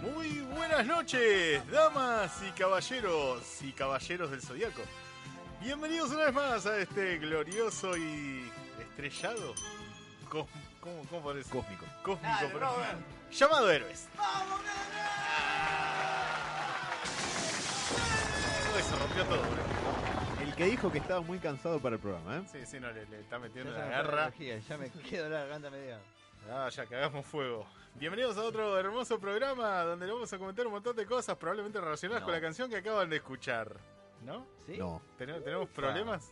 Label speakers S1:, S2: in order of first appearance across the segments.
S1: Muy buenas noches, damas y caballeros y caballeros del zodiaco. Bienvenidos una vez más a este glorioso y estrellado cómo, cómo, cómo podés-
S2: Cósmico.
S1: cósmico pero- llamado héroes. Uy, se rompió todo, boludo.
S2: El que dijo que estaba muy cansado para el programa, ¿eh?
S1: Sí, sí, no le, le está
S3: Ya
S1: metiendo
S3: se
S1: la
S3: me fue
S1: garra.
S3: energía, Ya me quedo la garganta media.
S1: Ah, ya cagamos fuego. Bienvenidos a otro hermoso programa donde le vamos a comentar un montón de cosas probablemente relacionadas
S3: No.
S1: con la canción que acaban de escuchar. ¿No?
S3: ¿Sí?
S2: No,
S1: ¿Tenemos, tenemos problemas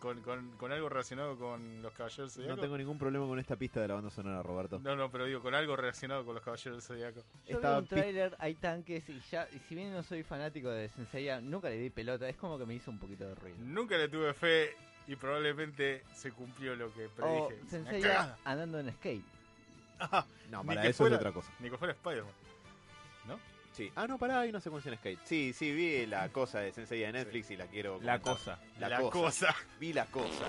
S1: con, con- con algo relacionado con los Caballeros del
S2: no
S1: Zodíaco?
S2: tengo ningún problema con esta pista de la banda sonora, Roberto.
S1: No, no, pero digo, con algo relacionado con los Caballeros del Zodíaco.
S3: Yo
S2: Estaba
S3: vi un
S2: pi-
S3: tráiler, hay tanques y ya, y si bien no soy fanático de Senseiya, nunca le di pelota, es como que me hizo un poquito de ruido.
S1: Nunca le tuve fe y probablemente se cumplió lo que
S3: O
S1: predije. Una
S3: Senseiya
S1: cagada.
S3: Oh, andando en skate.
S2: No,
S1: Ni
S2: para
S1: que
S2: eso
S1: fuera-
S2: es otra cosa.
S1: Ni que fuera Spider-Man.
S2: Sí. Ah, no, pará, hay una secuencia en Skate. Sí, sí, vi la cosa de Sensei de Netflix y la quiero. comentar. La, cosa. Vi la cosa.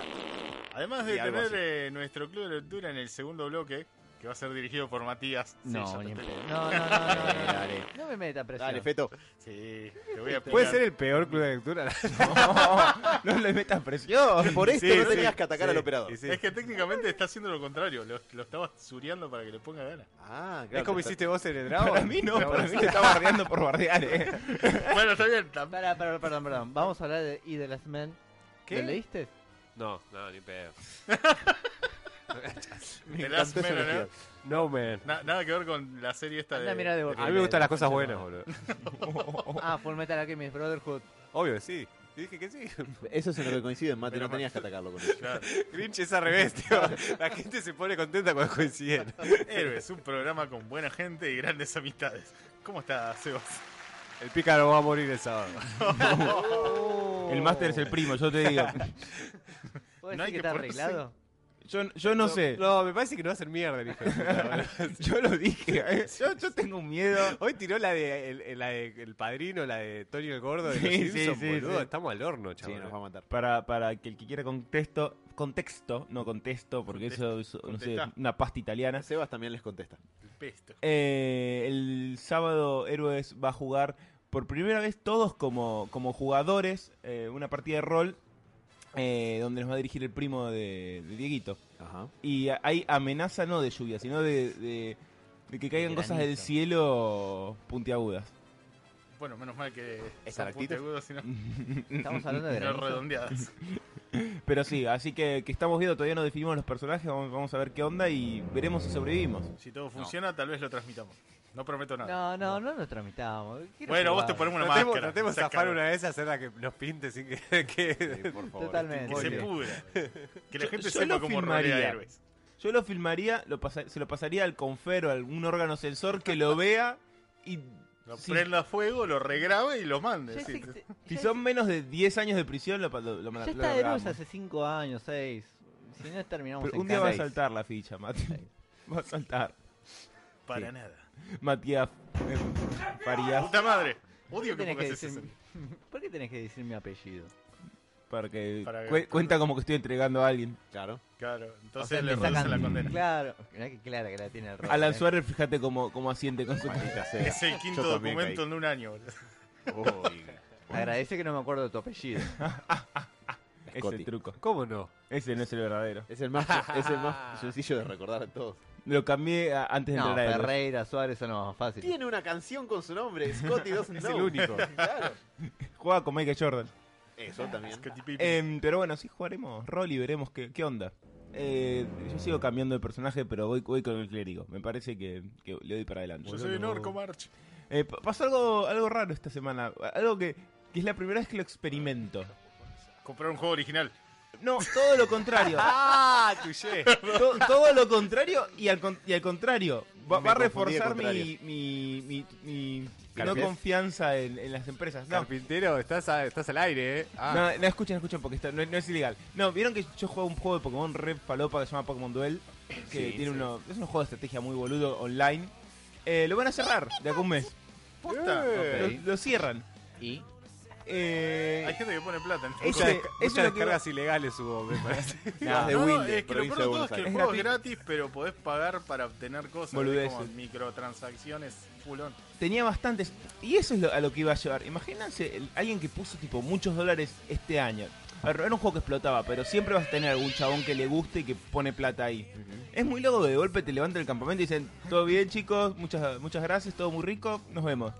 S1: Además
S2: Y
S1: de
S2: algo
S1: tener
S2: así.
S1: eh, nuestro club de lectura en el segundo bloque, que va a ser dirigido por Matías. Sí, ya
S3: No,
S1: te
S3: ni en
S1: estoy-
S3: pedo. No, no, no, no, no,
S2: Eh,
S3: no,
S2: dale.
S3: no me meta presión.
S2: Dale, Feto.
S1: Sí, te voy a
S4: ¿Puede
S1: explicar.
S4: ser el peor club de lectura? No, no le metas presión.
S2: Por esto
S1: Sí,
S2: no
S1: sí,
S2: tenías que atacar
S1: sí,
S2: al operador.
S4: sí, sí.
S1: Es que técnicamente está haciendo lo contrario, lo, lo estaba sureando para que le ponga ganas.
S2: Ah, claro.
S4: Es como
S2: te está-
S4: hiciste vos en el drama.
S1: Para mí no,
S4: Pero
S1: para
S4: para mí te está bardeando por bardear, eh.
S1: Bueno, está bien, también.
S3: Pará, pará, perdón, perdón. Vamos a hablar de Y de las Men.
S1: ¿Qué?
S3: ¿Lo leíste?
S5: No, no, ni pedo.
S1: The
S2: encantó
S1: Last
S2: esa
S1: Man, ¿no?
S2: energía.
S5: No, man.
S1: Na- nada que ver con la serie esta
S3: Anda,
S1: de.
S3: mira de
S5: A mí me gustan las cosas buenas, boludo.
S1: Oh.
S3: boca. Ah, Full Metal Alchemist Brotherhood.
S5: Obvio, sí. Te dije que sí.
S2: Eso es en lo que coinciden, Mate.
S1: Menos
S2: No
S1: mal.
S2: tenías que atacarlo con eso.
S1: Claro.
S5: Grinch es al revés, tío. La gente se pone contenta cuando coinciden.
S1: Héroes, un programa con buena gente y grandes amistades. ¿Cómo está, Sebas?
S5: El pícaro va a morir el sábado.
S1: Oh.
S6: El máster es el primo, yo te digo.
S3: ¿Puedes
S1: No hay
S3: decir que
S1: que
S3: está
S1: ponerse-
S3: arreglado?
S6: Yo, yo no sé.
S5: No, me parece que no va a ser mierda el hijo de puta, boludo.
S6: Yo lo dije. ¿eh? Yo, yo tengo un miedo.
S5: Hoy tiró la de el, el- la de el padrino, la de Tony el Gordo de
S6: Sí,
S5: los
S6: sí,
S5: Simpsons,
S6: sí,
S5: boludo.
S6: sí.
S5: Estamos al horno,
S2: Sí,
S5: chaval.
S2: nos va a matar.
S6: Para, para que el que quiera contexto, contexto, no contexto, porque eso es no sé,
S1: Contestá.
S6: una pasta italiana.
S2: Sebas también les contesta.
S1: El pesto.
S6: Eh, el sábado Héroes va a jugar por primera vez todos como, como jugadores eh, una partida de rol eh, donde nos va a dirigir el primo de, de Dieguito.
S2: Ajá.
S6: Y a- hay amenaza no de lluvia, sino de, de- de que caigan
S3: granizo.
S6: cosas del cielo puntiagudas.
S1: Bueno, menos mal que son
S2: ¿Estalactitas?
S1: puntiagudos y no,
S3: Estamos hablando de
S1: y no
S3: granizo.
S1: redondeadas.
S6: Pero sí, así que, que estamos viendo, todavía no definimos los personajes, vamos, vamos a ver qué onda y veremos si sobrevivimos.
S1: Si todo funciona, tal vez lo transmitamos. No prometo nada.
S3: No, no, no lo tramitamos. Quiero
S1: Bueno, vos
S3: jugar.
S1: te ponemos una
S5: Tratemos,
S1: máscara.
S5: tratemos de
S1: Seas
S5: zafar
S1: cabrón.
S5: una vez, hacerla que nos pinte sin que. que-
S2: por favor.
S3: Totalmente.
S1: Que se
S3: Oye.
S1: pudra. Que la
S6: Yo-
S1: gente
S6: yo
S1: sepa
S6: lo
S1: cómo rodea
S6: filmaría.
S1: héroes.
S6: Yo lo filmaría, lo pasa- se lo pasaría al confer o a algún órgano sensor que lo vea y
S1: Lo
S6: Sí.
S1: prenda a fuego, lo regrabe y lo mande.
S3: Ya
S1: sí.
S3: existe-
S6: si
S3: ya
S6: son menos de 10 años de prisión lo, pa- lo, lo-
S3: Ya
S6: lo
S3: está de
S6: grabamos.
S3: luz hace 5 años, 6. Si no terminamos
S6: Pero
S3: en
S6: un día va a
S3: cana.
S6: saltar la ficha, Mati. Va a saltar.
S1: Para
S6: Sí.
S1: nada.
S6: Matías eh, Farías,
S1: ¡Puta madre! Odio
S3: ¿Por
S1: que
S3: qué, tenés
S1: pongas
S3: que
S1: ese
S3: decir,
S1: sonido.
S3: ¿Por qué tenés que decir mi apellido?
S6: porque
S1: Para-
S6: cue- cuenta como que estoy entregando a alguien.
S2: Claro.
S1: Claro,
S3: O
S1: entonces
S3: sea,
S1: le
S3: me
S1: reducen
S3: sacan-
S1: la condena.
S3: Claro, mirá que clara que la tiene el ¿eh? rojo.
S6: Alan Suárez, fíjate cómo, cómo asiente con su
S2: Maldita sea.
S1: Es el quinto
S2: Yo también
S1: documento en un año. boludo.
S2: caí. Uy.
S3: Agradece que no me acuerdo de tu apellido.
S6: Es
S2: Scotty.
S6: el truco.
S5: ¿Cómo no?
S6: Ese no es el verdadero.
S2: Es el más, es el más sencillo de recordar a todos.
S6: Lo cambié a- antes de
S3: No,
S6: entrar a Héroes.
S3: Ferreira, Suárez son los más fáciles.
S2: Tiene una canción con su nombre, Scotty Doesn't
S5: Es
S2: Know.
S5: el único.
S2: Claro.
S6: Juega con Michael Jordan.
S2: Eso también.
S1: Scotty Pippen.
S6: Em, pero bueno, sí jugaremos rol y veremos qué, qué onda. Eh, yo sigo cambiando de personaje, pero voy, voy con el clérigo. Me parece que, que le doy para adelante.
S1: Yo soy un orco, March.
S6: Eh, pa- pasó algo, algo raro esta semana. Algo que, que es la primera vez que lo experimento.
S1: Comprar un juego original.
S6: No, todo lo contrario.
S5: ¡Ah, tuye!
S6: To- todo lo contrario y al, con- y al contrario. Va,
S2: Me
S6: va a
S2: confundí de
S6: reforzar
S2: contrario.
S6: mi, mi, mi- mi no
S5: ¿Carpies?
S6: confianza en, en las empresas. No,
S5: Carpintero, estás, a- estás al aire, ¿eh? Ah,
S6: no, no, escuchen, escuchen, porque está- no, no es ilegal. No, vieron que yo juego un juego de Pokémon Red Falopa que se llama Pokémon Duel. Que
S5: Sí,
S6: tiene
S5: sí.
S6: uno. Es un juego de estrategia muy boludo online. Eh, lo van a cerrar de acá un mes. Lo,
S5: eh.
S6: lo cierran.
S3: Y
S6: Eh,
S1: Hay gente que pone plata en
S6: Ese-
S5: Muchas,
S6: ese
S5: desca-
S6: es
S5: muchas
S6: lo que
S5: descargas ilegales hubo, me parece.
S2: Las de
S1: No, no,
S2: Wilde,
S1: es que lo
S2: provincia
S1: peor
S2: de
S1: de todo es
S2: Buenos
S1: que el
S6: Aires.
S1: juego
S6: Es
S1: es gratis, pero podés pagar para obtener cosas así
S6: Boludeces.
S1: como microtransacciones fulón.
S6: tenía bastantes. Y eso es lo- a lo que iba a llevar. Imagínense el- alguien que puso tipo muchos dólares este año. A ver, era un juego que explotaba, pero siempre vas a tener algún chabón que le guste y que pone plata ahí. Es muy loco que de golpe te levantan el campamento y dicen, todo bien chicos, muchas, muchas gracias, todo muy rico, nos vemos.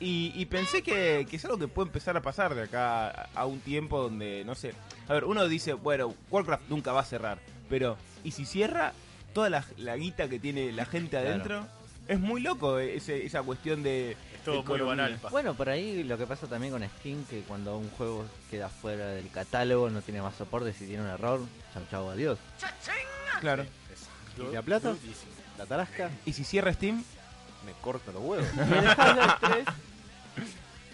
S6: Y, y pensé que, que es algo que puede empezar a pasar de acá a, a un tiempo donde, no sé, a ver, uno dice, bueno, Warcraft nunca va a cerrar, pero ¿y si cierra? Toda la, la guita que tiene la gente adentro. Es muy loco eh, ese- esa cuestión de...
S1: Es todo muy
S6: Economía.
S1: banal. pa.
S3: bueno, por ahí lo que pasa también con Steam, que cuando un juego queda fuera del catálogo, no tiene más soporte, si tiene un error, chau chau, adiós.
S6: Claro.
S2: ¿Y la plata? La tarasca
S6: Y si cierra Steam,
S2: me corta los huevos.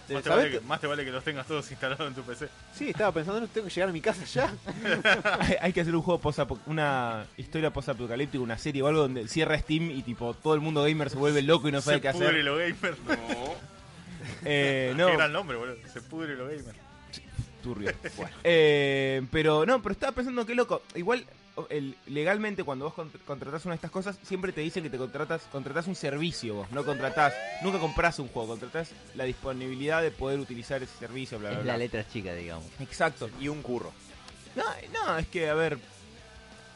S2: Eh,
S3: Y el Half-Life
S1: Más te, vale
S2: ¿Sabés
S3: 3,
S1: que,
S2: que-
S1: más te vale que los tengas todos instalados en tu PC.
S2: Sí, estaba pensando, no tengo que llegar a mi casa ya.
S6: hay, hay que hacer un juego post una historia post-apocalíptica, una serie o algo donde cierra Steam y tipo todo el mundo gamer se vuelve loco y no sabe
S1: Se
S6: qué
S1: pudre
S6: hacer.
S1: lo gamer.
S6: Eh, no,
S1: Qué gran nombre, boludo. Se pudre lo gamer.
S6: turbio. Eh, pero no, pero estaba pensando que loco. Igual o- el- legalmente cuando vos contr- contratás una de estas cosas, siempre te dicen que te contratas, contratás un servicio vos, no contratás, nunca comprás un juego, contratás la disponibilidad de poder utilizar ese servicio, bla bla
S3: es
S6: bla.
S3: la letra chica, digamos.
S6: Exacto.
S2: Y un curro.
S6: No, no, es que, a ver,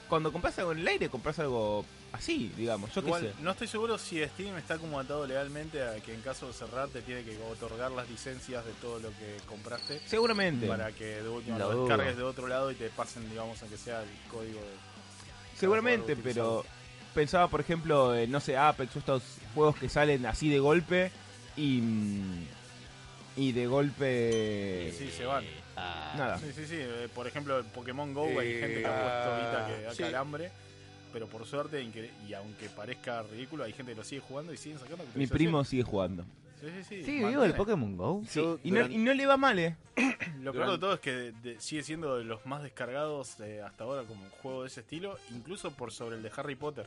S6: cuando compras algo en el aire, compras algo así, digamos, yo qué
S1: Igual,
S6: sé.
S1: no estoy seguro si Steam está como atado legalmente a que en caso de cerrar te tiene que otorgar las licencias de todo lo que compraste
S6: Seguramente,
S1: para que de última
S3: Lo
S1: lo
S3: dudo.
S1: descargues de otro lado y te pasen, digamos, aunque sea el código de...
S6: seguramente,
S1: para poder
S6: pero pensaba, por ejemplo, en, no sé, Apex o estos juegos que salen así de golpe y... mm, Y de golpe...
S1: Sí, sí, se van.
S6: Nada.
S1: Sí, sí, sí. Eh, Por ejemplo, en Pokémon Go hay
S5: Eh,
S1: gente que ha puesto
S6: ah,
S1: ahorita que da
S5: sí.
S1: calambre. Pero por suerte, incre- y aunque parezca ridículo, hay gente que lo sigue jugando y siguen sacando
S6: Mi primo sigue jugando.
S1: Sí, sí, sí.
S3: Sí,
S1: mantiene.
S3: vivo el Pokémon GO.
S6: Sí,
S2: Yo
S6: y, no,
S2: durante-
S6: y no le va mal, ¿eh?
S1: Lo peor de todo es que de- de- sigue siendo de los más descargados eh, hasta ahora como un juego de ese estilo, incluso por sobre el de Harry Potter.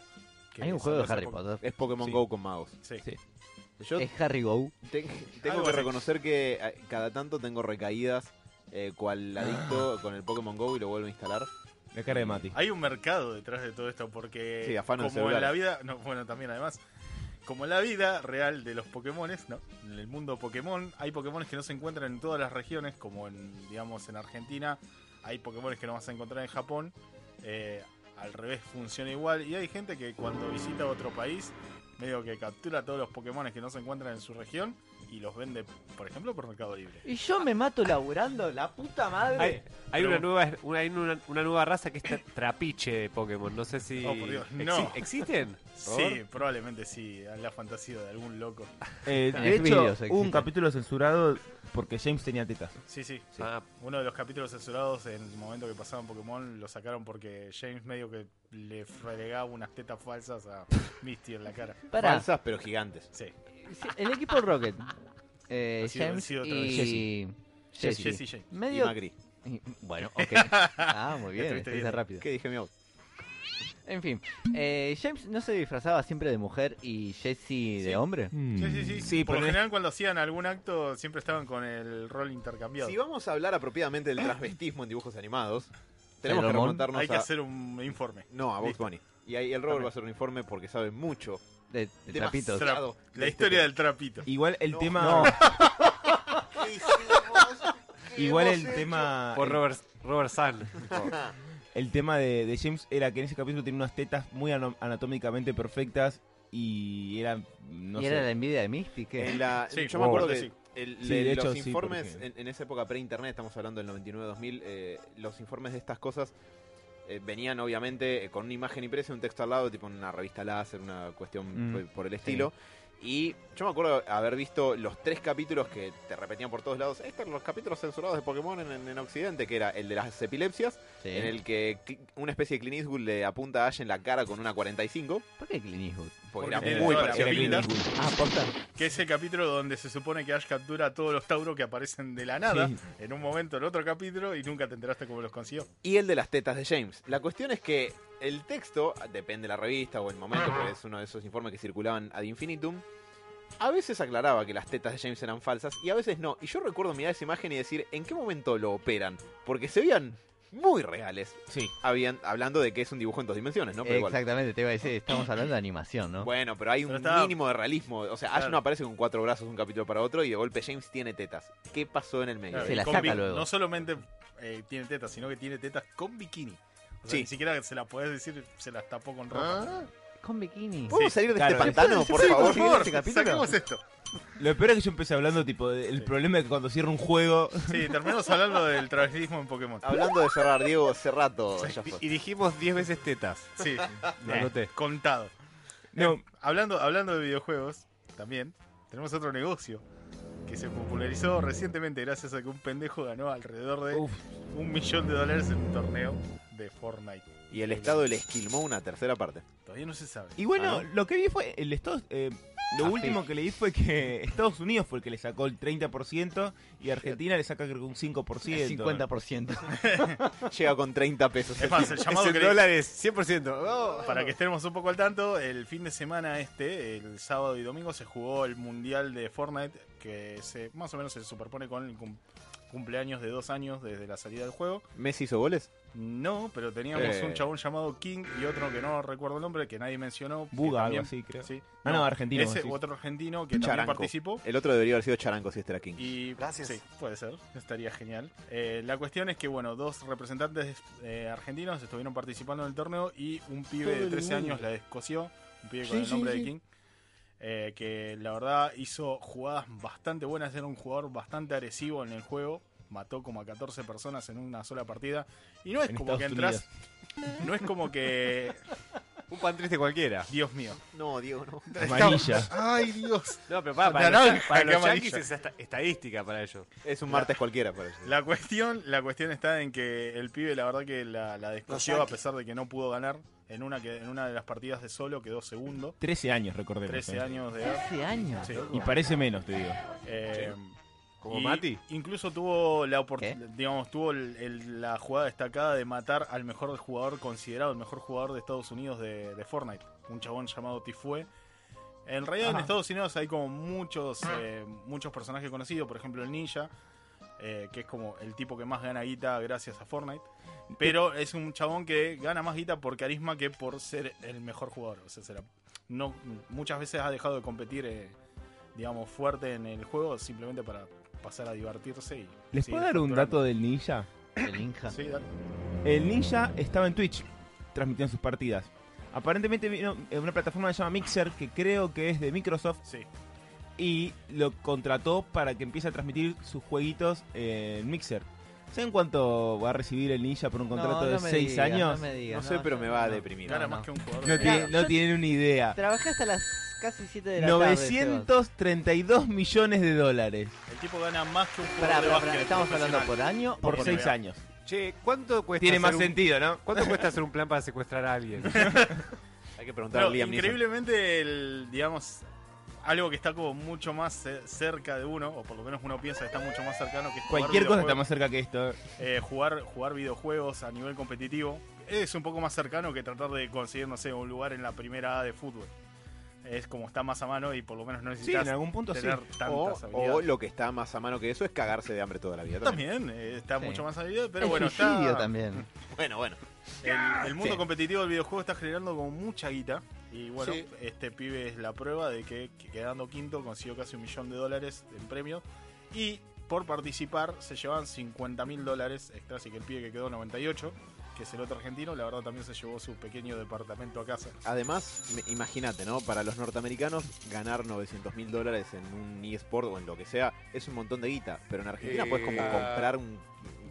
S1: que
S3: Hay
S1: salió
S3: un juego de
S1: hace
S3: Harry
S1: poco.
S3: Potter.
S2: Es Pokémon
S1: Sí.
S2: Go con magos.
S1: Sí.
S6: Sí.
S2: Yo
S3: Es Harry Go.
S2: Ten- tengo
S1: Algo
S2: que
S1: así.
S2: reconocer que eh, cada tanto tengo recaídas eh, cual
S1: Ah.
S2: adicto con el Pokémon Go y lo vuelvo a instalar.
S6: La cara de Mati.
S1: Hay un mercado detrás de todo esto porque
S2: Sí, afano de
S1: como en la
S2: celulares.
S1: vida, no, bueno, también además, como en la vida real de los Pokémones, ¿no? En el mundo Pokémon hay Pokémones que no se encuentran en todas las regiones, como en digamos en Argentina, hay Pokémones que no vas a encontrar en Japón. eh, al revés funciona igual y hay gente que cuando visita otro país medio que captura todos los Pokémones que no se encuentran en su región y los vende, por ejemplo, por Mercado Libre.
S3: Y yo me mato laburando, la puta
S5: Hay,
S3: madre.
S5: hay
S1: Pero-
S5: una nueva una, hay una, una nueva raza que es tra- trapiche de Pokémon. No sé si.
S1: Oh, por Dios,
S5: exi-
S1: no.
S5: ¿Existen?
S1: Sí, probablemente sí, la fantasía de algún loco.
S6: Eh,
S3: En
S6: de
S3: los
S6: hecho,
S3: videos
S6: hubo un
S3: existe.
S6: capítulo censurado porque James tenía tetas.
S1: Sí, sí.
S5: Ah,
S1: Uno de los capítulos censurados en el momento que pasaban Pokémon lo sacaron porque James medio que le fregaba unas tetas falsas a Misty en la cara.
S3: Para,
S2: Falsas pero gigantes.
S1: Sí.
S3: el equipo Rocket. Eh,
S1: Ha sido- ha
S3: James
S1: sido otra vez.
S3: y... Jesse.
S1: Jesse James.
S2: Y
S3: Medio...
S2: Macri.
S3: y- Bueno, ok. Ah, muy bien,
S1: Estuviste
S3: estuviste
S1: bien.
S3: rápido.
S2: ¿Qué dije mi auto?
S3: En fin, eh, James no se disfrazaba siempre de mujer y Jesse de hombre.
S2: Mm.
S1: Sí, sí, sí.
S6: Sí,
S1: Por lo
S6: pero-
S1: general cuando hacían algún acto siempre estaban con el rol intercambiado.
S2: Si vamos a hablar apropiadamente del transvestismo en dibujos animados, tenemos que
S3: Sailor Moon.
S2: remontarnos
S1: Hay que
S2: a...
S1: hacer un informe.
S2: No, a Box
S1: Listo.
S2: Bunny. Y ahí el Robert va a hacer un informe porque sabe mucho.
S3: De, de trapitos.
S2: demasiado de
S1: La
S2: este
S1: historia
S2: tema.
S1: del trapito.
S6: Igual el
S2: No.
S6: tema... Igual el tema...
S5: por
S6: el
S5: Robert, Robert San.
S6: El tema de, de James era que en ese capítulo tenía unas tetas muy ano- anatómicamente perfectas y eran, no
S3: y
S6: sé.
S3: era la envidia de Misty, que
S2: En la-
S1: Sí,
S2: yo me
S1: wow.
S2: acuerdo que
S1: Sí.
S2: el-
S6: Sí,
S2: de
S6: de
S2: los
S6: hecho, sí,
S2: informes
S6: porque-
S2: en, en esa época pre-internet, estamos hablando del 99-2000, eh, los informes de estas cosas eh, venían obviamente eh, con una imagen impresa y un texto al lado, tipo en una revista láser, una cuestión
S6: Mm.
S2: por- por el estilo. Y yo me acuerdo haber visto los tres capítulos que te repetían por todos lados. Estos son los capítulos censurados de Pokémon en, en- en Occidente, que era el de las epilepsias,
S3: Sí.
S2: en el que Cl- una especie de Clint Eastwood le apunta a Ash en la cara con una 45,
S3: ¿Por qué Clint Eastwood?
S1: Porque
S2: porque, era
S1: tiene
S2: muy
S1: Eh, toda la
S2: parecido a Clint
S1: pinta.
S2: Eastwood.
S3: Ah, posta.
S1: Que es el capítulo donde se supone que Ash captura a todos los Tauro que aparecen de la nada
S6: Sí.
S1: en un momento en otro capítulo y nunca te enteraste cómo los consiguió.
S2: y el de las tetas de James. La cuestión es que el texto, depende de la revista o el momento, porque es uno de esos informes que circulaban ad infinitum, a veces aclaraba que las tetas de James eran falsas y a veces no. Y yo recuerdo mirar esa imagen y decir, ¿en qué momento lo operan? Porque se veían muy reales.
S6: Sí.
S2: Habían, hablando de que es un dibujo en dos dimensiones, ¿no? Pero igual.
S3: Exactamente, te iba a decir, estamos hablando de animación, ¿no?
S2: Bueno, pero hay un
S1: Pero estaba-
S2: mínimo de realismo. O sea, Ash
S1: Claro.
S2: no aparece con cuatro brazos de un capítulo para otro y de golpe James tiene tetas. ¿Qué pasó en el medio?
S1: Claro,
S3: Se
S1: y
S3: la
S1: con
S3: saca
S1: bi-
S3: luego.
S1: No solamente eh, tiene tetas, sino que tiene tetas con bikini. O sea,
S2: Sí.
S1: Ni siquiera se las podés decir, se las tapó con ropa.
S3: Con bikini.
S2: ¿Podemos salir de
S6: claro.
S2: este pantano, por favor?
S3: por favor, capítulo?
S1: saquemos este esto.
S6: Lo peor es que yo empecé hablando, tipo, del
S1: Sí.
S6: problema de que cuando cierro un juego.
S1: Sí, terminamos hablando del travestismo en Pokémon.
S2: Hablando de cerrar, Diego, hace rato. Oh, ya fue.
S5: Y dijimos 10 veces tetas.
S1: Sí,
S5: Lo
S1: eh,
S5: anoté.
S1: contado.
S6: No,
S1: Hablando, hablando de videojuegos, también tenemos otro negocio que se popularizó recientemente gracias a que un pendejo ganó alrededor de
S6: Uf.
S1: un millón de dólares en un torneo de Fortnite.
S2: Y el Estado le esquilmó una tercera parte.
S1: Todavía no se sabe.
S6: Y bueno,
S2: Ah.
S6: lo que vi fue el Estados, eh, lo
S3: Ah,
S6: último que leí fue que Estados Unidos fue el que le sacó el 30% y Argentina le saca creo que un 5%.
S3: El 50%.
S2: Llega con 30 pesos.
S1: Es más, el
S5: Es
S1: llamado
S5: en
S1: que le-
S5: dólares, 100%. Oh.
S1: Para que estemos un poco al tanto, el fin de semana este, el sábado y domingo, se jugó el Mundial de Fortnite, que se, más o menos se superpone con el cum- cumpleaños de dos años desde la salida del juego.
S2: ¿Messi hizo goles?
S1: No, pero teníamos
S2: Eh.
S1: un chabón llamado King y otro que no recuerdo el nombre, que nadie mencionó. que
S6: Buga, algo
S1: también-
S6: así, creo.
S1: sí.
S6: Ah, no, argentino,
S1: Ese
S6: decís.
S1: otro argentino que también
S2: Charanco.
S1: participó.
S2: El otro debería haber sido Charanco si este era King.
S1: Y, Gracias. Sí, puede ser, estaría genial. Eh, la cuestión es que, bueno, dos representantes eh, argentinos estuvieron participando en el torneo y un pibe de 13 años la descoció, un pibe con el nombre de King, eh, que la verdad hizo jugadas bastante buenas, era un jugador bastante agresivo en el juego, mató como a 14 personas en una sola partida y no es
S6: En
S1: como que
S6: Estados
S1: entras, no es como que,
S5: Un pan triste cualquiera.
S1: Dios mío,
S2: No, Diego, no.
S6: Amarilla.
S1: ay Dios.
S5: No, pero para,
S1: para
S5: para,
S1: los-
S5: los,
S1: para los
S5: yankees
S1: yanquis
S5: es estadística para ellos.
S2: Es un martes cualquiera, parece.
S1: La cuestión, la cuestión está en que el pibe, la verdad que la, la descosió a pesar de que no pudo ganar. En una que, en una de las partidas de solo quedó segundo.
S6: 13 años, recordemos.
S1: 13
S6: eh.
S1: años de edad.
S3: 13 años.
S1: Sí.
S6: Y parece menos, te digo.
S1: Eh,
S5: Como
S1: y
S5: Mati.
S1: Incluso tuvo la opor-
S3: ¿Qué?
S1: digamos, tuvo el- el- la jugada destacada de matar al mejor jugador considerado, el mejor jugador de Estados Unidos de, de Fortnite, un chabón llamado Tifue. En realidad en Estados Unidos hay como muchos, eh, muchos personajes conocidos, por ejemplo el ninja, eh, que es como el tipo que más gana guita gracias a Fortnite. Pero es un chabón que gana más guita por carisma que por ser el mejor jugador. O sea, se la- no, muchas veces ha dejado de competir, eh, digamos, fuerte en el juego simplemente para pasar a divertirse. Y
S6: ¿Les
S1: seguir
S6: puedo dar un
S1: facturando.
S6: dato del ninja?
S3: El Inja.
S1: Sí, dale.
S6: El ninja estaba en Twitch, transmitiendo sus partidas. Aparentemente vino en una plataforma que se llama Mixer, que creo que es de Microsoft,
S1: Sí.
S6: y lo contrató para que empiece a transmitir sus jueguitos en Mixer. ¿Saben cuánto va a recibir el ninja por un contrato de 6 años?
S3: No, me digas,
S2: No sé, pero me va a deprimir.
S1: Gana
S3: no.
S1: más que un jugador.
S6: No,
S1: de-
S6: tiene- no
S3: Yo-
S6: tienen una idea.
S3: Trabajé hasta las casi 7 de la tarde.
S6: 932 millones de dólares
S1: El tipo gana más que un jugador
S3: Pará,
S1: de
S3: pará, pará,
S1: básquet
S3: ¿Estamos hablando
S1: profesional.
S3: por año o
S6: por
S1: Por
S3: por
S6: seis
S1: NBA.
S6: años.
S5: Che, ¿cuánto cuesta
S6: Tiene
S5: hacer
S6: más
S5: un-
S6: sentido, ¿no?
S5: ¿Cuánto cuesta hacer un plan para secuestrar a alguien?
S2: Hay que preguntar
S1: Pero
S2: a Liam Neeson.
S1: increíblemente, el, digamos, algo que está como mucho más eh, cerca de uno, o por lo menos uno piensa que está mucho más cercano que es jugar
S6: Cualquier cosa está
S1: videojuegos,
S6: más cerca que esto.
S1: eh, jugar, jugar videojuegos a nivel competitivo. Es un poco más cercano que tratar de conseguir, no sé, un lugar en la primera A de fútbol. Es como está más a mano y por lo menos no
S6: Sí,
S1: necesitas
S6: en algún punto sí.
S1: tener tantas
S2: O,
S1: habilidades.
S2: o lo que está más a mano que eso es cagarse de hambre toda la vida. También.
S1: También eh, está
S3: Sí.
S1: mucho más habilidad, pero
S3: Pero
S1: bueno, está,
S3: también.
S2: Bueno, bueno.
S1: El, el mundo
S3: Sí.
S1: competitivo del videojuego está generando como mucha guita. Y bueno,
S2: Sí.
S1: este pibe es la prueba de que, que quedando quinto consiguió casi un millón de dólares en premio. Y por participar se llevan 50 mil dólares extra. Así que el pibe que quedó 98, que es el otro argentino, la verdad también se llevó su pequeño departamento a casa.
S2: Además, me- imagínate, ¿no? Para los norteamericanos, ganar 900 mil dólares en un eSport o en lo que sea es un montón de guita. Pero en Argentina
S5: Eh,
S2: puedes como
S5: ah.
S2: comprar un.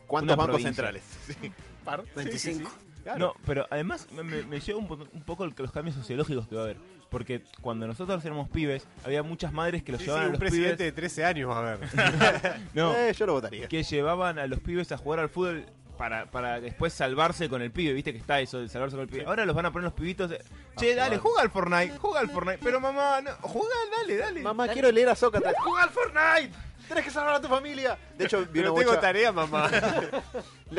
S2: ¿Cuántos
S6: Una
S2: bancos
S6: provincia.
S2: centrales? Sí.
S1: Par. Sí, sí, sí.
S2: Claro.
S6: No, pero además me, me- me lleva un, po- un poco el- los cambios sociológicos que va a haber. Porque cuando nosotros éramos pibes, había muchas madres que los
S5: Sí, sí,
S6: llevaban a
S5: un
S6: los
S5: presidente
S6: pibes.
S5: de 13 años, a ver.
S6: No,
S2: Eh, yo lo votaría.
S6: que llevaban a los pibes a jugar al fútbol para, para después salvarse con el pibe, viste que está eso de salvarse con el pibe. Ahora los van a poner los pibitos. de, che, dale, juega al Fortnite, juega al Fortnite. Pero mamá, no, juega, dale, dale.
S2: Mamá, quiero leer a Sócrates. ¡Juega al Fortnite! ¡Tenés que salvar a tu familia! De hecho, vi una
S5: Pero tengo
S2: bocha-
S5: tarea, mamá.
S2: leí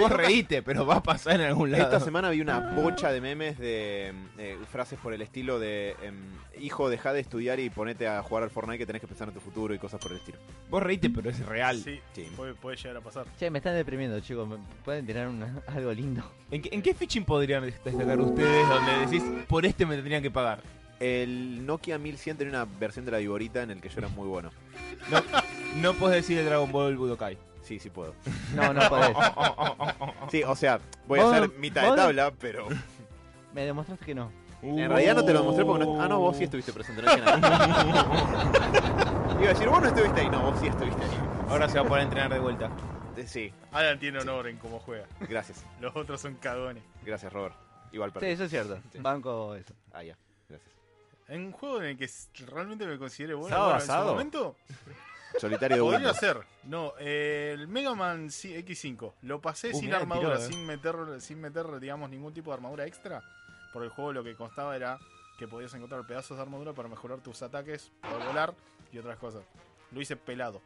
S6: Vos
S2: una-
S6: reíte, pero va a pasar en algún lado.
S2: Esta semana vi una bocha de memes de em, eh, frases por el estilo de em, hijo, deja de estudiar y ponete a jugar al Fortnite que tenés que pensar en tu futuro y cosas por el estilo.
S6: Vos reíte, pero es real.
S1: Sí,
S2: Sí.
S1: Puede, puede llegar a pasar.
S3: Che, me están deprimiendo, chicos. ¿Me ¿Pueden tirar una- algo lindo?
S6: ¿En, qué, en qué fichín podrían destacar ustedes donde decís, por este me tendrían que pagar?
S2: El Nokia 1100 tenía una versión de la Viborita en el que yo era muy bueno.
S6: No, no podés decir el Dragon Ball Budokai.
S2: Sí, sí puedo.
S3: No, no podés.
S2: Sí, o sea, voy a
S3: Vos-
S2: ser mitad de
S3: vos-
S2: tabla, pero
S3: Me demostraste que no.
S6: Uh.
S2: en realidad no te lo mostré porque no... Ah, no, vos sí estuviste presente. No dije nada. Iba a decir, vos no estuviste ahí. No, vos sí estuviste ahí.
S6: Ahora se va a poner a entrenar de vuelta.
S2: Eh, Sí,
S1: Alan tiene honor en cómo juega.
S2: gracias.
S1: Los otros son cagones.
S2: Gracias, Robert. Igual
S3: Sí,
S2: perdí.
S3: eso es cierto. Banco eso.
S2: Ah, ya. Gracias.
S1: En un juego en el que s- realmente me considere bueno,
S5: ¿Estaba
S1: bueno, en su
S5: basado?
S1: momento
S2: Solitario de
S1: podría
S2: Windows.
S1: ser. No, eh, el Mega Man C- X5 lo pasé
S6: Uh,
S1: sin
S6: mirá,
S1: armadura,
S6: tiró, eh.
S1: sin meter sin meter digamos ningún tipo de armadura extra, porque el juego lo que constaba era que podías encontrar pedazos de armadura para mejorar tus ataques, poder volar y otras cosas. Lo hice pelado.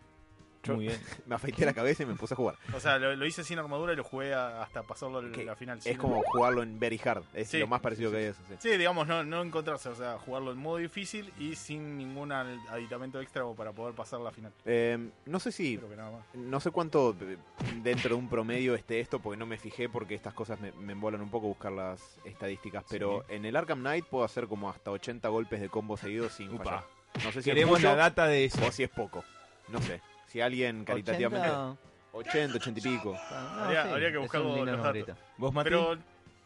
S6: Muy bien.
S2: Me afeité la cabeza y me puse a jugar.
S1: O sea, lo, lo hice sin armadura y lo jugué a- hasta pasarlo a
S2: Que
S1: la final.
S2: Es
S1: sin-
S2: como jugarlo en Very Hard. Es
S1: Sí.
S2: lo más parecido que hay a eso. sí.
S1: Sí, digamos, no, no encontrarse, o sea, jugarlo en modo difícil y sin ningún al- aditamento extra como para poder pasar la final.
S2: Eh, no sé si.
S1: Creo que nada más.
S2: No sé cuánto eh, dentro de un promedio esté esto, porque no me fijé, porque estas cosas me, me embolan un poco buscar las estadísticas. Pero en el Arkham Knight puedo hacer como hasta 80 golpes de combo seguidos sin
S6: Upa.
S2: fallar. No sé si
S6: Queremos
S2: es
S6: la
S2: mucho
S6: data de eso.
S2: o si es poco. No sé. Si alguien caritativamente. 80,
S3: 80,
S2: 80, y pico.
S3: ah, no,
S1: Habría-
S3: sí,
S1: habría que
S3: es
S1: buscar
S3: un
S1: los
S3: lindo
S1: datos.
S3: numerito.
S6: ¿Vos, Mati?
S1: Pero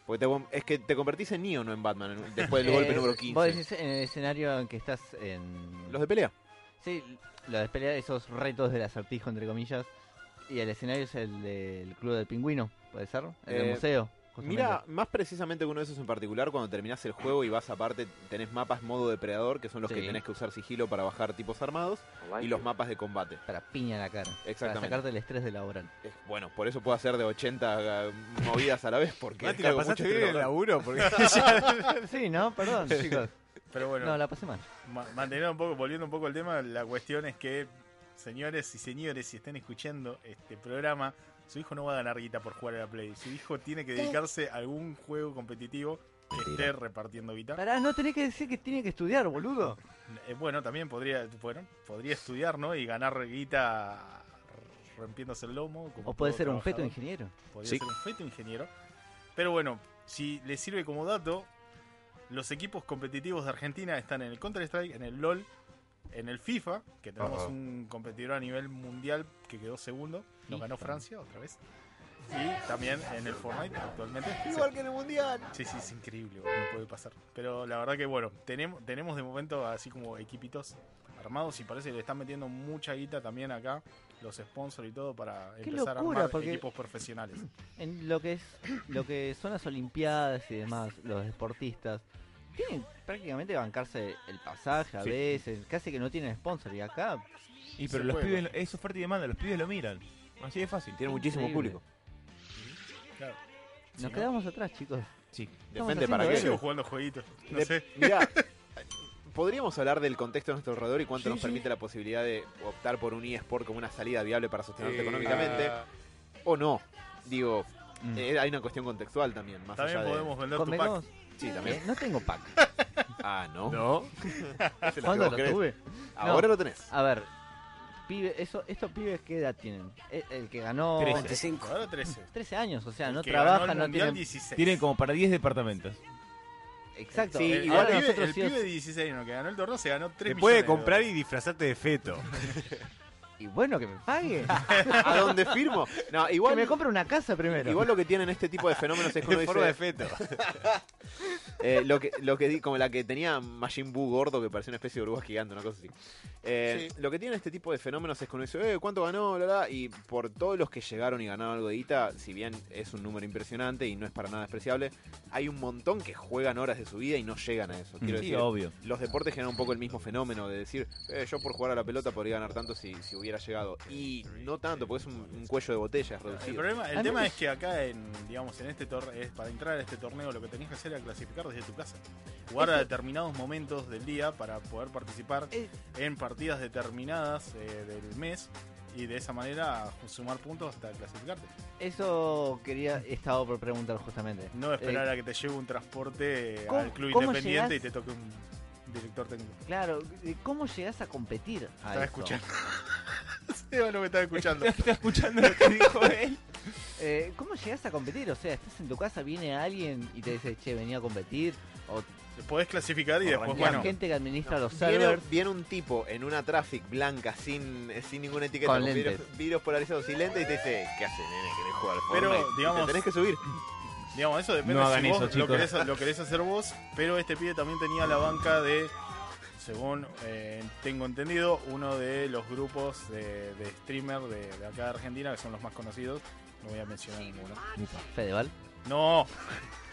S2: Porque te- es que te convertís en Neo, no en Batman, en- después del golpe
S3: Eh,
S2: número 15.
S3: Vos decís en el escenario en que estás en.
S2: Los de pelea.
S3: Sí, lo de pelear esos retos del acertijo, entre comillas. Y el escenario es el del Club del Pingüino, ¿puede ser? El del
S2: Eh,
S3: museo. justamente.
S2: Mira, más precisamente que uno de esos en particular, cuando terminás el juego y vas aparte, tenés mapas modo depredador, que son los que
S3: Sí.
S2: tenés que usar sigilo para bajar tipos armados, y los mapas de combate.
S3: Para piña en la cara. Para
S2: Exactamente.
S3: sacarte el estrés de laboral.
S2: Es- Bueno, por eso puedo hacer de 80 eh, movidas a la vez, porque
S5: Mati,
S2: hago
S5: la
S2: mucho
S5: pasaste bien en el
S2: estrés laboral.
S5: laburo porque
S3: sí, ¿no? Perdón, chicos.
S1: Pero bueno,
S3: No, la pasé mal.
S1: ma- manteniendo un poco, volviendo un poco al tema, la cuestión es que, señores y señores, si están escuchando este programa, su hijo no va a ganar guita por jugar a la Play. Su hijo tiene que dedicarse a algún juego competitivo que esté repartiendo guita.
S3: Pará, no tenés que decir que tiene que estudiar, boludo.
S1: Eh, bueno, también podría, bueno, podría estudiar, ¿no? Y ganar guita rompiéndose el lomo. como
S3: O puede
S1: todo
S3: ser un feto
S1: trabajador.
S3: ingeniero.
S1: Podría
S2: Sí.
S1: ser un feto ingeniero. Pero bueno, si le sirve como dato, los equipos competitivos de Argentina están en el Counter-Strike, en el LOL, en el FIFA, que tenemos un competidor a nivel mundial que quedó segundo, lo ganó Francia otra vez. Y también en el Fortnite actualmente. Igual que en el mundial. Sí, sí, es increíble, boludo, no puede pasar. Pero la verdad que bueno, tenemos, tenemos de momento así como equipitos armados y parece que le están metiendo mucha guita también acá los sponsors y todo para
S3: Qué
S1: empezar
S3: locura,
S1: a armar
S3: porque-
S1: equipos profesionales.
S3: En lo que es lo que son las olimpiadas y demás, los deportistas tienen prácticamente que bancarse el pasaje a
S2: Sí.
S3: veces, casi que no tienen sponsor y acá
S6: y pero
S1: se
S6: los
S1: puede.
S6: pibes, es oferta y demanda, los pibes lo miran. Así de fácil.
S2: Tiene muchísimo
S3: Increíble.
S2: público.
S1: Claro.
S3: nos quedamos atrás, chicos.
S6: Sí.
S2: Depende
S3: haciendo
S2: para
S1: Yo
S2: qué.
S3: eso.
S1: sigo jugando jueguitos. No
S2: De-
S1: sé.
S2: Mirá, podríamos hablar del contexto de nuestro alrededor y cuánto nos permite la posibilidad de optar por un eSport como una salida viable para
S5: Eh,
S2: sostenerte económicamente.
S5: ah.
S1: Ah,
S2: O no. Digo,
S3: Mm.
S2: eh, hay una cuestión contextual también, más
S1: También
S2: allá
S1: podemos vender tu pack.
S3: Convengamos,
S2: de... Sí,
S3: eh,
S2: también.
S3: no tengo pack.
S2: Ah, no.
S5: No.
S2: Es lo que
S3: ¿Cuándo
S2: vos
S3: lo
S2: querés.
S3: tuve?
S2: Ahora lo tenés.
S3: A ver, pibe, eso, estos pibes qué edad tienen? E- El, que ganó
S1: Ahora 13.
S3: 13 años, o sea, no
S1: Que ganó
S3: trabaja,
S1: el
S3: no
S1: Mundial
S3: tiene
S1: 16.
S6: Tienen como para 10 departamentos.
S3: Exacto. Eh,
S2: Sí,
S1: El,
S2: igual
S3: ahora
S1: Eh, el pibe,
S3: nosotros
S1: el
S3: sí os-
S1: pibe de 16 años que ganó el torneo se ganó 3
S5: Te puede comprar y disfrazarte de feto.
S3: y bueno, que me pague.
S2: ¿A dónde firmo? No,
S3: que
S2: igual,
S3: me compre una casa primero.
S2: igual lo que tienen este tipo de fenómenos es que uno
S5: En forma de
S2: dice,
S5: feto.
S2: Eh, lo que, lo que di- como la que tenía Majin Buu gordo que parecía una especie de oruga gigante, una cosa así. Eh, Lo que tiene este tipo de fenómenos es que uno dice, eh, ¿cuánto ganó? Bla, bla, y por todos los que llegaron y ganaron algo de guita, si bien es un número impresionante y no es para nada despreciable, hay un montón que juegan horas de su vida y no llegan a eso. Quiero
S3: Sí,
S2: decir,
S3: obvio.
S2: los deportes generan un poco el mismo fenómeno de decir, "Eh, yo por jugar a la pelota podría ganar tanto si, si hubiera llegado. Y no tanto, porque es un, un cuello de botella, es
S1: El,
S2: reducido.
S1: problema, el
S3: A mí
S1: tema
S3: me-
S1: es que acá, en, digamos, en este torneo, para entrar a este torneo, lo que tenías que hacer era clasificar desde tu casa. Jugar a determinados momentos del día para poder participar
S3: Eh.
S1: en partidas determinadas eh, del mes y de esa manera sumar puntos hasta clasificarte.
S3: Eso quería, estaba por preguntar justamente.
S1: No esperar
S3: Eh,
S1: a que te lleve un transporte eh,
S3: ¿cómo-
S1: al club
S3: cómo
S1: independiente
S3: llegás?
S1: y te toque un director técnico.
S3: Claro, eh, ¿cómo llegás a competir? a
S1: Estaba
S3: eso?
S1: escuchando. Seba no me estaba escuchando.
S6: Está escuchando lo que dijo él.
S3: Eh, ¿Cómo llegás a competir? O sea, estás en tu casa, viene alguien y te dice, che, venía a competir. O
S1: Podés clasificar y después,
S3: la
S1: Pues bueno,
S3: gente que administra los
S2: Viene,
S3: servers.
S2: viene un tipo en una traffic blanca sin, eh, sin ninguna etiqueta,
S3: Con
S2: con virus,
S3: lentes.
S2: virus polarizados sin lente y te dice, ¿qué hace nene? ¿Querés jugar? al
S1: Pero,
S2: Fortnite?" Y
S1: digamos-
S2: te tenés que subir.
S1: digamos, eso depende
S6: No hagan
S1: si vos
S6: eso,
S1: lo,
S6: chicos.
S1: querés, lo querés hacer vos, pero este pibe también tenía la banca de, según eh, tengo entendido, uno de los grupos de, de streamer de, de acá de Argentina, que son los más conocidos. No voy a mencionar ninguno.
S3: Fedeval.
S1: ¡No!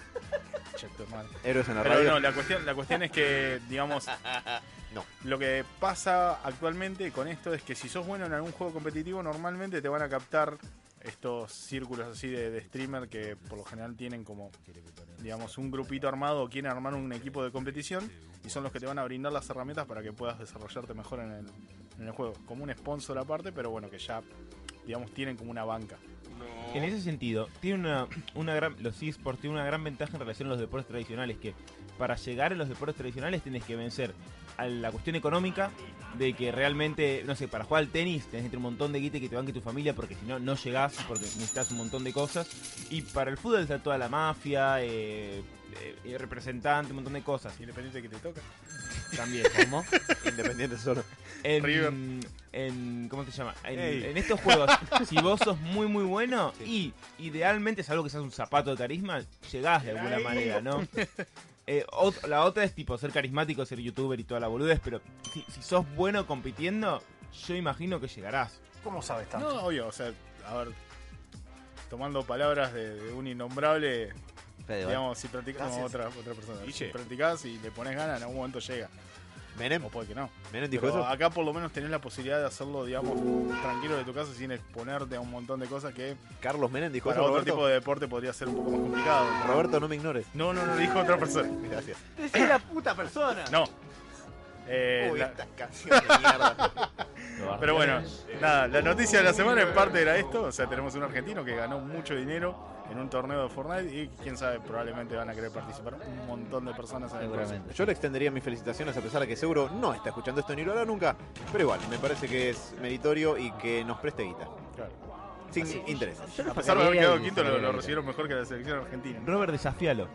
S1: Che, tu madre.
S2: Héroes en la
S1: Pero
S2: radio.
S1: no, la cuestión, la cuestión es que, digamos,
S2: No.
S1: lo que pasa actualmente con esto es que si sos bueno en algún juego competitivo, normalmente te van a captar estos círculos así de, de streamer que por lo general tienen como, digamos, un grupito armado o quieren armar un equipo de competición y son los que te van a brindar las herramientas para que puedas desarrollarte mejor en el, en el juego. Como un sponsor aparte, pero bueno, que ya, digamos, tienen como una banca.
S6: En ese sentido, tiene una, una gran, los eSports tienen una gran ventaja en relación a los deportes tradicionales, que para llegar a los deportes tradicionales tienes que vencer a la cuestión económica de que realmente, no sé, para jugar al tenis tenés que tener un montón de guita que te banque tu familia porque si no, no llegás porque necesitas un montón de cosas. Y para el fútbol está toda la mafia, eh, eh, eh, representante, un montón de cosas.
S1: Independiente que te toca.
S6: También. ¿Cómo?
S2: Independiente solo.
S6: en,
S1: River.
S6: en- ¿Cómo se llama? En,
S1: Ey.
S6: en estos juegos, si vos sos muy, muy bueno y idealmente, salvo que seas un zapato de carisma, llegás de alguna
S1: Ay.
S6: manera, ¿no? Eh, ot- la otra es tipo ser carismático, ser youtuber y toda la boludez, pero si, si sos bueno compitiendo, yo imagino que llegarás.
S7: ¿Cómo sabes tanto?
S1: No, obvio, o sea, a ver, tomando palabras de- de un innombrable,
S3: Fedeval.
S1: Digamos, si practicas como otra, otra persona.
S2: Guille.
S1: Si practicas y le pones ganas, en algún momento llega.
S2: Menem,
S1: O puede que no.
S2: Menem dijo
S1: Pero
S2: eso.
S1: acá por lo menos tenés la posibilidad de hacerlo, digamos, tranquilo de tu casa sin exponerte a un montón de cosas que
S2: Carlos Menem dijo
S1: para
S2: eso.
S1: otro
S2: Roberto.
S1: tipo de deporte podría ser un poco más complicado.
S2: Roberto, no me ignores.
S1: No, no, no, dijo otra persona.
S2: Gracias.
S3: ¡Es la puta persona!
S1: No. Eh,
S2: Uy,
S1: la-
S2: esta canción de mierda.
S1: pero bueno, nada, la noticia de la semana en parte era esto. O sea, tenemos un argentino que ganó mucho dinero en un torneo de Fortnite y quién sabe, probablemente van a querer participar un montón de personas en el próximo.
S3: Seguramente.
S2: Yo le extendería mis felicitaciones a pesar de que seguro no está escuchando esto ni lo hará nunca. Pero igual, me parece que es meritorio y que nos preste guita.
S1: Claro.
S2: Sin intereses.
S3: Yo no
S1: A pesar de haber
S3: pagaría
S1: quedado
S3: ni
S1: quinto, lo,
S3: siquiera
S1: lo
S3: la
S1: recibieron mejor que la selección argentina.
S6: Robert, desafíalo.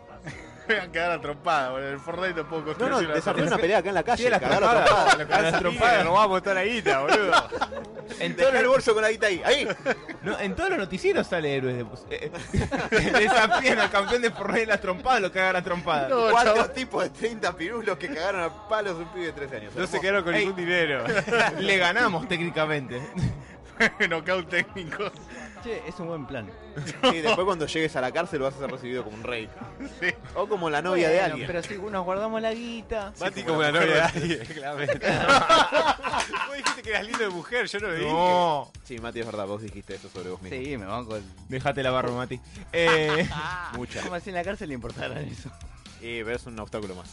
S1: Me van a quedar atropada, boludo. El Fortnite tampoco
S2: No,
S1: construye
S2: no,
S1: una
S2: desarrollé una
S1: torre.
S2: pelea acá en la calle.
S6: las
S2: cagar a
S6: trompadas.
S2: trompadas.
S6: Con las trompadas nos vamos a toda la guita, boludo. En
S2: Todo en
S6: todo-
S2: el bolso con la guita ahí. Ahí.
S6: No, en todos los noticieros sale héroes de. eh, eh, desafían al campeón de Fortnite las trompadas, lo cagan las trompadas.
S2: Cuatro tipos de 30 pirulos que cagaron a palos un pibe de 3 años.
S5: No se quedaron con ningún dinero.
S6: Le ganamos técnicamente.
S1: Knockout técnico.
S3: verga. Che, es un buen plan.
S2: Sí, después cuando llegues a la cárcel vas a ser recibido como un rey. O como la novia de
S3: Bueno,
S2: alguien.
S3: Pero si nos guardamos la guita.
S5: Mati como la novia de alguien, claramente. Vos dijiste que eras lindo de mujer, yo no lo dije.
S6: No.
S2: Sí, Mati, es verdad, vos dijiste eso sobre vos mismo.
S3: Sí, me banco. el-
S6: Déjate la barba, Mati. Eh,
S2: Mucha.
S3: Como así en la cárcel le importará eso.
S2: Y pero es un obstáculo más.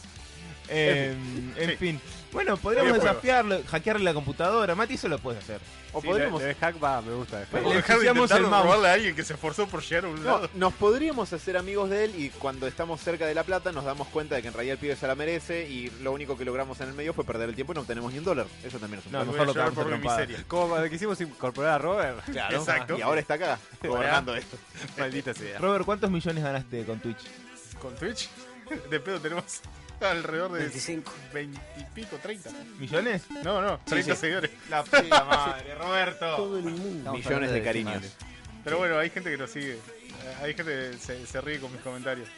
S6: eh, en fin. Bueno, podríamos
S1: Videojuegos.
S6: desafiarlo, hackearle la computadora. Mati, eso lo puedes hacer.
S2: O
S5: Sí,
S2: podríamos.
S5: de- de hack va, me gusta. de hack.
S1: Vamos a
S6: Le
S1: dejar de
S6: ensuciamos
S1: intentar
S6: el mouse.
S1: robarle a alguien que se esforzó por llegar a un
S2: No,
S1: lado.
S2: nos podríamos hacer amigos de él y cuando estamos cerca de la plata nos damos cuenta de que en realidad el pibe se la merece y lo único que logramos en el medio fue perder el tiempo y no obtenemos ni un dólar. Eso también es un
S6: No,
S2: problema.
S1: Voy
S6: mejor
S1: a
S6: lo
S1: llorar
S6: cagamos
S1: por
S6: a
S1: mi
S6: trompadas.
S1: miseria.
S5: Como cuando quisimos incorporar a Robert.
S1: Exacto.
S2: Y ahora está acá, gobernando esto.
S5: Maldita sea.
S6: Robert, ¿cuántos millones ganaste con Twitch?
S1: Con Twitch, de pedo tenemos alrededor de 20 y pico, 30.
S6: ¿Millones?
S1: No, no, 30 seguidores.
S6: La puta madre, Roberto.
S3: Estamos
S2: Millones de
S3: hablando
S2: cariños.
S3: decimales.
S1: Pero bueno, hay gente que nos sigue. Eh, Hay gente que se, se ríe con mis comentarios.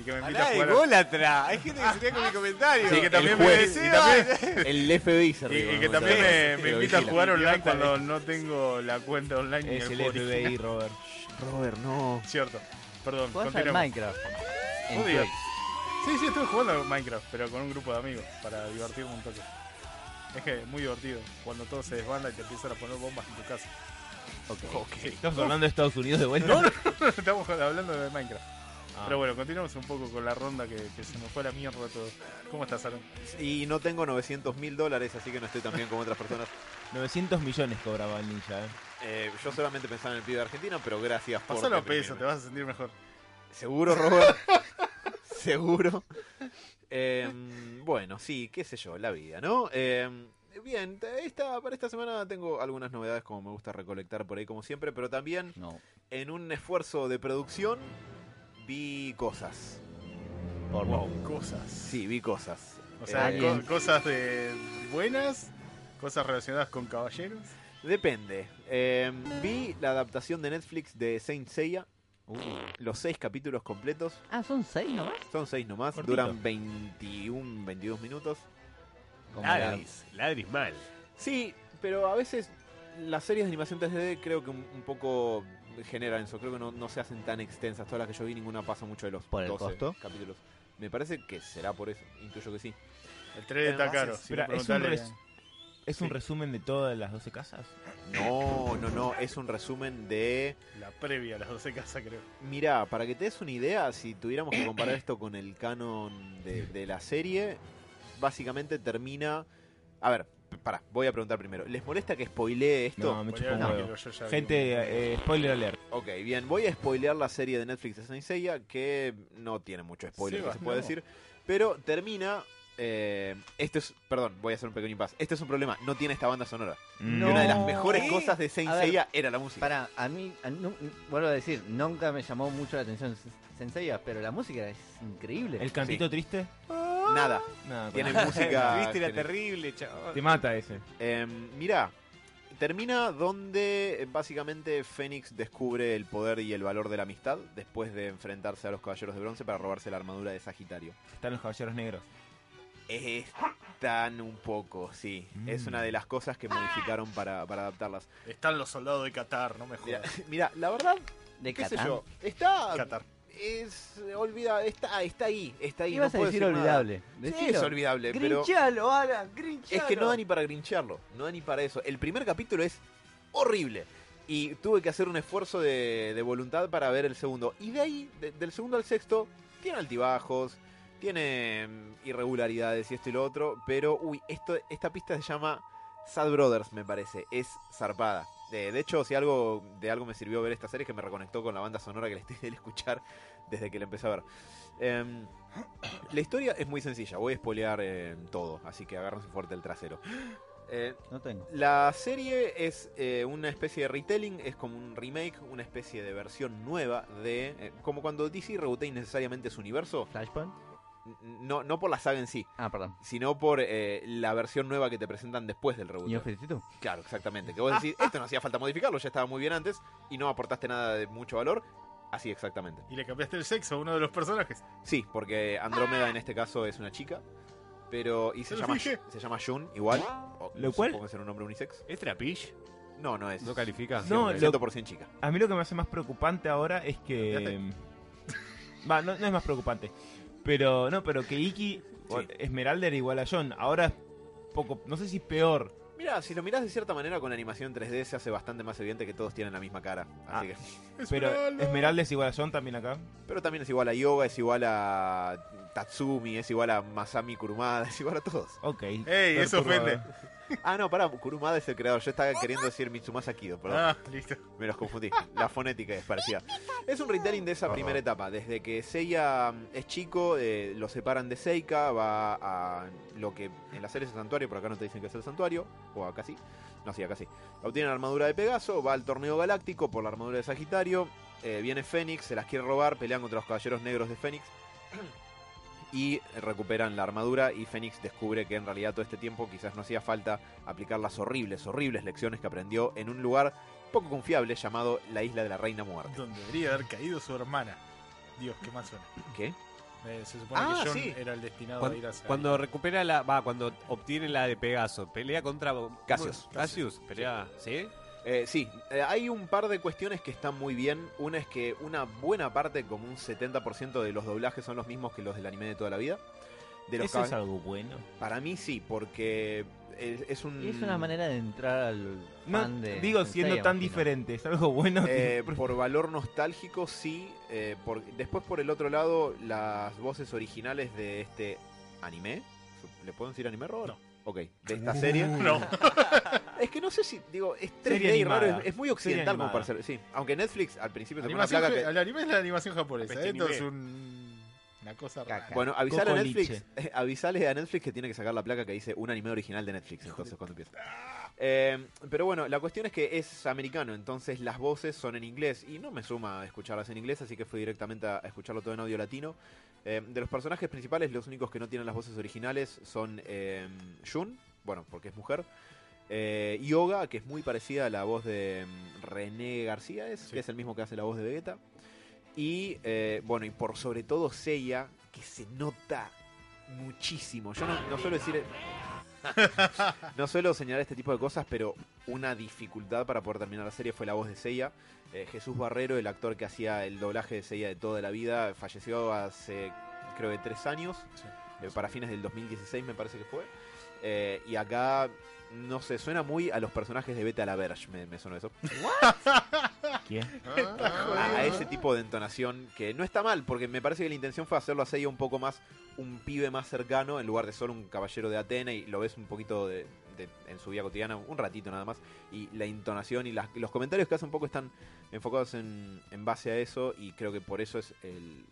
S1: Y que me invita
S5: Pará,
S1: a
S5: de
S1: jugar. a-
S5: ególatra. Hay gente que se queda con mi comentario.
S1: Sí, que también
S2: juez.
S1: me
S2: Y
S1: decía-
S2: El FBI se
S1: Y,
S2: ríe.
S1: y
S2: con
S1: que
S2: nosotros.
S1: también me,
S2: Sí,
S1: me
S2: lo
S1: invita a
S2: vigila.
S1: jugar online cuando no tengo la cuenta online. ni
S6: Es el
S1: juego
S6: FBI, Robert.
S2: Robert, no.
S1: Cierto. Perdón,
S3: Jugás al
S1: continuamos.
S3: Minecraft.
S1: No
S3: En
S1: digas.
S3: Twitch.
S1: Sí, sí, estuve jugando a Minecraft, pero con un grupo de amigos, para divertirme un toque. Es que es muy divertido cuando todo se desbanda y te empiezan a poner bombas en tu casa.
S6: Estamos hablando de Estados Unidos de vuelta.
S1: Estamos hablando de Minecraft. Pero bueno, continuamos un poco con la ronda que, que se nos fue a la mierda todo. ¿Cómo estás, Aaron?
S2: Y no tengo 900 mil dólares, así que no estoy tan bien como otras personas.
S6: 900 millones cobraba el ninja, ¿eh?
S2: Eh, yo solamente pensaba en el pibe de Argentina, pero gracias por.
S1: Pasalo a peso,
S2: deprimirme.
S1: te vas a sentir mejor.
S2: Seguro, Robert. Seguro. Em, bueno, sí, qué sé yo, la vida, ¿no? Em, bien, te- esta, para esta semana tengo algunas novedades como me gusta recolectar por ahí como siempre, pero también
S3: No.
S2: en un esfuerzo de producción vi cosas.
S1: Cosas.
S2: Sí, vi cosas.
S1: O sea,
S2: Eh,
S3: Alien.
S1: co- cosas de buenas, cosas relacionadas con caballeros.
S2: depende. Em, vi la adaptación de Netflix de Saint Seiya. Los seis capítulos completos.
S3: Ah, son seis nomás.
S2: Son seis nomás.
S6: Cortito.
S2: Duran 21, 22 minutos.
S3: Como la-
S5: Ladris, ladris mal.
S2: Sí, pero a veces las series de animación 3D creo que un, un poco generan eso. Creo que no, no se hacen tan extensas. Todas las que yo vi, ninguna pasa mucho de los
S3: Por el
S2: 12
S3: costo.
S2: capítulos. Me parece que será por eso. Intuyo que sí.
S1: El 3 está
S2: Además,
S1: caro.
S2: es-
S1: si
S6: Espera,
S1: no,
S6: es un,
S1: preguntale-
S6: res- es un resumen de todas las 12 casas.
S2: No, no, no. Es un resumen de...
S1: La previa a las 12 casas, creo.
S2: Mirá, para que te des una idea, si tuviéramos que comparar esto con el canon de, de la serie, básicamente termina... A ver, pará, voy a preguntar primero. ¿Les molesta que spoilee esto?
S6: No, me
S1: Ponía
S6: chupa un
S1: el
S6: huevo.
S1: título, yo ya vi.
S6: Gente, eh, spoiler alert.
S2: Ok, bien, voy a spoilear la serie de Netflix de Saint Seiya, que no tiene mucho spoiler que
S1: Sebas,
S2: se puede
S1: no.
S2: decir, pero termina... eh, este es, perdón, voy a hacer un pequeño impasse. Este es un problema, no tiene esta banda sonora.
S3: No.
S2: Y una de las mejores
S3: ¿Qué?
S2: cosas de Saint
S3: A ver,
S2: Seiya era la música.
S3: Para, a mí, a- nu- vuelvo a decir, nunca me llamó mucho la atención Senseiya, pero la música es increíble.
S6: ¿El cantito triste?
S2: Nada,
S6: Nada,
S2: tiene
S6: con-
S2: música...
S5: Viste, era
S2: genérica.
S5: terrible, chaval.
S6: Te mata ese.
S2: Eh, mirá, termina donde eh, básicamente Fénix descubre el poder y el valor de la amistad después de enfrentarse a los Caballeros de Bronce para robarse la armadura de Sagitario.
S6: Están los caballeros negros.
S2: Están un poco, sí. Es
S3: Mm.
S2: una de las cosas que modificaron para, para adaptarlas.
S1: Están los soldados de Qatar, no me
S2: Mira,
S1: jodas.
S2: mira, la verdad,
S3: de
S2: qué sé
S3: Catán.
S2: yo, está...
S1: Qatar.
S2: Es olvida, está, está ahí, está ahí.
S3: Ibas
S2: no
S3: a
S2: puedo
S3: decir
S2: nada.
S3: olvidable.
S2: Sí,
S3: Decilo.
S2: es olvidable, Este, pero...
S3: Grinchalo, Alan,
S2: Es
S3: grinchalo.
S2: que no da ni para grincharlo, no da ni para eso. El primer capítulo es horrible. Y tuve que hacer un esfuerzo de, de voluntad para ver el segundo. Y de ahí, de- del segundo al sexto, tiene altibajos, tiene mm, irregularidades y esto y lo otro. Pero, uy, esto, esta pista se llama Sad Brothers, me parece. Es zarpada. De, de hecho, si algo de algo me sirvió ver esta serie es que me reconectó con la banda sonora que le estoy del escuchar desde que la empecé a ver. Em, la historia es muy sencilla, voy a spoilear eh, todo, así que agárrense fuerte el trasero. Eh,
S3: No tengo.
S2: la serie es eh, una especie de retelling, es como un remake, una especie de versión nueva de... eh, como cuando DC rebotea innecesariamente su universo,
S3: ¿Flashpoint?
S2: n- no, no por la saga en sí,
S3: Ah, perdón.
S2: sino por eh, la versión nueva que te presentan después del
S3: ¿Y
S2: reboot.
S3: objetito?
S2: Claro, exactamente. Que vos decís, esto no hacía falta modificarlo, ya estaba muy bien antes y no aportaste nada de mucho valor. Así exactamente.
S1: Y le cambiaste el sexo a uno de los personajes.
S2: Sí, porque Andrómeda en este caso es una chica. Pero. Y se
S1: Me
S2: llama,
S1: fijé.
S2: se llama Jun, igual. o
S6: ¿Lo cual?
S2: Supongo que será un hombre unisex.
S5: ¿Es trapiche?
S2: No, no es.
S5: ¿No califica?
S6: No,
S2: No,
S6: lo-
S2: 100% chica.
S6: A mí lo que me hace más preocupante ahora es que. em, Va, no, no es más preocupante. Pero, no, pero que Iki, o- Esmeralda era igual a John. Ahora es poco. No sé si peor.
S2: Mira, si lo mirás de cierta manera con animación 3D, se hace bastante más evidente que todos tienen la misma cara.
S6: Ah.
S2: Así que.
S6: Pero Esmeralda es igual a John también acá.
S2: Pero también es igual a Yoga, es igual a Tatsumi, es igual a Masami Kurumada, es igual a todos.
S6: Ok.
S1: ¡Ey, eso
S6: Perturbador.
S1: ofende!
S2: Ah, no, pará, Kurumada es el creador. Yo estaba queriendo decir Mitsumasa Kido, perdón.
S1: Ah, listo.
S2: Me los confundí. La fonética es parecida. Es un retelling de esa primera etapa. Desde que Seiya mm, es chico, eh, lo separan de Seika, va a lo que en la serie es el santuario, por acá no te dicen que es el santuario, o acá sí. No, sí, acá sí. Obtiene la armadura de Pegaso, va al torneo galáctico por la armadura de Sagitario, eh, viene Fénix, se las quiere robar, pelean contra los caballeros negros de Fénix. Y recuperan la armadura y Fénix descubre que en realidad todo este tiempo quizás no hacía falta aplicar las horribles, horribles lecciones que aprendió en un lugar poco confiable llamado la Isla de la Reina Muerte.
S1: Donde debería haber caído su hermana. Dios, qué más suena.
S2: ¿Qué?
S7: Eh, se supone
S5: Ah,
S7: que John
S5: sí.
S7: era el destinado
S5: Cuan-
S7: a ir hacia.
S5: Cuando recupera la. Va, cuando obtiene la de Pegaso, pelea contra.
S2: Cassius.
S5: Cassius, pelea. ¿Sí?
S2: Eh, sí, eh, hay un par de cuestiones que están muy bien. Una es que una buena parte, como un 70% de los doblajes son los mismos que los del anime de toda la vida. De los
S6: Eso
S2: cab-
S6: es algo bueno.
S2: Para mí sí, porque es, es un...
S3: Y es una manera de entrar al
S6: No,
S3: fan de
S6: digo,
S3: Sensei,
S6: siendo tan
S3: imagino.
S6: diferente, es algo bueno.
S2: eh, por valor nostálgico, sí. eh, por- después, por el otro lado, las voces originales de este anime. ¿Le puedo decir anime, Robert? Ok, de esta serie.
S1: No.
S2: Es que no sé si, digo, es
S6: Serie
S2: 3D y raro,
S6: animada.
S2: es, es muy occidental como
S6: animada.
S2: para ser. Sí, aunque Netflix al principio te pone una
S1: Animación
S2: placa que.
S1: ja- El anime es la animación japonesa.
S5: Peste
S1: ¿eh? Esto
S5: ni
S1: es
S5: ve.
S1: un- una cosa rara.
S2: Caca. Bueno, avisale a
S6: Cocoliche.
S2: Netflix, eh, avisale a Netflix que tiene que sacar la placa que dice un anime original de Netflix, entonces cuando empieza. Eh, pero bueno, la cuestión es que es americano, entonces las voces son en inglés y no me suma escucharlas en inglés, así que fui directamente a a escucharlo todo en audio latino. Eh, de los personajes principales, los únicos que no tienen las voces originales son eh, Jun, bueno, porque es mujer. eh, Yoga, que es muy parecida a la voz de mm, René García, es, que es el mismo que hace la voz de Vegeta. Y eh, bueno, y por sobre todo Seiya, que se nota muchísimo. Yo no, no suelo decir. no suelo señalar este tipo de cosas, pero una dificultad para poder terminar la serie fue la voz de Seiya. Eh, Jesús Barrero, el actor que hacía el doblaje de Seiya de toda la vida, falleció hace creo que tres años, eh, para fines del 2016 me parece que fue. Eh, y acá, no sé, suena muy a los personajes de Beta la Verge, me, me sonó eso. a, a ese tipo de entonación que no está mal, porque me parece que la intención fue hacerlo a Seiya un poco más un pibe más cercano en lugar de solo un caballero de Atena y lo ves un poquito de, de- en su vida cotidiana, un ratito nada más, y la entonación y las- los comentarios que hace un poco están enfocados en, en base a eso y creo que por eso es el-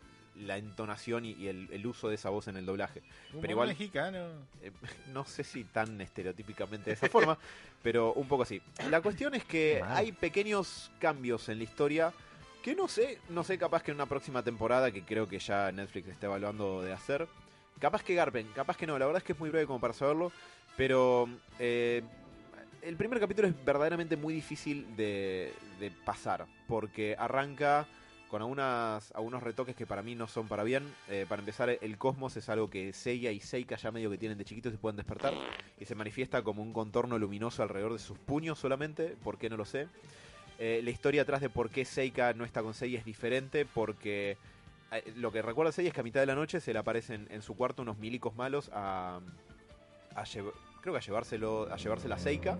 S2: la entonación y, y el, el uso de esa voz en el doblaje.
S1: pero igual
S2: pero igual-
S1: mexicano.
S2: Eh, no sé si tan estereotípicamente de esa forma, pero un poco así. La cuestión es que hay pequeños cambios en la historia que no sé, no sé, capaz que en una próxima temporada que creo que ya Netflix está evaluando de hacer, capaz que garpen, capaz que no, la verdad es que es muy breve como para saberlo, pero eh, el primer capítulo es verdaderamente muy difícil de, de pasar, porque arranca con algunas, algunos retoques que para mí no son para bien. Eh, para empezar, el cosmos es algo que Seiya y Seika ya medio que tienen de chiquitos y pueden despertar. Y se manifiesta como un contorno luminoso alrededor de sus puños solamente, ¿por qué no lo sé? Eh, la historia atrás de por qué Seika no está con Seiya es diferente, porque eh, lo que recuerda Seiya es que a mitad de la noche se le aparecen en su cuarto unos milicos malos a, a llev- creo que a llevárselo a llevarse la Seika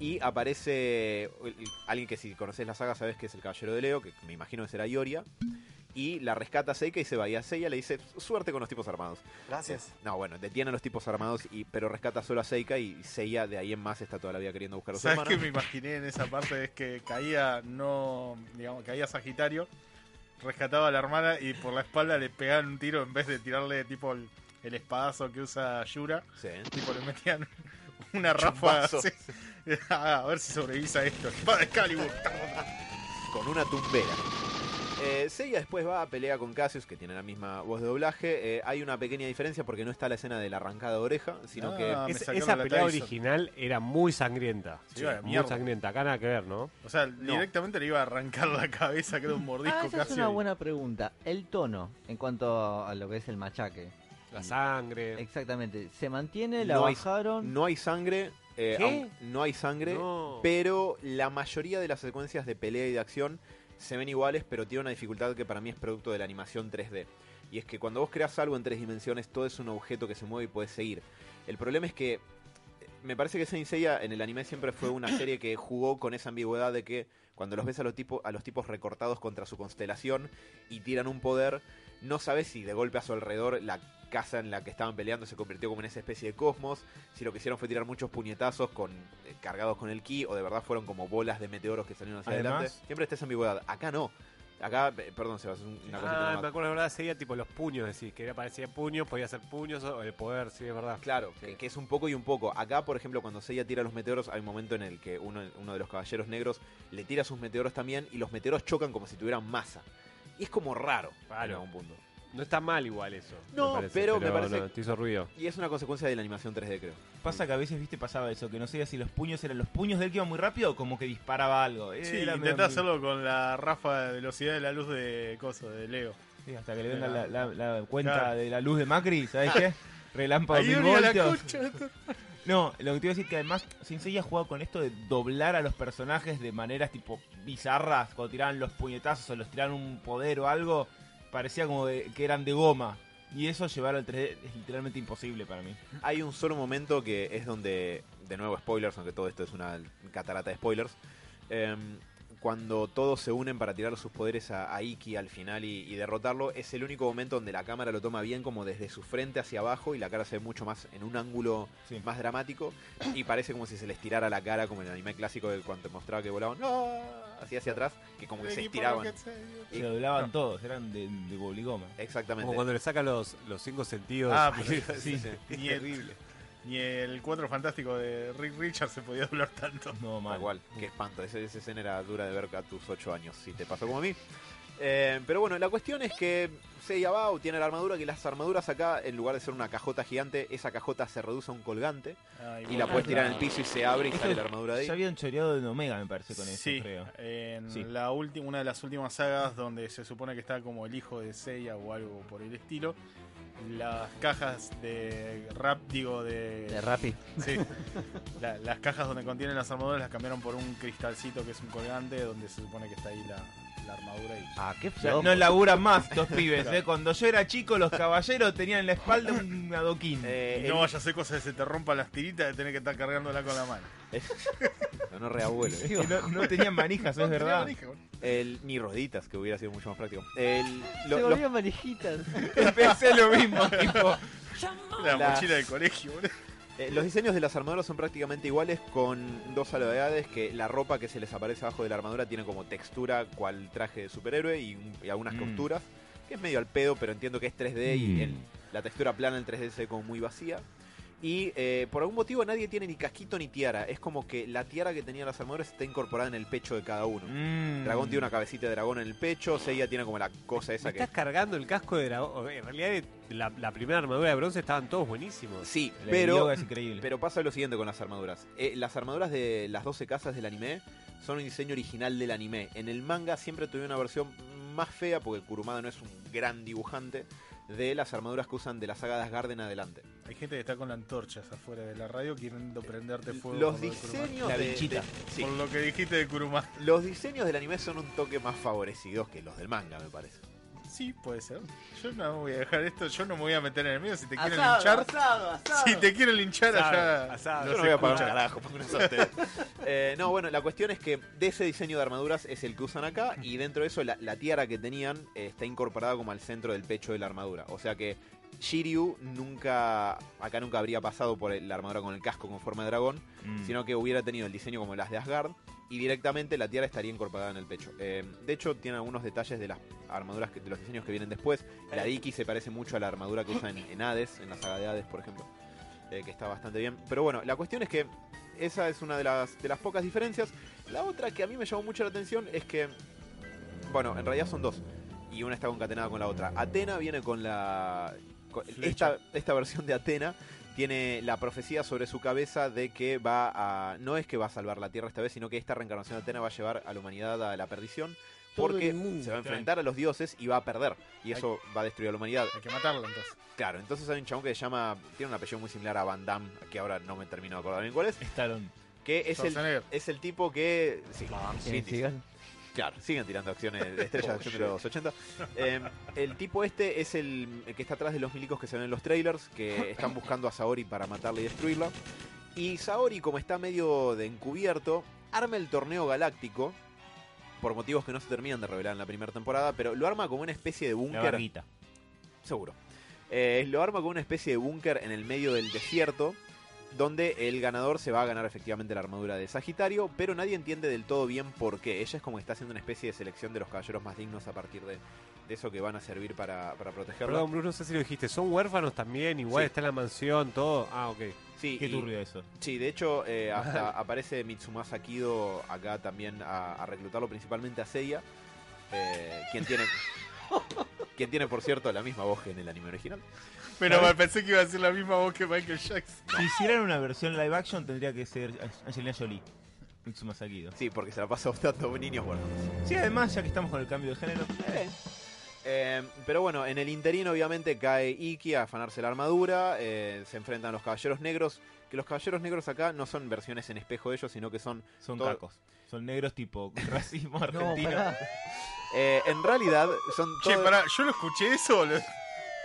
S2: y aparece el- el- alguien que si conoces la saga sabes que es el caballero de Leo que me imagino que será Ioria y la rescata a Seika y se va y a Seiya le dice suerte con los tipos armados
S1: Eh,
S2: gracias no bueno detiene a los tipos armados y pero rescata solo a Seika y Seiya de ahí en más está toda la vida queriendo buscar a su
S1: ¿Sabes
S2: hermana
S1: qué me imaginé en esa parte? Es que caía, no, digamos, caía Sagitario, rescataba a la hermana y por la espalda le pegaban un tiro en vez de tirarle tipo el, el espadazo que usa Yura.
S2: Sí. ¿eh?
S1: Tipo, le metían una ráfaga.
S2: Chumbazo.
S1: así. Ah, a ver si sobrevives a esto. Espada Excalibur.
S2: con una tumbera. Eh, Seiya después va a pelea con Cassius, que tiene la misma voz de doblaje. Eh, hay una pequeña diferencia porque no está la escena de la arrancada de oreja, sino que
S1: Ah, me
S5: Es-
S1: sacaron
S5: esa
S1: la
S5: pelea
S1: Tyson.
S5: original era muy sangrienta.
S1: Sí, vale,
S5: muy
S1: mierda.
S5: sangrienta. Acá nada que ver, ¿no?
S1: O sea, directamente le iba a arrancar la cabeza, creo, un mordisco
S3: Ah, esa
S1: casi.
S3: es una
S1: ahí.
S3: buena pregunta. El tono, en cuanto a lo que es el machaque.
S5: La sangre.
S3: Exactamente. ¿Se mantiene? ¿La
S2: No hay-
S3: bajaron?
S2: no hay sangre. eh,
S5: ¿Qué?
S2: aun- no hay sangre.
S5: No.
S2: Pero la mayoría de las secuencias de pelea y de acción se ven iguales, pero tiene una dificultad que para mí es producto de la animación 3D. Y es que cuando vos creas algo en tres dimensiones, todo es un objeto que se mueve y podés seguir. El problema es que eh, me parece que Saint Seiya en el anime siempre fue una serie que jugó con esa ambigüedad de que cuando los ves a los, tipo- a los tipos recortados contra su constelación y tiran un poder, no sabes si de golpe a su alrededor la casa en la que estaban peleando se convirtió como en esa especie de cosmos, si lo que hicieron fue tirar muchos puñetazos con, eh, cargados con el ki, o de verdad fueron como bolas de meteoros que salieron hacia
S1: Además-
S2: adelante. Siempre está esa ambigüedad. Acá no. Acá, eh, perdón, Sebas, un- una cosita
S5: Ah,
S2: nomás.
S5: me acuerdo, la verdad, sería tipo los puños, decís, que era parecía puños, podía ser puños o el poder, sí, es verdad.
S2: Claro, que, que es un poco y un poco. Acá, por ejemplo, cuando Seiya tira los meteoros, hay un momento en el que uno, uno de los caballeros negros le tira sus meteoros también y los meteoros chocan como si tuvieran masa. Y es como raro
S5: Raro.
S2: en algún punto.
S5: No está mal igual eso. me
S2: No, pero me parece-
S5: no, te hizo ruido.
S2: Y es una consecuencia de la animación 3D, creo.
S6: Pasa que a veces, viste, pasaba eso, que no sabía si los puños eran los puños del que iba muy rápido o como que disparaba algo. Eh,
S1: Sí,
S6: era medio
S1: intentá
S6: muy-
S1: hacerlo con la rafa de velocidad de la luz de coso, de Leo.
S6: Sí, hasta que le venga la, la- la cuenta
S1: Claro.
S6: de la luz de Macri, ¿sabes qué? Relámpago
S1: Ahí
S6: mil
S1: venía la
S6: voltios.
S1: concha de tu-
S6: No, lo que te iba a decir que además Sensei ha jugado con esto de doblar a los personajes de maneras tipo bizarras, cuando tiraban los puñetazos o los tiraban un poder o algo, parecía como de- que eran de goma. Y eso llevarlo al 3D es literalmente imposible para mí.
S2: Hay un solo momento que es donde, de nuevo spoilers, aunque todo esto es una catarata de spoilers, em, cuando todos se unen para tirar sus poderes a, a Iki al final y, y derrotarlo, es el único momento donde la cámara lo toma bien como desde su frente hacia abajo y la cara se ve mucho más en un ángulo
S6: Sí.
S2: más dramático y parece como si se le estirara la cara como en el anime clásico de cuando te mostraba que volaban ¡no! así hacia atrás, que como que se
S1: Vení por
S2: estiraban.
S1: lo que sea, Dios.
S6: Se lo doblaban todos, eran de, de goma.
S2: Exactamente.
S5: Como cuando le saca los, los cinco sentidos.
S1: Ah, pero
S5: pues Sí,
S1: sí, ni el, ni el cuatro fantástico de Rick Richards se podía doblar tanto.
S6: No, mal.
S2: Tal cual, qué espanto. Esa, esa escena era dura de ver a tus 8 años, si te pasó como a mí. Eh, pero bueno, la cuestión es que Seiya Bao tiene la armadura, que las armaduras acá, en lugar de ser una cajota gigante, esa cajota se reduce a un colgante y la puedes tirar en el piso y se abre y
S6: Esto
S2: sale la armadura de
S6: Ya
S2: ahí.
S6: habían choreado en Omega, me parece, con eso,
S1: sí,
S6: creo.
S1: en
S6: Sí.
S1: la última, una de las últimas sagas donde se supone que está como el hijo de Seiya o algo por el estilo, las cajas de rap, digo, de...
S3: De Eh, Rappi.
S1: sí. La- las cajas donde contienen las armaduras las cambiaron por un cristalcito que es un colgante donde se supone que está ahí la, la armadura y...
S3: Ah, qué
S6: O sea,
S3: flojo.
S6: no laburan más estos pibes, ¿eh? Cuando yo era chico, los caballeros tenían en la espalda un adoquín.
S2: Eh,
S1: Y
S2: el-
S1: no vaya a hacer cosas que se te rompan las tiritas de tener que estar cargándola con la mano.
S2: No, no reabuelo. eh.
S6: Y No, no tenían manijas, es verdad.
S2: El- ni roditas, que hubiera sido mucho más práctico. El- lo-
S3: Se
S2: lo-
S3: volvían manijitas.
S6: Pensé lo mismo, tipo.
S1: La,
S2: La-
S1: mochila del colegio, boludo.
S2: Eh, los diseños de las armaduras son prácticamente iguales con dos salvedades que la ropa que se les aparece abajo de la armadura tiene como textura cual traje de superhéroe y, un- y algunas
S6: Mm.
S2: costuras, que es medio al pedo, pero entiendo que es 3D y
S5: Mm.
S2: el- la textura plana en 3D se ve como muy vacía. Y eh, por algún motivo nadie tiene ni casquito ni tiara, es como que la tiara que tenían las armaduras está incorporada en el pecho de cada uno.
S5: Mm.
S2: Dragón tiene una cabecita de dragón en el pecho, Seiya tiene como la cosa
S5: Me
S2: esa que...
S5: estás cargando el casco de dragón. En realidad, eh, la, la primera armadura de bronce estaban todos buenísimos.
S2: Sí,
S6: La de
S2: pero
S6: yoga es increíble.
S2: Pero pasa lo siguiente con las armaduras. Eh, las armaduras de las 12 casas del anime son un diseño original del anime. En el manga siempre tuvieron una versión más fea, porque Kurumada no es un gran dibujante, de las armaduras que usan de la saga de Asgard en adelante.
S1: Hay gente que está con antorchas afuera de la radio queriendo prenderte fuego.
S2: Los
S1: por lo de Kurumada.
S2: diseños,
S6: La
S2: de-
S6: bichita.
S2: de- sí.
S1: Por lo que dijiste de Kuruma.
S2: los diseños del anime son un toque más favorecidos que los del manga, me parece.
S1: Sí, puede ser. Yo no voy a dejar esto, yo no me voy a meter en el medio. Si te quieren
S3: Asado,
S1: linchar,
S3: asado, asado.
S1: si te quieren linchar
S5: Asado,
S1: allá.
S5: asado.
S2: Yo
S1: los
S2: no voy a pagar un
S1: escuchan.
S2: carajo por conocer a ustedes. Eh, no, bueno, la cuestión es que de ese diseño de armaduras es el que usan acá y dentro de eso la, la tiara que tenían eh, está incorporada como al centro del pecho de la armadura. O sea que Shiryu nunca, acá nunca habría pasado por el- la armadura con el casco con forma de dragón,
S6: Mm.
S2: sino que hubiera tenido el diseño como las de Asgard y directamente la tiara estaría incorporada en el pecho. Eh, de hecho, tiene algunos detalles de las armaduras, que- de los diseños que vienen después. La de Iki se parece mucho a la armadura que usa en, en Hades, en la saga de Hades, por ejemplo, eh, que está bastante bien. Pero bueno, la cuestión es que esa es una de las, de las pocas diferencias. La otra que a mí me llamó mucho la atención es que, bueno, en realidad son dos. Y una está concatenada con la otra. Atena viene con la... con-
S1: Flecha.
S2: esta, esta versión de Atena tiene la profecía sobre su cabeza de que va a... No es que va a salvar la Tierra esta vez, sino que esta reencarnación de Atena va a llevar a la humanidad a la perdición. Porque se va a enfrentar a los dioses y va a perder. Y eso va a destruir a la humanidad.
S1: Hay que matarlo entonces.
S2: Claro, entonces hay un chabón que se llama... Tiene un apellido muy similar a Van Damme, que ahora no me termino de acordar bien cuál es.
S6: Stallone.
S2: Que es el
S1: Schwarzenegger.
S2: es el tipo que. Sí, sí,
S3: Steven
S2: sí,
S3: Seagal.
S2: claro, siguen tirando acciones de estrellas de acción de los 80. Eh, el tipo este es el, el que está atrás de los milicos que se ven en los trailers, que están buscando a Saori para matarla y destruirla. Y Saori, como está medio de encubierto, arma el torneo galáctico. Por motivos que no se terminan de revelar en la primera temporada, pero lo arma como una especie de
S6: La
S2: búnker.
S6: barrita.
S2: Seguro. Eh, lo arma con una especie de búnker en el medio del desierto, donde el ganador se va a ganar efectivamente la armadura de Sagitario, pero nadie entiende del todo bien por qué. Ella es como que está haciendo una especie de selección de los caballeros más dignos a partir de, de eso que van a servir para, para protegerla.
S5: Perdón, Bruno, no sé si lo dijiste. Son huérfanos también, igual
S2: Sí.
S5: está en la mansión, todo. Ah, ok.
S2: Sí,
S6: Qué
S2: y-
S6: turbio eso.
S2: Sí, de hecho, eh, hasta aparece Mitsumasa Kido acá también a, a reclutarlo, principalmente a Seiya, eh, quien tiene... Quien tiene, por cierto, la misma voz que en el anime original.
S1: Pero me pensé que iba a decir la misma voz que Michael Jackson.
S6: Si hicieran una versión live action tendría que ser Angelina Jolie. Mitsuma Sakido.
S2: Sí, porque se la pasa adoptando niños huérfanos.
S6: Sí, además, ya que estamos con el cambio de género.
S2: Eh, pero bueno, en el interín obviamente cae Iki a afanarse la armadura, eh, se enfrentan los caballeros negros, que los caballeros negros acá no son versiones en espejo de ellos, sino que son...
S6: Son
S2: todo-
S6: cacos. Son negros tipo racismo
S3: No,
S6: argentino.
S3: pará.
S2: eh, en realidad son
S1: Che,
S2: todo-
S1: pará, yo lo escuché eso. lo-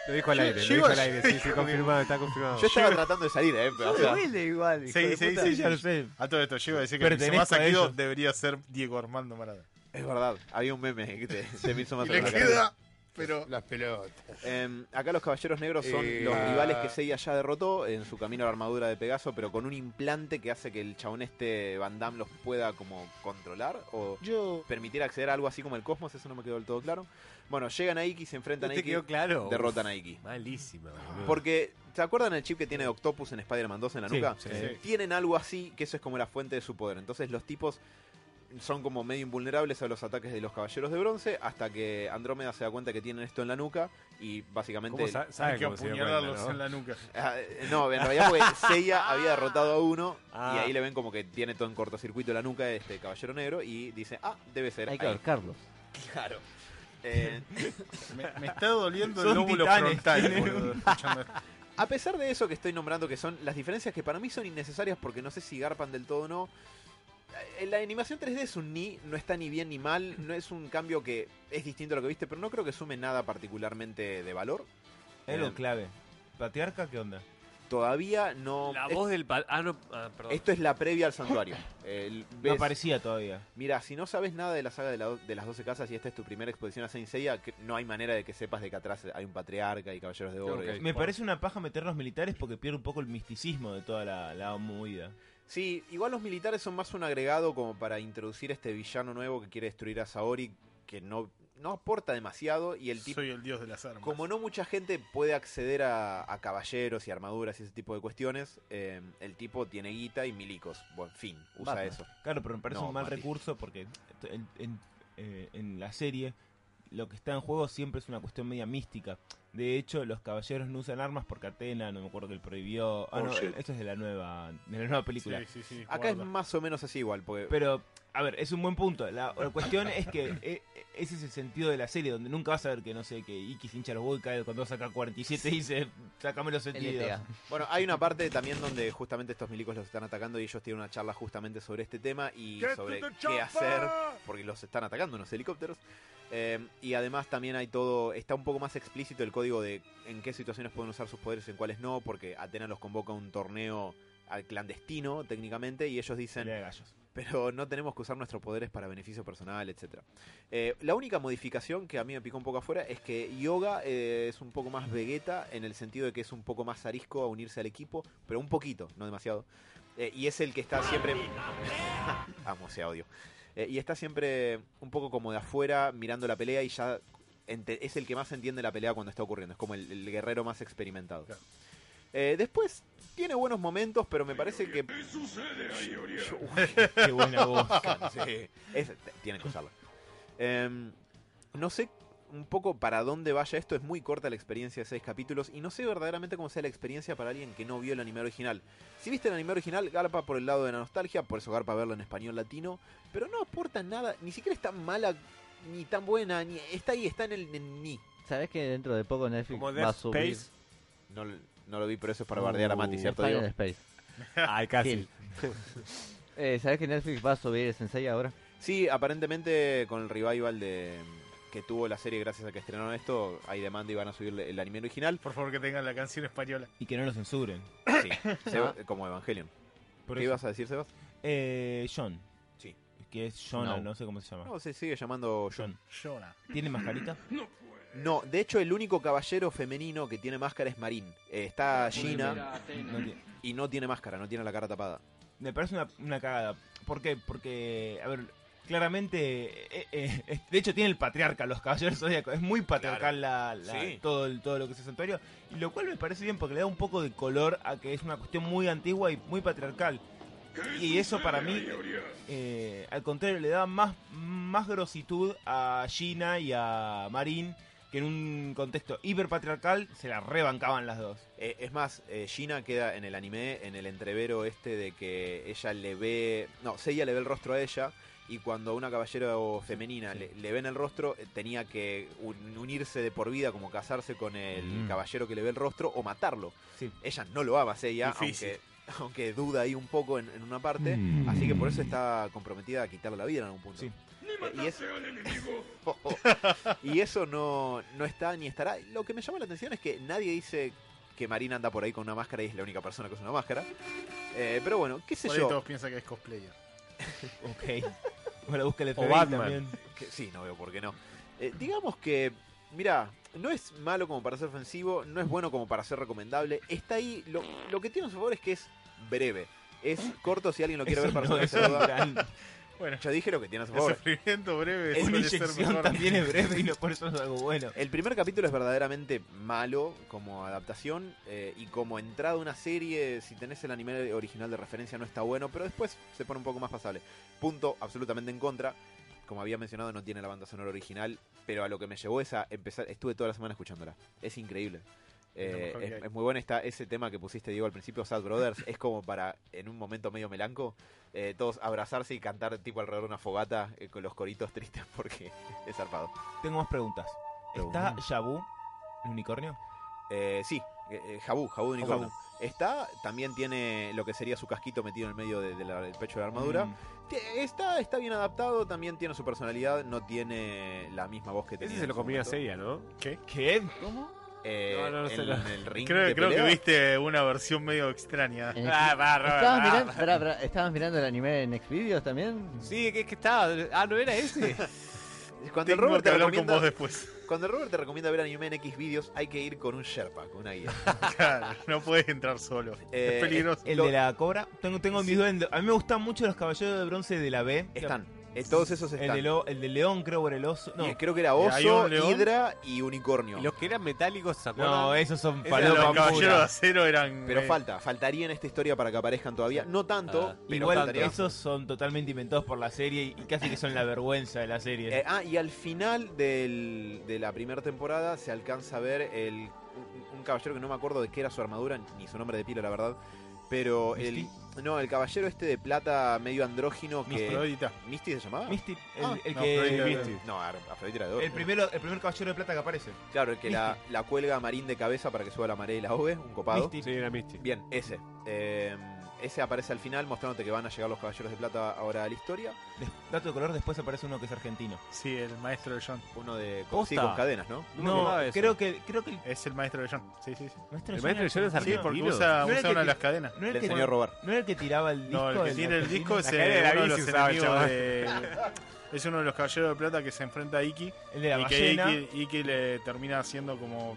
S5: Lo dijo al aire, lo
S1: Yo-
S5: dijo
S1: yo-
S5: al aire. Sí, sí, confirmado, está confirmado.
S2: Yo estaba tratando de salir, eh, pero, o sea,
S3: Duele igual. hijo
S1: Sí,
S3: de
S1: sí,
S3: puta.
S1: sí,
S6: Sí, ya lo sé.
S1: A todo esto, yo iba a decir que
S6: Pertenezco
S1: el más
S6: a
S1: Saquido
S6: ellos.
S1: debería ser Diego Armando Maradona.
S2: es verdad, había un meme que te, se me hizo más
S1: Y le queda, pero.
S7: Las pelotas.
S2: Eh, acá los caballeros negros son
S7: Eh,
S2: los
S7: ah.
S2: rivales que Seiya ya derrotó en su camino a la armadura de Pegaso, pero con un implante que hace que el chabón este Van Damme los pueda como controlar o
S7: Yo.
S2: permitir acceder a algo así como el cosmos, eso no me quedó del todo claro. Bueno, llegan a Iki, se enfrentan a
S5: ¿Te
S2: Iki,
S5: Este quedó claro?
S2: derrotan a Iki.
S5: Malísima, boludo.
S2: Porque, ¿se acuerdan el chip que tiene Octopus en Spider-Man 2 en la
S6: Sí,
S2: nuca?
S5: Ah. sí.
S1: Sí.
S2: Tienen algo así, que eso es como la fuente de su poder. Entonces los tipos son como medio invulnerables a los ataques de los caballeros de bronce hasta que Andrómeda se da cuenta que tienen esto en la nuca y básicamente
S5: ¿Cómo sa-
S1: Hay
S5: sabe
S1: que
S5: cómo se dio
S1: apuñalarlos
S5: cuenta, no?
S1: en la nuca.
S2: Ah, eh, No, en realidad porque Seiya había derrotado a uno y
S5: Ah.
S2: ahí le ven como que tiene todo en cortocircuito la nuca de este caballero negro y dice, ah, debe ser.
S3: Hay que
S2: ahí".
S3: ahorcarlos.
S2: Claro. Eh,
S1: Me, me está doliendo el
S6: Son
S1: lóbulo
S6: titanes,
S1: frontal,
S6: tienen
S1: boludo, escuchando esto.
S2: a pesar de eso que estoy nombrando, que son las diferencias que para mí son innecesarias porque no sé si garpan del todo o no. Eh, La animación 3D es un ni, no está ni bien ni mal, no es un cambio que es distinto a lo que viste, pero no creo que sume nada particularmente de valor.
S6: Es lo clave. ¿Patriarca qué onda?
S2: Todavía no...
S5: La
S2: es-
S5: voz del... pa- Ah, no, ah, perdón.
S2: esto es la previa al santuario. El-
S6: No
S2: ves-
S6: aparecía todavía.
S2: Mira, si no sabes nada de la saga de, la do- de las 12 casas y esta es tu primera exposición a Saint Seiya, que no hay manera de que sepas de que atrás hay un patriarca y caballeros de oro. y
S5: Ok.
S2: eso.
S6: Me parece una paja meter los militares porque pierde un poco el misticismo de toda la, la movida.
S2: Sí, igual los militares son más un agregado como para introducir este villano nuevo que quiere destruir a Saori, que no, no aporta demasiado y el tipo...
S1: Soy el dios de las armas.
S2: Como no mucha gente puede acceder a, a caballeros y armaduras y ese tipo de cuestiones, eh, el tipo tiene guita y milicos. Bueno, fin, usa
S3: Batman.
S2: eso.
S6: Claro, pero me parece
S2: No,
S6: un mal
S2: Mati.
S6: recurso porque t- en, en- eh, en la serie lo que está en juego siempre es una cuestión media mística. De hecho, los caballeros no usan armas porque Atena, no me acuerdo que él prohibió. Ah,
S7: Oh,
S6: no,
S7: shit.
S6: eso es de la nueva, de la nueva
S1: Sí,
S6: película.
S1: sí, sí,
S2: Acá es
S1: guarda.
S2: más o menos así igual, porque...
S6: Pero, a ver, es un buen punto. La, la cuestión es que eh, eh, ese es el sentido de la serie, donde nunca vas a ver que, no sé, que Iki se hincha los huevos y cae cuando saca 47 y dice, sacame los
S3: E
S6: sentidos.
S3: LTA.
S2: Bueno, hay una parte también donde justamente estos milicos los están atacando y ellos tienen una charla justamente sobre este tema y
S1: Get
S2: sobre
S1: to the
S2: qué
S1: chopper.
S2: hacer, porque los están atacando unos helicópteros. Eh, y además también hay todo, está un poco más explícito el código de en qué situaciones pueden usar sus poderes y en cuáles no, porque Atena los convoca a un torneo al clandestino técnicamente y ellos dicen
S6: Pelea de gallos.
S2: pero no tenemos que usar nuestros poderes para beneficio personal, etc. Eh, la única modificación que a mí me picó un poco afuera es que Yoga eh, es un poco más Vegeta en el sentido de que es un poco más arisco a unirse al equipo, pero un poquito, no demasiado. Eh, y es el que está siempre... Amo ese audio. Eh, y está siempre un poco como de afuera mirando la pelea y ya ente- es el que más entiende la pelea cuando está ocurriendo. Es como el, el guerrero más experimentado.
S1: Claro.
S2: Eh, después tiene buenos momentos, pero me parece que
S6: Qué buena voz.
S2: Sí, es- t- tienen que usarlo. Em, no sé un poco para dónde vaya esto. Es muy corta la experiencia de seis capítulos. Y no sé verdaderamente cómo sea la experiencia para alguien que no vio el anime original. Si viste el anime original, garpa por el lado de la nostalgia. Por eso garpa verlo en español latino. Pero no aporta nada. Ni siquiera es tan mala, ni tan buena. ni Está ahí, está en el en ni.
S3: ¿Sabés que dentro de poco Netflix
S5: Como
S3: va a
S5: Dead
S3: subir
S5: Space.
S2: No, lo- no lo vi, pero eso es para bardear a Mati,
S5: Uh,
S2: ¿cierto?
S3: Final
S2: Diego?
S3: Space?
S5: Ay, casi.
S3: Gil. Eh, ¿Sabés que Netflix va a subir el Sensei ahora?
S2: Sí, aparentemente con el revival de que tuvo la serie gracias a que estrenaron esto, hay demanda y van a subir el anime original.
S1: Por favor, que tengan la canción española.
S6: Y que no lo censuren.
S2: Sí, Seba- como Evangelion.
S6: Ah. Por
S2: ¿Qué
S6: eso.
S2: ibas a decir, Sebas?
S6: Eh, John.
S2: Sí.
S6: Que es John,
S2: No.
S6: no. sé cómo se llama.
S2: No, se sigue llamando John.
S6: John.
S1: Jonah.
S6: ¿Tiene mascarita?
S2: No, de hecho, el único caballero femenino que tiene máscara es Marín. Eh, está Gina
S6: No tiene.
S2: y no tiene máscara, no tiene la cara tapada.
S6: Me parece una, una cagada. ¿Por qué? Porque, a ver, claramente, eh, eh, eh, de hecho tiene el patriarca, los caballeros zodíacos. Es muy patriarcal la- la-
S2: Sí.
S6: todo, el- todo lo que es el santuario. Y lo cual me parece bien porque le da un poco de color a que es una cuestión muy antigua y muy patriarcal. Y eso para mí, eh, al contrario, le da más, más grositud a Gina y a Marín que en un contexto hiperpatriarcal se la rebancaban las dos.
S2: Eh, es más, eh, Gina queda en el anime en el entrevero este de que ella le ve. No, Seiya le ve el rostro a ella. Y cuando a una caballero femenina le, le ven el rostro, eh, tenía que un- unirse de por vida, como casarse con el
S5: Mm.
S2: caballero que le ve el rostro o matarlo.
S6: Sí.
S2: Ella no lo ama, Seiya,
S1: Difícil.
S2: aunque, aunque duda ahí un poco en, en una parte.
S5: Mm.
S2: Así que por eso está comprometida a quitarle la vida en algún punto.
S6: Sí.
S2: Eh, y es- Oh, y eso no, no está ni estará. Lo que me llama la atención es que nadie dice que Marina anda por ahí con una máscara y es la única persona que usa una máscara. Eh, pero bueno, qué sé
S1: Por ahí
S2: yo.
S1: todos piensan que es cosplayer.
S6: Ok. Bueno, busca el
S5: O
S6: FBI
S5: Batman.
S6: también.
S2: que- sí, no veo por qué no. Eh, digamos que, mira, no es malo como para ser ofensivo, no es bueno como para ser recomendable. Está ahí, lo, lo que tiene a su favor es que es breve. Es corto si alguien lo quiere
S6: Eso
S2: ver para
S6: no
S2: su
S6: es un gran-
S1: Bueno,
S2: Ya dije lo que tiene a su
S1: el
S2: favor.
S1: sufrimiento breve
S6: Una
S1: suele ser
S6: inyección
S1: mejor.
S6: también es breve y no, por eso no es algo bueno.
S2: El primer capítulo es verdaderamente malo como adaptación eh, y como entrada a una serie, si tenés el anime original de referencia no está bueno, pero después se pone un poco más pasable. Punto absolutamente en contra. Como había mencionado, no tiene la banda sonora original, pero a lo que me llevó es a empezar, estuve toda la semana escuchándola. Es increíble.
S1: Es lo
S2: Eh,
S1: mejor que
S2: es,
S1: hay.
S2: es muy buena esta, ese tema que pusiste, Diego, al principio, Sad Brothers. es como para, en un momento medio melanco, eh, todos abrazarse y cantar tipo alrededor de una fogata eh, con los coritos tristes porque es zarpado.
S6: Tengo más preguntas. ¿Está Yabu, el unicornio?
S2: Eh, sí, eh, eh, Jabú, Jabú de unicornio.
S6: Jabú.
S2: Está, también tiene lo que sería su casquito metido en el medio de- de la- del pecho de la armadura.
S6: Mm.
S2: Ti- Está, está bien adaptado, también tiene su personalidad, no tiene la misma voz que tenía.
S5: Ese se
S2: en
S5: lo
S2: su
S5: comía a
S2: momento.
S5: Seiya, ¿no?
S6: ¿Qué?
S2: Eh,
S5: No, no, no
S2: en,
S5: se lo-
S2: en el ring
S1: Creo,
S2: de
S1: creo que
S2: pelea.
S1: viste una versión medio extraña.
S2: Eh,
S3: En
S5: Ah,
S3: Xvi-
S5: va, Robert,
S3: ¿Estabas,
S5: va.
S3: mirando, pará, pará, ¿Estabas mirando el anime en Xvideos también?
S5: Sí, que, que estaba. Ah, no era ese.
S2: Cuando el,
S1: Tengo
S2: Robert
S1: que
S2: te
S1: hablar con
S2: recomienda,
S1: vos después.
S2: cuando el Robert te recomienda ver anime en X vídeos, hay que ir con un Sherpa, con una guía.
S1: Claro, no puedes entrar solo.
S2: Eh,
S1: es peligroso.
S6: ¿El
S2: Lo-
S6: de la cobra? Tengo, tengo mis
S2: Sí.
S6: dudas. en- A mí me gustan mucho los caballeros de bronce de la B.
S2: Están, eh, todos esos
S6: El de,
S2: están.
S6: lo- el de león, creo, o era el oso. No,
S2: Y eh, Creo que era
S1: ¿Y hay
S2: oso,
S1: un león?
S2: hidra y unicornio.
S5: Y los que eran metálicos, ¿se acuerdan?
S6: no esos son
S5: Ese
S1: Los
S5: Paloma
S6: palomas
S1: caballeros de
S6: puras.
S1: acero eran.
S2: Pero
S1: eh,
S2: falta, faltaría en esta historia para que aparezcan todavía. No tanto,
S5: Ah,
S2: pero
S6: Igual
S2: faltaría.
S6: esos son totalmente inventados por la serie y y casi que son la vergüenza de la serie.
S2: Eh, ah, y al final del- de la primera temporada se alcanza a ver el, un, un caballero que no me acuerdo de qué era su armadura, ni su nombre de pila, la verdad. Pero el. No, el caballero este de plata medio andrógino que. ¿Misty,
S1: Afrodita.
S2: se llamaba?
S6: Misty, el,
S2: Ah,
S6: el
S1: no, Freud
S6: que.
S1: era-
S2: No, Ar- Afrodita era de oro.
S6: El, primero, el primer caballero de plata que aparece.
S2: Claro, el que la, la cuelga a Marín de cabeza para que suba la marea y la ove, un copado.
S6: Misty.
S5: Sí, era Misty.
S2: Bien, ese. Eh, ese aparece al final mostrándote que van a llegar los caballeros de plata ahora a la historia.
S6: Des- dato de color, después aparece uno que es argentino.
S1: Sí, el maestro de John.
S2: Uno de. Con,
S5: Posta.
S2: sí, con cadenas, ¿no?
S5: No me acordaba de eso.
S6: creo que, creo que el
S1: Es el maestro de John. Sí, sí, sí.
S6: maestro
S5: El
S6: Johnny
S5: maestro Johnny es
S1: Sí,
S5: argentino.
S1: porque usa,
S6: No era que
S1: usa una de
S6: te-
S1: las cadenas.
S6: No
S2: Le
S6: era, el
S2: enseñó a
S6: que,
S2: robar.
S6: no era el que tiraba el disco.
S1: No, el que tiene el disco es
S5: La
S1: eh,
S5: cadena de la
S1: uno de
S5: bici
S1: los
S5: usaba el
S1: enemigos
S5: chabón.
S1: de- Es uno de los caballeros de plata que se enfrenta a Iki.
S6: El de la
S1: y que
S6: ballena.
S1: Iki, Iki le termina haciendo como.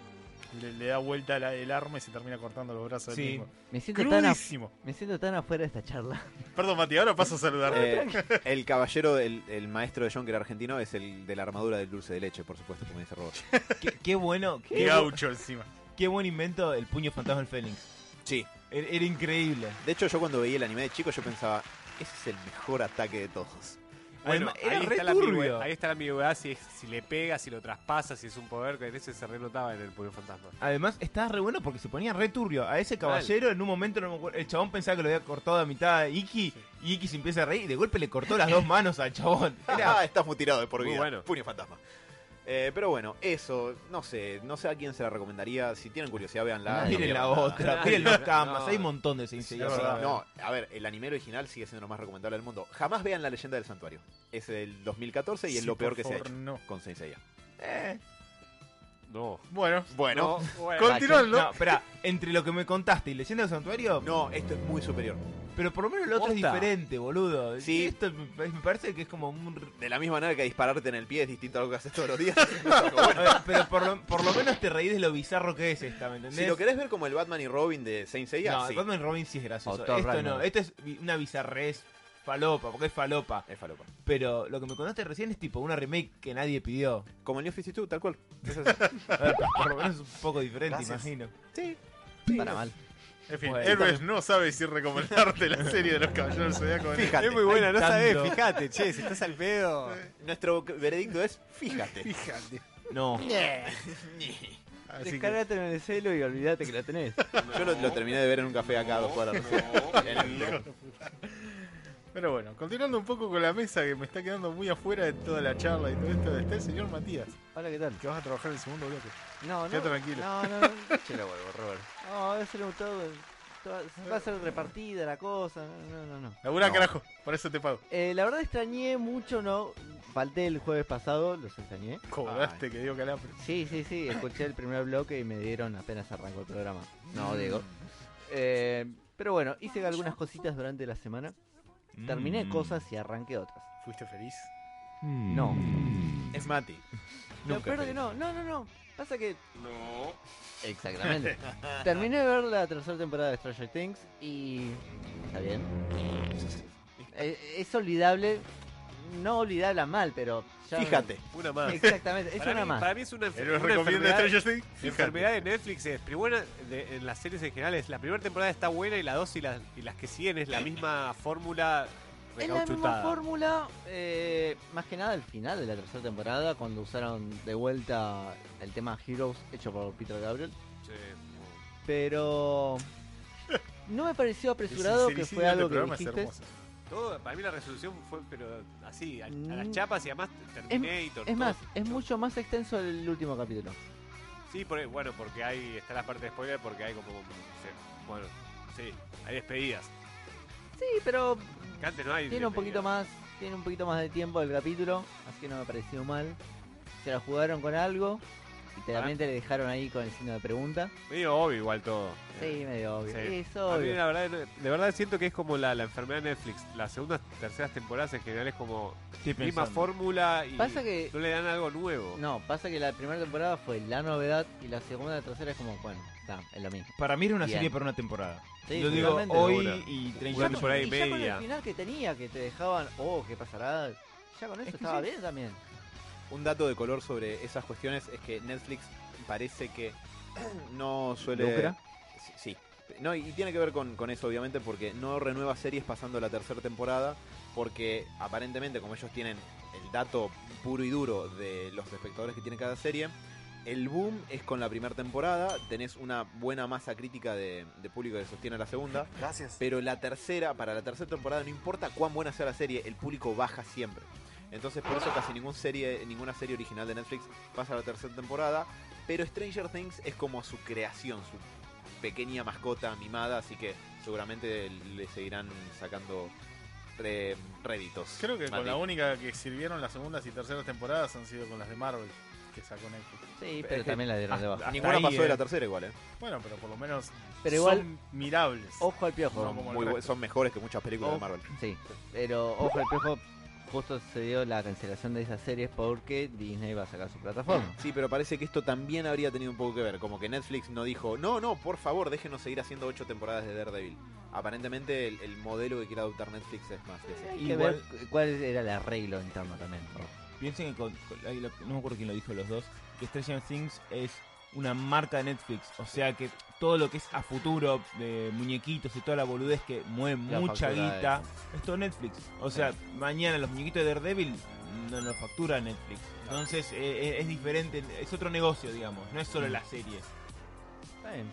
S1: Le, le da vuelta la- el arma y se termina cortando los brazos del
S6: Sí.
S1: mismo.
S3: Me siento, tan af-
S1: Crudísimo.
S3: me siento tan afuera de esta charla.
S1: Perdón, Mati, ahora paso a saludarte.
S2: Eh, el caballero, el, el maestro de John, que era argentino, es el de la armadura del dulce de leche, por supuesto, como dice Robert.
S6: Qué, qué bueno,
S1: y
S6: qué, bu-
S1: gaucho encima.
S6: qué buen invento el puño fantasma del Fénix.
S2: Sí.
S6: Era, era increíble.
S2: De hecho, yo cuando veía el anime de chico, yo pensaba, ese es el mejor ataque de todos.
S5: Bueno,
S6: Además, era
S5: ahí,
S6: re
S5: está la
S6: turbio.
S5: ambigüedad, ahí está la ambigüedad, si, es- si le pega, si lo traspasa, si es un poder, que en ese se renotaba en el puño fantasma.
S6: Además, estaba re bueno porque se ponía re turbio. A ese caballero, en un momento, no me acuerdo, el chabón pensaba que lo había cortado a mitad a Iki. Y Iki se empieza a reír y de golpe le cortó las dos manos al chabón. Era-
S2: Ah, estás mutilado de por
S5: Muy
S2: vida.
S5: bueno.
S2: Puño fantasma. Eh, pero bueno, eso, no sé, no sé a quién se la recomendaría. Si tienen curiosidad, véanla. No
S6: Miren
S2: pierdan
S6: la
S2: nada.
S6: otra,
S5: Ay,
S6: miren los camas.
S5: no.
S6: Hay un montón de seis
S2: Sí, sí, No, a ver, el anime original sigue siendo lo más recomendable del mundo. Jamás vean La Leyenda del Santuario. Es del 2014 y es
S1: Sí,
S2: lo peor
S1: por
S2: que se ha
S1: favor,
S2: hecho
S1: no.
S2: con Saint Seiya.
S5: No.
S1: Bueno,
S2: Bueno,
S5: No, bueno.
S1: continuando.
S6: No, espera, entre lo que me contaste y Leyenda del Santuario,
S2: no, esto es muy superior.
S6: pero por lo menos lo otro es
S5: Posta.
S6: diferente, boludo.
S2: Sí.
S6: Esto me me parece que es como un
S2: De la misma manera que dispararte en el pie es distinto a lo que haces todos los días.
S6: A ver, pero por lo, por lo menos te reís de lo bizarro que es esta, ¿me entendés?
S2: si lo querés ver como el Batman y Robin de Saint Seiya,
S6: no,
S2: sí.
S6: Batman Robin sí es gracioso.
S3: O Thor
S6: esto no,
S3: Ragnarok.
S6: esto es bi- una bizarrez falopa, porque es falopa.
S2: Es falopa.
S6: Pero lo que me contaste recién es tipo una remake que nadie pidió.
S2: Como el New 52, tal cual.
S6: A ver, por lo menos es un poco diferente,
S2: Gracias.
S6: imagino.
S3: Para mal.
S1: En fin,
S6: Bueno.
S1: Héroes no sabe si recomendarte la serie de los caballeros del Zodiaco. en-
S2: Fíjate.
S5: Es muy buena, no
S6: tanto.
S5: sabés, fijate, che, si estás al pedo.
S2: Nuestro veredicto es, fíjate.
S1: Fíjate.
S6: No.
S1: Así que,
S3: Descargate en el celo y olvídate que la tenés.
S2: Yo lo, lo terminé de ver en un café acá a dos cuadras. En el-
S1: pero bueno, continuando un poco con la mesa que me está quedando muy afuera de toda la charla y todo esto, está el señor Matías,
S3: Hola, ¿qué tal?
S1: que vas a trabajar el segundo bloque.
S3: No,
S1: Queda
S3: no.
S1: tranquilo.
S3: No, no, no. la huevo, Robert. No, va a ser un todo. todo- Va a ser repartida la cosa. No, no, no. no.
S1: Laburá,
S2: No.
S1: carajo, por eso te pago.
S3: Eh, la verdad extrañé mucho, no. Falté el jueves pasado, los extrañé.
S1: Cobraste que dio calambre.
S3: Sí, sí, sí, escuché el primer bloque y me dieron apenas arrancó el programa. No, digo. Eh, pero bueno, hice algunas cositas durante la semana. Terminé
S6: Mm.
S3: cosas y arranqué otras.
S1: ¿Fuiste feliz?
S8: Mm.
S3: No.
S2: Es Mati.
S3: Lo
S2: Nunca
S3: peor
S2: feliz.
S3: que no, no, no, no. Pasa que. No. Exactamente. Terminé de ver la tercera temporada de Stranger Things y. Está bien. Eh, Es olvidable. No olvidable a mal, pero. ya-
S2: Fíjate.
S5: Una más.
S3: Exactamente, es
S5: Para
S3: una
S5: mí,
S3: más.
S5: para mí es una, enfer-
S1: ¿Él lo
S5: una
S1: recomienda
S5: enfermedad.
S1: Stranger Things?
S5: La enfermedad de Netflix es, pero bueno, de- en las series en general es, la primera temporada está buena y la dos y, las y las que siguen es la misma fórmula
S3: Es la misma
S5: recauchutada.
S3: fórmula, eh, más que nada al final de la tercera temporada, cuando usaron de vuelta el tema Heroes hecho por Peter Gabriel.
S5: Sí.
S3: Pero no me pareció
S1: El
S3: apresurado que
S1: sincericidio
S3: fue algo
S1: del
S3: que
S1: este programa es
S3: dijiste.
S1: hermoso.
S5: Todo, para mí la resolución fue, pero así, a, a las
S3: Mm.
S5: chapas y además Terminator. todo.
S3: Es más, es mucho más extenso el último capítulo.
S5: Sí, por- bueno, porque hay, está la parte de spoiler porque hay como, se- bueno, sí, hay despedidas.
S3: Sí, pero
S5: Que antes no hay
S3: tiene un poquito
S5: despedidas.
S3: más, tiene un poquito más de tiempo el capítulo, así que no me pareció mal. Se la jugaron con algo y
S5: Ah.
S3: claramente le dejaron ahí con el signo de pregunta.
S5: Medio obvio igual todo.
S3: Sí, medio obvio.
S5: Sí.
S3: Es
S5: A mí,
S3: obvio.
S5: la verdad, de verdad siento que es como la, la enfermedad de Netflix. Las segundas, terceras temporadas en general es como
S6: Estoy
S5: misma
S6: pensando.
S5: fórmula y
S3: Pasa que
S5: no le dan algo nuevo.
S3: No, pasa que la primera temporada fue la novedad y la segunda y tercera es como, bueno, está, es lo mismo.
S6: Para mí era una
S3: Bien.
S6: serie para una temporada.
S3: Sí,
S6: Lo digo
S3: totalmente.
S6: hoy
S5: Ahora.
S6: y
S5: Una
S3: Ya
S6: 30
S3: con-
S6: años.
S5: temporada y
S3: ya con
S5: media.
S3: el final que tenía, que te dejaban, oh, qué pasará. Ya con eso
S6: Es que
S3: estaba
S6: sí.
S3: bien también.
S2: Un dato de color sobre esas cuestiones es que Netflix parece que no suele.
S3: ¿Lucra?
S2: Sí, Sí. No, y y tiene que ver con, con eso, obviamente, porque no renueva series pasando la tercera temporada, porque aparentemente, como ellos tienen el dato puro y duro de los espectadores que tiene cada serie, el boom es con la primera temporada, tenés una buena masa crítica de, de público que sostiene la segunda,
S9: Gracias.
S2: pero la tercera, para la tercera temporada, no importa cuán buena sea la serie, el público baja siempre. Entonces por eso casi ningún serie, ninguna serie original de Netflix pasa a la tercera temporada. Pero Stranger Things es como su creación, su pequeña mascota mimada, así que seguramente le seguirán sacando re- réditos.
S1: Creo que con
S2: Mati.
S1: la única que sirvieron las segundas y terceras temporadas han sido con las de Marvel, que sacó Netflix.
S3: Sí,
S2: pero
S3: pero también la dieron debajo.
S2: Ninguna
S1: ahí,
S2: pasó de
S1: eh.
S2: la tercera igual, ¿eh?
S1: Bueno, pero por lo menos
S3: Pero igual-
S1: son mirables.
S3: Ojo al piojo.
S1: No, como el
S2: Muy bu-
S1: resto.
S2: son mejores que muchas películas
S3: Oh.
S2: de Marvel.
S3: Sí, pero ojo al piojo, justo se dio la cancelación de esas series porque Disney va a sacar su plataforma.
S2: Sí, pero parece que esto también habría tenido un poco que ver. Como que Netflix no dijo, no, no, por favor, déjenos seguir haciendo ocho temporadas de Daredevil. Aparentemente el, el modelo que quiere adoptar Netflix es más de ese.
S3: Hay que ver
S6: Igual-
S3: cu- cuál era el arreglo interno también.
S6: Piensen que con- con- ahí lo- no me acuerdo quién lo dijo los dos, que Stranger Things es una marca de Netflix, o sea que todo lo que es a futuro de muñequitos y toda la boludez que mueve
S3: La
S6: mucha
S3: factura
S6: guita, es todo Netflix. O sea, mañana los muñequitos de Daredevil no nos factura Netflix. Entonces eh, es, es diferente, es otro negocio, digamos, no es
S1: Mm.
S6: solo la serie.
S3: Está bien.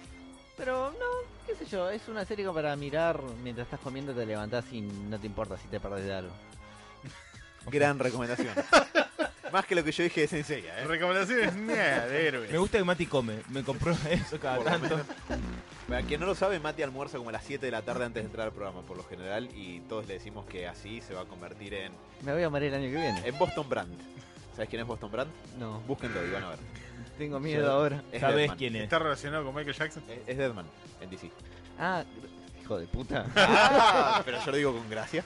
S3: Pero no, qué sé yo, es una serie como para mirar mientras estás comiendo, te levantás y no te importa si te perdés de algo.
S2: Gran recomendación. Más que lo que yo dije es en serio, ¿eh?
S1: Recomendaciones nah, de héroes.
S6: Me gusta que Mati come, me compró eso cada
S2: Por lo
S6: tanto.
S2: Para quien no lo sabe, Mati almuerza como a las 7 de la tarde antes de entrar al programa, por lo general, y todos le decimos que así se va a convertir en,
S3: Me voy a morir el año que viene.
S2: en Boston Brand. ¿Sabes quién es Boston Brand?
S3: No,
S2: Búsquenlo y van a ver.
S3: tengo miedo ahora.
S2: Es
S6: Sabes
S2: Deadman.
S6: quién es.
S1: Está relacionado con Michael Jackson.
S2: Eh, Es, es Deadman, en DC.
S3: Ah, hijo de puta.
S2: Ah, pero yo lo digo con gracia.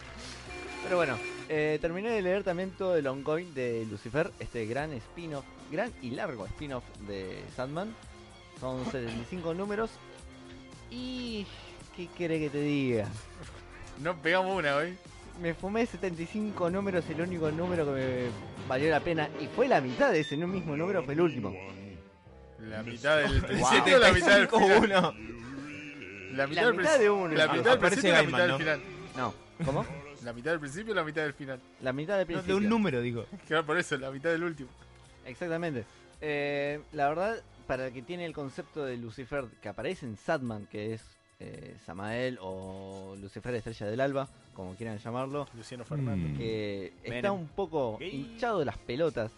S3: Pero bueno, eh, terminé de leer también todo el ongoing de Lucifer, este gran spin-off, gran y largo spin-off de Sandman. Son 75 números. Y... ¿Qué quiere que te diga?
S1: No pegamos una hoy.
S3: Me fumé 75 números, el único número que me valió la pena. Y fue la mitad de ese nu- mismo número, fue el último.
S1: La mitad del
S6: Wow.
S1: principio, la mitad del final.
S6: 5-1.
S1: La mitad,
S3: La
S1: del
S3: mitad
S1: principio-
S3: de uno.
S1: La mitad del
S6: Aparece
S1: principio, la mitad
S6: Gaiman,
S1: del final.
S3: No, ¿cómo?
S1: La mitad del principio, la mitad del final.
S3: La mitad
S6: No, de
S3: del principio.
S6: un número, digo.
S1: Claro, por eso, la mitad del último.
S3: Exactamente. Eh, la verdad, para el que tiene el concepto de Lucifer que aparece en Sadman, que es eh, Samael o Lucifer Estrella del Alba, como quieran llamarlo,
S1: Luciano Fernández.
S4: Mm.
S3: que está
S2: Venom.
S3: un poco
S5: Gay.
S3: hinchado de las pelotas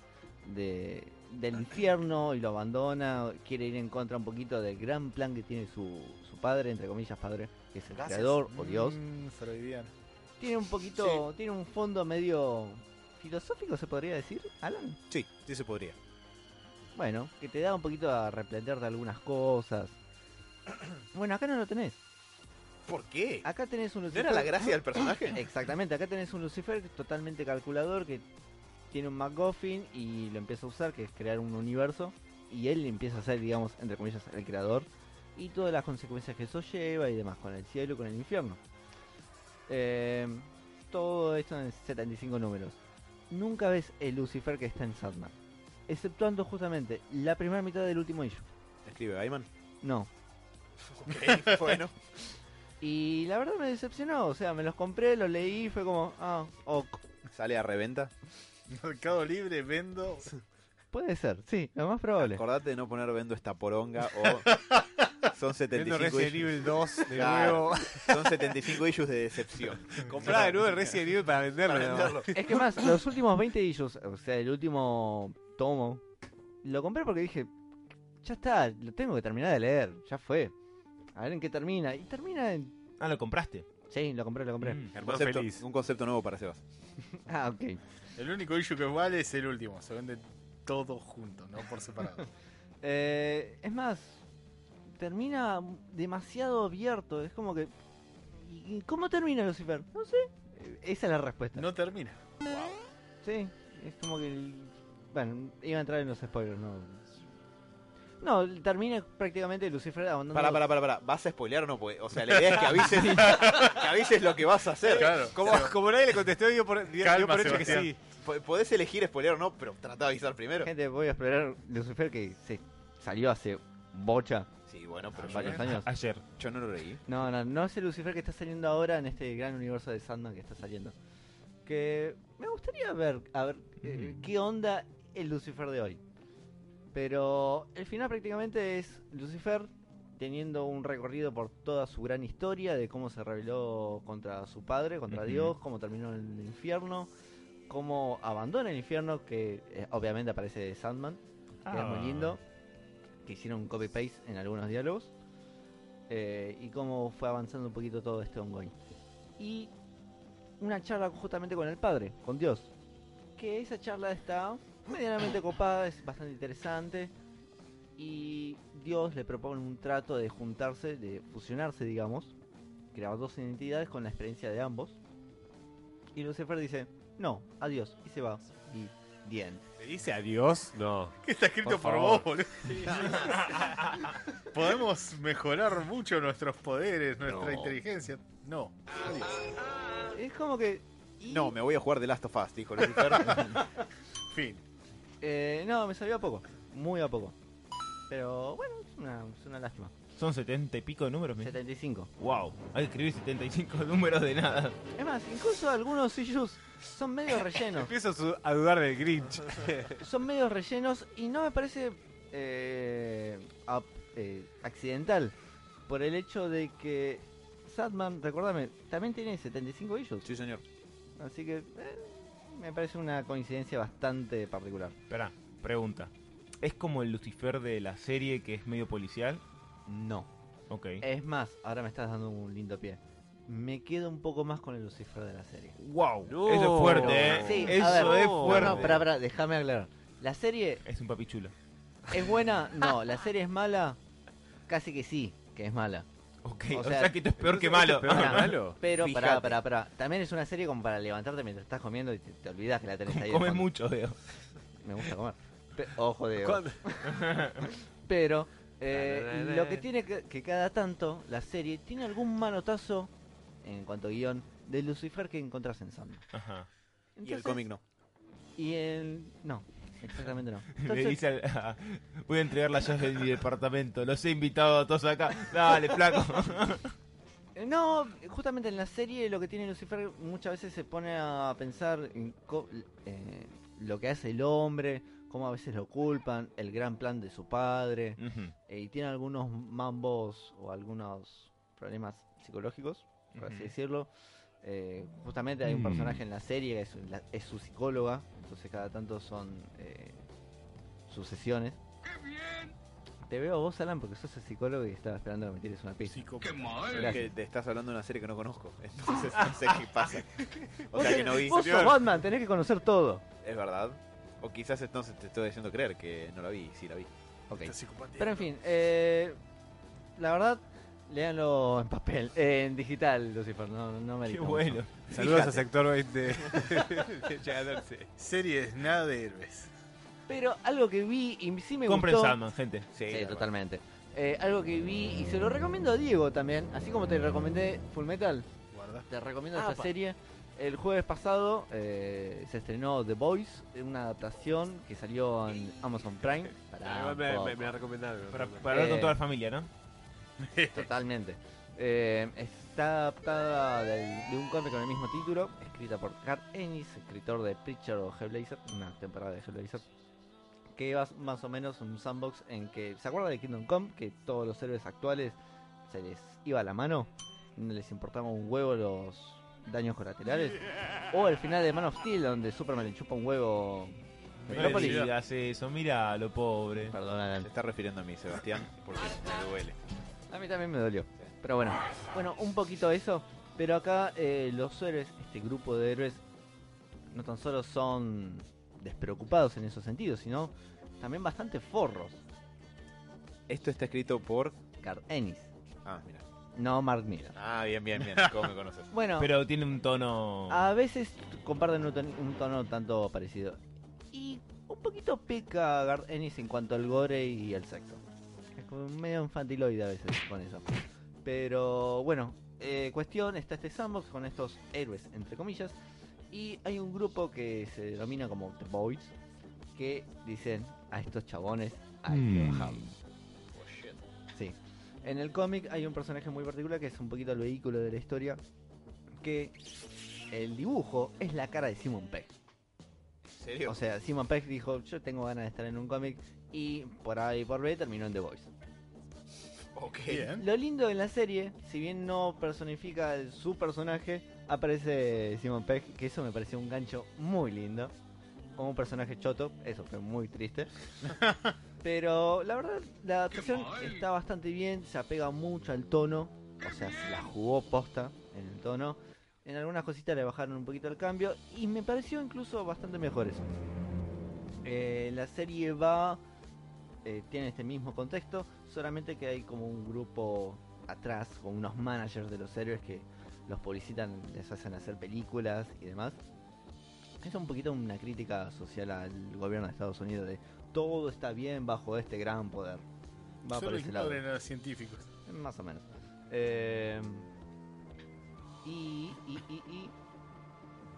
S3: de, del infierno y lo abandona, quiere ir en contra un poquito del gran plan que tiene su, su padre, entre comillas padre, que es el
S1: Gracias.
S3: creador o Dios.
S1: Mm, freudiano.
S3: Tiene un poquito, tiene un fondo medio filosófico, se podría decir, Alan.
S7: Sí, sí se podría.
S3: Bueno, que te da un poquito a replantearte algunas cosas. Bueno, acá no lo tenés.
S2: ¿Por qué?
S3: Acá tenés un
S2: ¿No
S3: Lucifer.
S2: era la gracia del
S5: Eh,
S2: personaje?
S3: Exactamente, acá tenés un Lucifer totalmente calculador que tiene un MacGuffin y lo empieza a usar, que es crear un universo. Y él empieza a ser, digamos, entre comillas, el creador. Y todas las consecuencias que eso lleva y demás, con el cielo y con el infierno. Eh, todo esto en 75 números. Nunca ves el Lucifer que está en Sandman. Exceptuando justamente la primera mitad del último issue.
S2: Escribe Gaiman.
S3: No,
S2: Ok, bueno.
S3: Y la verdad me decepcionó, o sea, me los compré, los leí y fue como, ah, ok.
S2: Sale a reventa.
S1: Mercado Libre, vendo.
S3: Puede ser, sí, lo más probable.
S2: Acordate de no poner vendo esta poronga o. Son
S5: Viendo
S2: 75
S5: Resident
S2: issues.
S5: Evil 2 de
S2: Claro.
S5: nuevo.
S2: Son 75 issues de decepción.
S5: Comprá de nuevo el Resident Evil para venderlo.
S2: Para
S5: nada más.
S2: venderlo.
S3: Es que más, los últimos 20 issues, o sea, el último tomo, lo compré porque dije, ya está, lo tengo que terminar de leer, ya fue. A ver en qué termina. Y termina en...
S6: Ah, lo compraste. Mm.
S3: Sí, lo compré, lo
S1: Mm.
S3: compré.
S2: Un
S5: Hermano
S2: concepto,
S5: feliz.
S2: un concepto nuevo para Sebas.
S3: Ah, ok.
S1: El único issue que vale es el último. Se vende todo junto, no por separado.
S3: Eh, es más, termina demasiado abierto, es como que... ¿Y y cómo termina Lucifer? No sé. Eh, Esa es la respuesta.
S1: No termina.
S3: Sí, es como que. el- Bueno, iba a entrar en los spoilers, no. No, termina prácticamente Lucifer abandonando.
S2: Para, para, para, para. ¿Vas a spoilear o no? Pues? O sea, la idea es que avises, que avises lo que vas a hacer.
S1: Claro.
S5: Como, como nadie le contestó, dio por, dio-
S1: Calma,
S5: dio por hecho que
S1: Sebastián.
S5: sí.
S2: P- Podés elegir spoilear o no, pero trata de avisar primero.
S3: Gente, voy a explorar Lucifer que se salió hace bocha,
S2: Sí, bueno, pero yo,
S3: varios años.
S6: Ayer.
S2: yo no lo leí.
S3: No, no, no es el Lucifer que está saliendo ahora en este gran universo de Sandman que está saliendo. Que me gustaría ver, a ver, eh, qué onda el Lucifer de hoy. Pero el final prácticamente es Lucifer teniendo un recorrido por toda su gran historia de cómo se rebeló contra su padre, contra Dios, cómo terminó en el infierno, cómo abandona el infierno, que eh, obviamente aparece de Sandman, que es muy lindo, que hicieron un copy-paste en algunos diálogos, eh, y cómo fue avanzando un poquito todo este ongoing. Y una charla justamente con el padre, con Dios, que esa charla está medianamente copada, es bastante interesante. Y Dios le propone un trato de juntarse, de fusionarse, digamos, crear dos identidades con la experiencia de ambos. Y Lucifer dice, no, adiós, y se va. Y bien.
S5: ¿Le dice adiós? No.
S1: ¿Qué está escrito
S5: Por
S1: por,
S5: favor.
S1: vos, boludo? Podemos mejorar mucho nuestros poderes, nuestra
S2: No.
S1: inteligencia. No.
S3: Es como que... y-
S2: No, me voy a jugar The Last of Us, dijo Lucifer.
S1: Fin.
S3: eh, no, me salió a poco, muy a poco. Pero bueno, es una, es una lástima.
S6: Son 70 y pico de números, me
S3: 75.
S6: Wow, hay que escribir 75 números de nada.
S3: Es más, incluso algunos issues son medio rellenos.
S5: Empiezo su- a dudar del Grinch.
S3: son medios rellenos y no me parece eh, ap- eh, accidental por el hecho de que Sadman, recordame, también tiene 75 issues,
S2: sí, señor.
S3: así que eh, me parece una coincidencia bastante particular.
S6: Espera, pregunta. ¿Es como el Lucifer de la serie que es medio policial?
S3: No.
S6: Ok.
S3: Es más, ahora me estás dando un lindo pie. Me quedo un poco más con el Lucifer de la serie.
S6: wow,
S5: No.
S6: eso es fuerte, ¿eh?
S3: Sí, a
S6: eso
S3: ver,
S6: es
S3: no,
S6: fuerte.
S3: No, pará, pará, déjame aclarar. La serie
S6: Es un papi chulo.
S3: es buena, no, la serie es mala, casi que sí, que es mala.
S6: Ok,
S3: O
S6: o,
S3: sea,
S6: sea, que esto es peor que
S5: Entonces,
S6: malo.
S5: ¿esto es peor que
S3: Pará,
S5: malo?
S3: Pero pará,
S2: Fíjate.
S3: pará, pará. También es una serie como para levantarte mientras estás comiendo y te, te olvidas que la tenés ahí. de
S6: Come
S3: fondo.
S6: mucho, veo.
S3: Me gusta comer. Pe- ojo de.
S5: ¿Cuándo?
S3: Pero eh,
S5: Na, na, na.
S3: lo que tiene que, que cada tanto la serie tiene algún manotazo en cuanto a guión de Lucifer que encontrás en Sandman.
S6: Ajá.
S2: Y el
S3: Entonces-
S2: cómic no.
S3: Y en. No, exactamente no.
S6: Le
S3: Entonces,
S6: dice al- a- voy a entregar las llaves de mi departamento. Los he invitado a todos acá. Dale, flaco.
S3: Eh, No, justamente en la serie lo que tiene Lucifer muchas veces se pone a pensar en co- eh, lo que hace el hombre, cómo a veces lo culpan, el gran plan de su padre,
S6: Ujú,
S3: eh, y tiene algunos mambos o algunos problemas psicológicos, por así
S6: Ujú.
S3: decirlo. Eh, justamente hay un
S6: Mm.
S3: personaje en la serie que es, la- es su psicóloga, entonces cada tanto son eh, sus sesiones. Te veo a vos, Alan, porque sos el psicólogo y estaba esperando que me tires una pista.
S2: Es que te estás hablando de una serie que no conozco, entonces no sé qué pasa. O
S3: Vos
S2: sea que
S3: tenés-
S2: no vi.
S3: vos sos Batman, tenés que conocer todo.
S2: Es verdad. O quizás entonces te estoy haciendo creer que no la vi, sí la vi.
S3: Ok.
S1: Esta psicopatía.
S3: Pero en fin, eh, la verdad, léanlo en papel, eh, en digital, Lucifer, no, no me
S6: Qué bueno.
S5: Saludos
S2: Fíjate.
S5: a Sector 20. de Llegador, sí.
S1: Series nada de héroes.
S3: Pero algo que vi y sí me
S6: Compren
S3: gustó.
S6: Sandman, gente.
S3: Sí, totalmente. Eh, algo que vi y se lo recomiendo a Diego también, así como te recomendé Full Metal,
S1: Guarda.
S3: te recomiendo esta serie. El jueves pasado eh, se estrenó The Boys, una adaptación que salió en Amazon Prime. Pará
S5: Ah,
S3: un
S5: me, me-
S3: poco.
S5: me la recomendaron. me la
S6: Para,
S5: recomendaron.
S6: para hablar
S3: Eh.
S6: con toda la familia, ¿no?
S3: Totalmente. Eh, está adaptada del- de un cómic con el mismo título, escrita por Kat Ennis, escritor de Preacher o Hellblazer, una temporada de Hellblazer, que va más o menos un sandbox en que, ¿se acuerda de Kingdom Come? Que todos los héroes actuales se les iba a la mano, no les importaba un huevo los daños colaterales. O el final de Man of Steel, donde Superman le chupa un huevo...
S6: No le
S3: Metrópolis.
S6: digas eso, mira lo pobre.
S3: Perdón, Alan.
S2: Se está refiriendo a mí, Sebastián, porque me duele.
S3: A mí también me dolió. Pero bueno, bueno, un poquito eso. Pero acá eh, los héroes, este grupo de héroes, no tan solo son despreocupados en esos sentidos, sino también bastante forros.
S2: Esto está escrito por.
S3: Card Ennis,
S2: Ah, mira.
S3: no Mark Miller.
S2: Ah, bien, bien, bien. ¿Cómo me conoces?
S3: Bueno,
S6: Pero tiene un tono.
S3: a veces comparten un ton- un tono, tanto parecido. Y un poquito peca Garth Ennis en cuanto al gore y el sexo. Es como medio infantiloide a veces con eso. Pero bueno, eh, cuestión, está este sandbox con estos héroes, entre comillas. Y hay un grupo que se denomina como The Boys, que dicen a estos chabones hay que bajarlos. Sí. En el cómic hay un personaje muy particular que es un poquito el vehículo de la historia, que el dibujo es la cara de Simon Pegg.
S2: ¿En serio?
S3: O sea, Simon Pegg dijo, yo tengo ganas de estar en un cómic y por A y por B terminó en The Voice.
S2: ok.
S1: Bien.
S3: Lo lindo de la serie, si bien no personifica el- su personaje, aparece Simon Pegg, que eso me pareció un gancho muy lindo. Como un personaje choto, eso fue muy triste. Pero la verdad, la adaptación está bastante bien, se apega mucho al tono, o sea, se la jugó posta en el tono. En algunas cositas le bajaron un poquito el cambio y me pareció incluso bastante mejor eso. Eh, la serie va eh, tiene este mismo contexto, solamente que hay como un grupo atrás, con unos managers de los héroes que los publicitan, les hacen hacer películas y demás. Es un poquito una crítica social al gobierno de Estados Unidos de todo está bien bajo este gran poder. Va por
S1: Solo
S3: ese lado.
S1: ignoren a los científicos.
S3: Más o menos. Eh, y, y, y, y-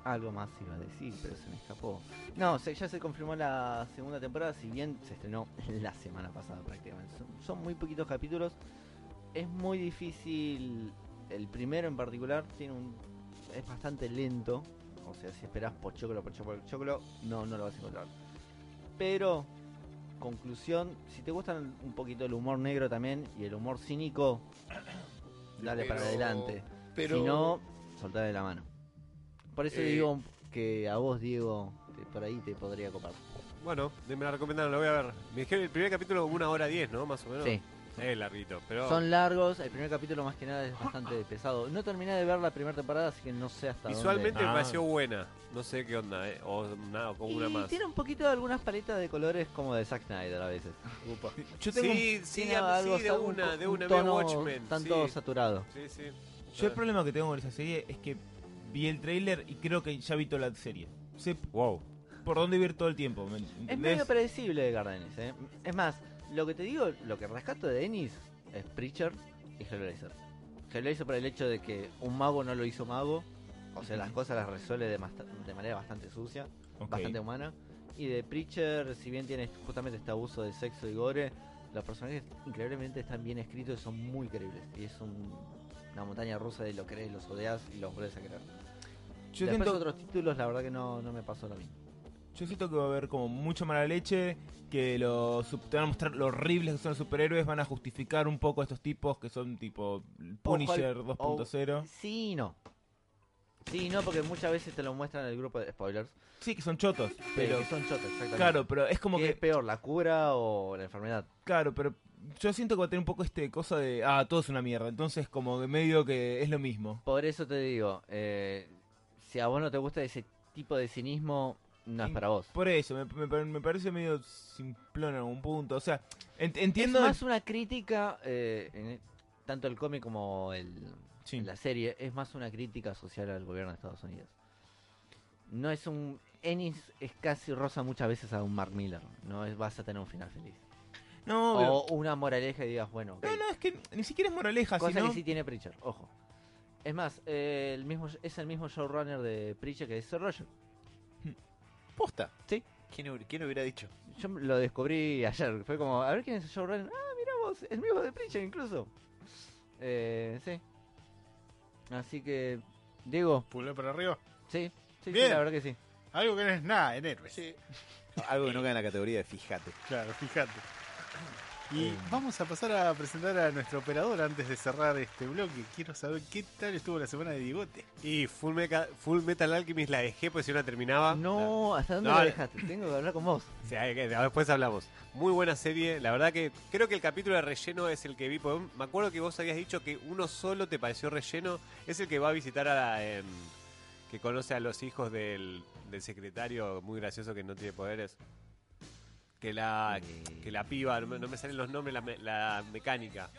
S3: Algo más iba a decir, pero se me escapó. No, se- ya se confirmó la segunda temporada, si bien se estrenó la semana pasada prácticamente. Son, son muy poquitos capítulos. Es muy difícil. El primero en particular tiene un es bastante lento. O sea, si esperas pochoclo, pochoclo, pochoclo, no, no lo vas a encontrar. Pero conclusión, si te gustan un poquito el humor negro también y el humor cínico, dale para
S1: Pero-
S3: adelante.
S1: pero-
S3: Si no, soltale la mano. Por eso
S1: Eh,
S3: digo que a vos, Diego, te- por ahí te podría copar.
S5: Bueno, me la recomendaron, la voy a ver. Me dijeron el primer capítulo como una hora diez, ¿no? Más o menos.
S3: Sí.
S5: Es larguito, pero.
S3: Son largos, el primer capítulo más que nada es bastante pesado. No terminé de ver la primera temporada, así que no sé hasta
S5: Visualmente
S3: dónde.
S5: me
S6: Ah.
S5: pareció buena. No sé qué onda, ¿eh? O nada, como una
S3: Y
S5: más.
S3: tiene un poquito de algunas paletas de colores como de Zack Snyder a veces.
S6: Yo tengo
S5: Sí, sí,
S3: Tiene
S5: a-
S3: algo,
S5: sí, de
S3: sa- un
S5: una,
S3: co-
S5: de
S3: un
S5: una. veo
S3: tono
S5: Watchmen.
S3: tanto
S5: sí.
S3: saturado.
S5: sí, sí.
S6: Yo el problema que tengo con esa serie es que vi el trailer y creo que ya vi toda la serie. Sé
S5: Wow.
S6: por dónde ir todo el tiempo, ¿me
S3: Es
S6: entendés?
S3: medio predecible de Gardenis, ¿eh? Es más, lo que te digo, lo que rescato de Ennis es Preacher y Hellblazer. Hellblazer por el hecho de que un mago no lo hizo mago, o sea, las cosas las resuelve de, mas- de manera bastante sucia,
S6: Ok.
S3: bastante humana. Y de Preacher, si bien tiene justamente este abuso de sexo y gore, los personajes increíblemente están bien escritos y son muy creíbles. Y es un- una montaña rusa de lo crees, los odias y los volvés a creer.
S6: Yo
S3: Después
S6: siento-
S3: otros títulos, la verdad que no, no me pasó lo mismo.
S6: Yo siento que va a haber como mucha mala leche, que los sup- te van a mostrar lo horribles que son los superhéroes, van a justificar un poco a estos tipos que son tipo Punisher
S3: Ojo al-
S6: 2.0.
S3: Sí y no. Sí y no, porque muchas veces te lo muestran en el grupo de spoilers.
S6: Sí, que son chotos, pero...
S3: que son chotas, exactamente.
S6: Claro, pero es como
S3: ¿Qué
S6: que...
S3: es peor, la cura o la enfermedad?
S6: Claro, pero yo siento que va a tener un poco este cosa de, ah, todo es una mierda, entonces como que medio que es lo mismo.
S3: Por eso te digo, eh, si a vos no te gusta ese tipo de cinismo, no es
S6: Mm,
S3: para vos.
S6: Por eso, me, me- me parece medio simplón en algún punto, o sea, en- entiendo...
S3: Es más una crítica, eh, en- tanto el cómic como el,
S6: Sí.
S3: la serie, es más una crítica social al gobierno de Estados Unidos. No es un... Ennis es casi rosa muchas veces a un Mark Miller, no es, vas a tener un final feliz.
S6: No, pero-
S3: O una moraleja y digas, bueno, Oh, ok.
S6: no, no, es que ni siquiera es moraleja,
S3: cosa
S6: sino...
S3: que sí tiene Preacher, ojo. Es más, eh, el mismo, es el mismo showrunner de Preacher que es Sir Roger.
S2: Posta.
S3: Sí.
S2: ¿Quién, hub- quién hubiera dicho?
S3: Yo lo descubrí ayer. Fue como, a ver quién es el showrunner. Ah, mira vos, el mismo de Preacher incluso. Eh, sí. Así que, Diego,
S1: Pulgar para arriba.
S3: sí, sí, sí,
S1: Bien.
S3: la verdad que sí.
S1: Algo que no es nada en héroes.
S2: Algo que no cae en la categoría de fíjate.
S1: Claro, fíjate.
S5: Eh.
S1: Y vamos a pasar a presentar a nuestro operador antes de cerrar este bloque. Quiero saber qué tal estuvo la semana de bigote.
S5: Y Full, Meca- Full Metal Alchemist la dejé porque si no la terminaba.
S3: No, ¿hasta dónde
S5: No,
S3: la
S5: no.
S3: dejaste? Tengo que hablar con vos.
S5: O sea, que después hablamos. Muy buena serie. La verdad que creo que el capítulo de relleno es el que vi. porque Me acuerdo que vos habías dicho que uno solo te pareció relleno. Es el que va a visitar a la, em, que conoce a los hijos del, del secretario muy gracioso que no tiene poderes. Que la,
S3: Eh.
S5: que la piba, no me, no me salen los nombres, la, me- la mecánica.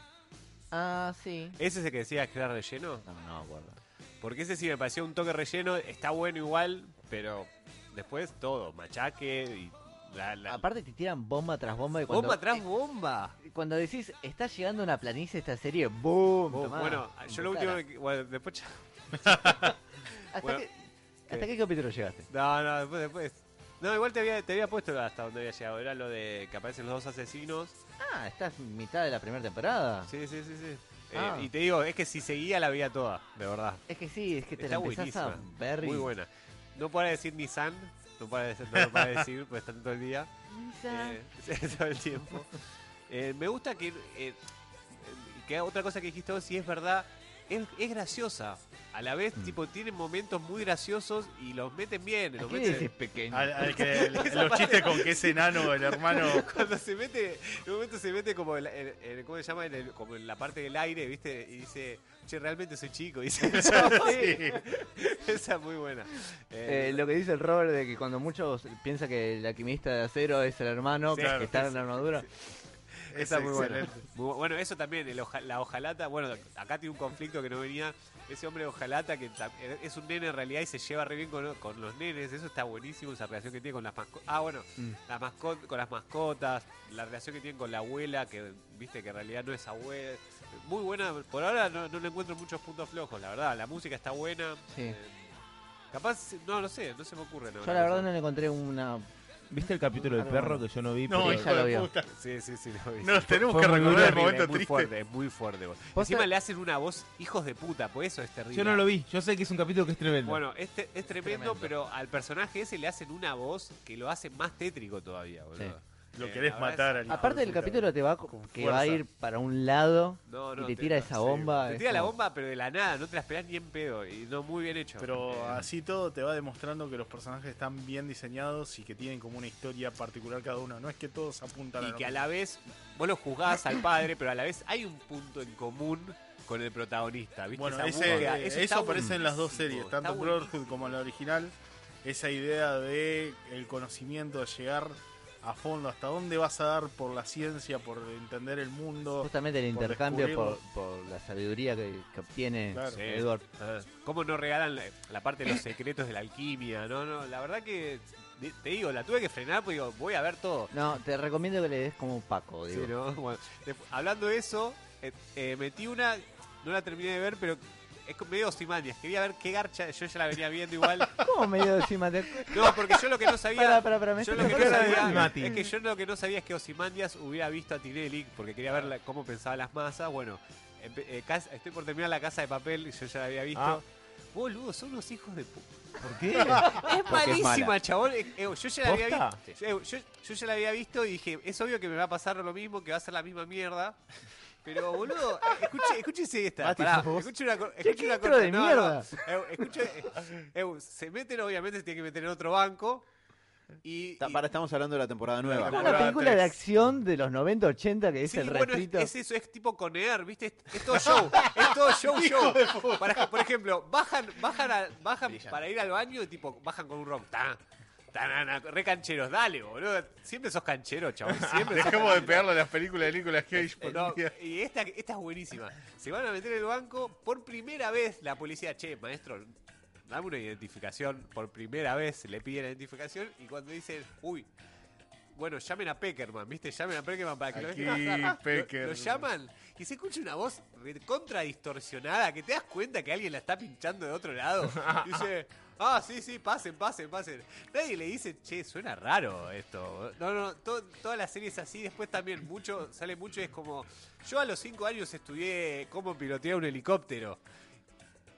S3: Ah, sí.
S5: ¿Ese es el que decías que era relleno?
S3: No, no me acuerdo.
S5: Porque ese sí me pareció un toque relleno. Está bueno igual, pero después todo. Machaque y la... la-
S3: Aparte te tiran bomba tras bomba y cuando,
S5: Bomba tras bomba.
S3: cuando decís, está llegando una planicie esta serie, ¡boom!
S5: Oh,
S3: tomá,
S5: bueno,
S3: en
S5: yo
S3: tu
S5: lo último
S3: cara.
S5: que- bueno, después ya-
S3: ¿Hasta,
S5: bueno,
S3: qué, ¿Hasta qué capítulo llegaste?
S5: No, no, después, después. No, igual te había, te había puesto hasta donde había llegado. Era lo de que aparecen los dos asesinos.
S3: Ah, estás en mitad de la primera temporada.
S5: Sí, sí, sí, sí. Eh,
S3: Ah.
S5: y te digo, es que si seguía la veía toda, de verdad.
S3: Es que sí, es que te
S5: Está
S3: la empezás
S5: buenísima.
S3: a ver y-
S5: Muy buena. No para decir ni San, no para decir, no lo para decir, pues están todo el día.
S3: Ya.
S5: Eh, todo el tiempo. Eh, me gusta que, eh, eh, que otra cosa que dijiste vos, si es verdad, es, es graciosa. A la
S3: Mm.
S5: vez, tipo, tienen momentos muy graciosos y los meten bien.
S3: ¿A
S5: Los
S3: qué
S5: meten-
S3: decís pequeño?
S1: Al, al que el-
S5: Esa
S1: los
S5: parte.
S1: chistes con que ese enano, el hermano.
S5: Cuando se mete, en un momento se mete como en, la- en- en- ¿cómo se llama? En el- como en la parte del aire, ¿viste? Y dice, che, realmente soy chico. Dice, Esa es muy buena. Eh,
S3: Eh, lo que dice el Robert de que cuando muchos piensan que el alquimista de acero es el hermano
S1: Sí,
S3: que
S1: claro,
S3: está
S1: sí,
S3: en la armadura.
S5: Esa
S1: es
S5: muy buena.
S1: excelente.
S5: Muy bu- Bueno, eso también, el oja- la hojalata. Bueno, acá tiene un conflicto que no venía. Ese hombre de hojalata que ta- eh, es un nene en realidad y se lleva re bien con, con los nenes. Eso está buenísimo, esa relación que tiene con las mascotas. Ah, bueno, las masco- con las mascotas, la relación que tiene con la abuela, que viste que en realidad no es abuela. Muy buena, por ahora no, no le encuentro muchos puntos flojos, la verdad. La música está buena.
S3: Sí.
S5: Eh, capaz, no, no sé, no se me ocurre.
S3: Yo la verdad no le encontré una...
S6: ¿Viste el capítulo del perro que yo no vi?
S1: No,
S6: pero-
S3: ella
S1: hijo
S3: lo
S1: de
S3: vio.
S1: puta.
S5: Sí, sí, sí, lo vi.
S1: Nos tenemos
S6: Fue
S1: que
S6: muy
S1: recordar el
S6: horrible,
S1: momento
S5: es eh, muy
S1: triste.
S5: fuerte, es muy fuerte. vos.
S3: Vos
S5: Encima
S3: sabés-
S5: le hacen una voz hijos de puta, por eso es terrible.
S6: Yo no lo vi, yo sé que es un capítulo que es tremendo.
S5: Bueno, este es tremendo,
S3: Tremendo.
S5: pero al personaje ese le hacen una voz que lo hace más tétrico todavía, boludo.
S1: Lo
S5: Eh,
S1: querés
S5: la verdad
S1: matar al hijo
S3: Aparte
S1: de
S3: del
S1: puta.
S3: capítulo te va co- que
S1: fuerza.
S3: va a ir para un lado
S5: es- no, no,
S3: y te tira esa bomba.
S5: Te
S3: es
S5: tira la
S3: como-
S5: bomba, pero de la nada, no te la esperás ni en pedo. Y no, muy bien hecho.
S1: Pero
S5: Eh,
S1: así todo te va demostrando que los personajes están bien diseñados y que tienen como una historia particular cada uno. No es que todos apuntan a
S5: Y
S1: lo
S5: que a
S1: mismo.
S5: la vez, vos lo juzgás al padre, pero a la vez hay un punto en común con el protagonista, ¿viste?
S1: Bueno,
S5: Esa
S1: ese-
S5: búsqueda,
S1: eh, eso,
S5: está
S1: aparece en las dos
S5: buenísimo,
S1: series,
S5: está
S1: tanto
S5: buenísimo.
S1: Brotherhood como en la original. Esa idea de el conocimiento, de llegar a fondo, hasta dónde vas a dar por la ciencia, por entender el mundo.
S3: Justamente el
S1: Por
S3: intercambio por,
S1: descubrirlo.
S3: por la sabiduría que, que obtiene
S1: Claro.
S5: Sí.
S3: Edward.
S5: Ah, ¿Cómo no regalan la, la parte de los secretos de la alquimia? No, no, la verdad que de- te digo, la tuve que frenar porque digo, voy a ver todo.
S3: No, te recomiendo que le des como un Paco,
S5: Sí,
S3: digo.
S5: ¿no? Bueno, despu- hablando de eso, eh, eh, metí una, no la terminé de ver, pero es como medio Simañas. Quería ver qué garcha, yo ya la venía viendo igual.
S3: ¿Cómo medio encima de...
S5: No, porque yo lo que no sabía.
S3: Pará, pará, pará, me
S5: yo
S3: estoy
S5: lo que no
S3: acordando
S6: de
S5: sabía
S6: Mati.
S5: es que yo lo que no sabía es que Osimandias hubiera visto a Tinelli porque quería ver la- cómo pensaban las masas. Bueno, empe- eh, cas- estoy por terminar la casa de papel y yo ya la había visto. Boludo, son unos hijos de puta.
S6: Ah. ¿Por qué?
S5: Es
S6: Porque es
S5: malísima,
S6: mala.
S5: chabón. Eh, eh, yo, ya la había
S6: ¿Posta?
S5: visto, eh, yo, yo ya la había visto y dije, es obvio que me va a pasar lo mismo, que va a ser la misma mierda. Pero, boludo, eh, escuche, escúchese esta.
S3: Mati,
S5: pará,
S3: ¿sos vos?
S5: escuche una, co- escuche
S3: qué
S5: una
S3: intro
S5: cosa.
S3: de
S5: no, no,
S3: mierda?
S5: eh, escuche, eh, eh, se meten, obviamente, se tiene que meter en otro banco. Y,
S2: Ta-
S5: y-
S2: Para, estamos hablando de la temporada nueva.
S5: Claro,
S3: Como
S5: Temporada
S3: una película
S5: tres.
S3: de acción de los 90, 80 que es
S5: Sí,
S3: el
S5: bueno, es,
S3: reescrito.
S5: es eso, es tipo conear, ¿viste? Es, es todo show, es todo show, show. Para- por ejemplo, bajan, bajan, a- bajan para ir al baño, tipo, bajan con un rock. Ta, tanana, re cancheros, dale, boludo. Siempre sos canchero, chaval. Siempre sos
S1: Dejemos de pegarle a las películas de Nicolas
S3: Eh,
S1: Cage por
S5: Eh, no,
S1: un día.
S5: y esta, esta es buenísima. Se van a meter en el banco. Por primera vez, la policía, che, maestro, dame una identificación. Por primera vez le piden la identificación. Y cuando dicen, uy, bueno, llamen a Peckerman, ¿viste? Llamen a Peckerman para que lo
S1: Aquí,
S5: dejen pasar. Lo-
S1: Peckerman.
S5: Lo llaman y se escucha una voz contradistorsionada que te das cuenta que alguien la está pinchando de otro lado. Y dice. Ah, sí, sí, pasen, pasen, pasen. Nadie le dice, che, suena raro esto. No, no, to- toda la serie es así. Después también mucho, sale mucho y es como, yo a los 5 años estudié cómo pilotear un helicóptero.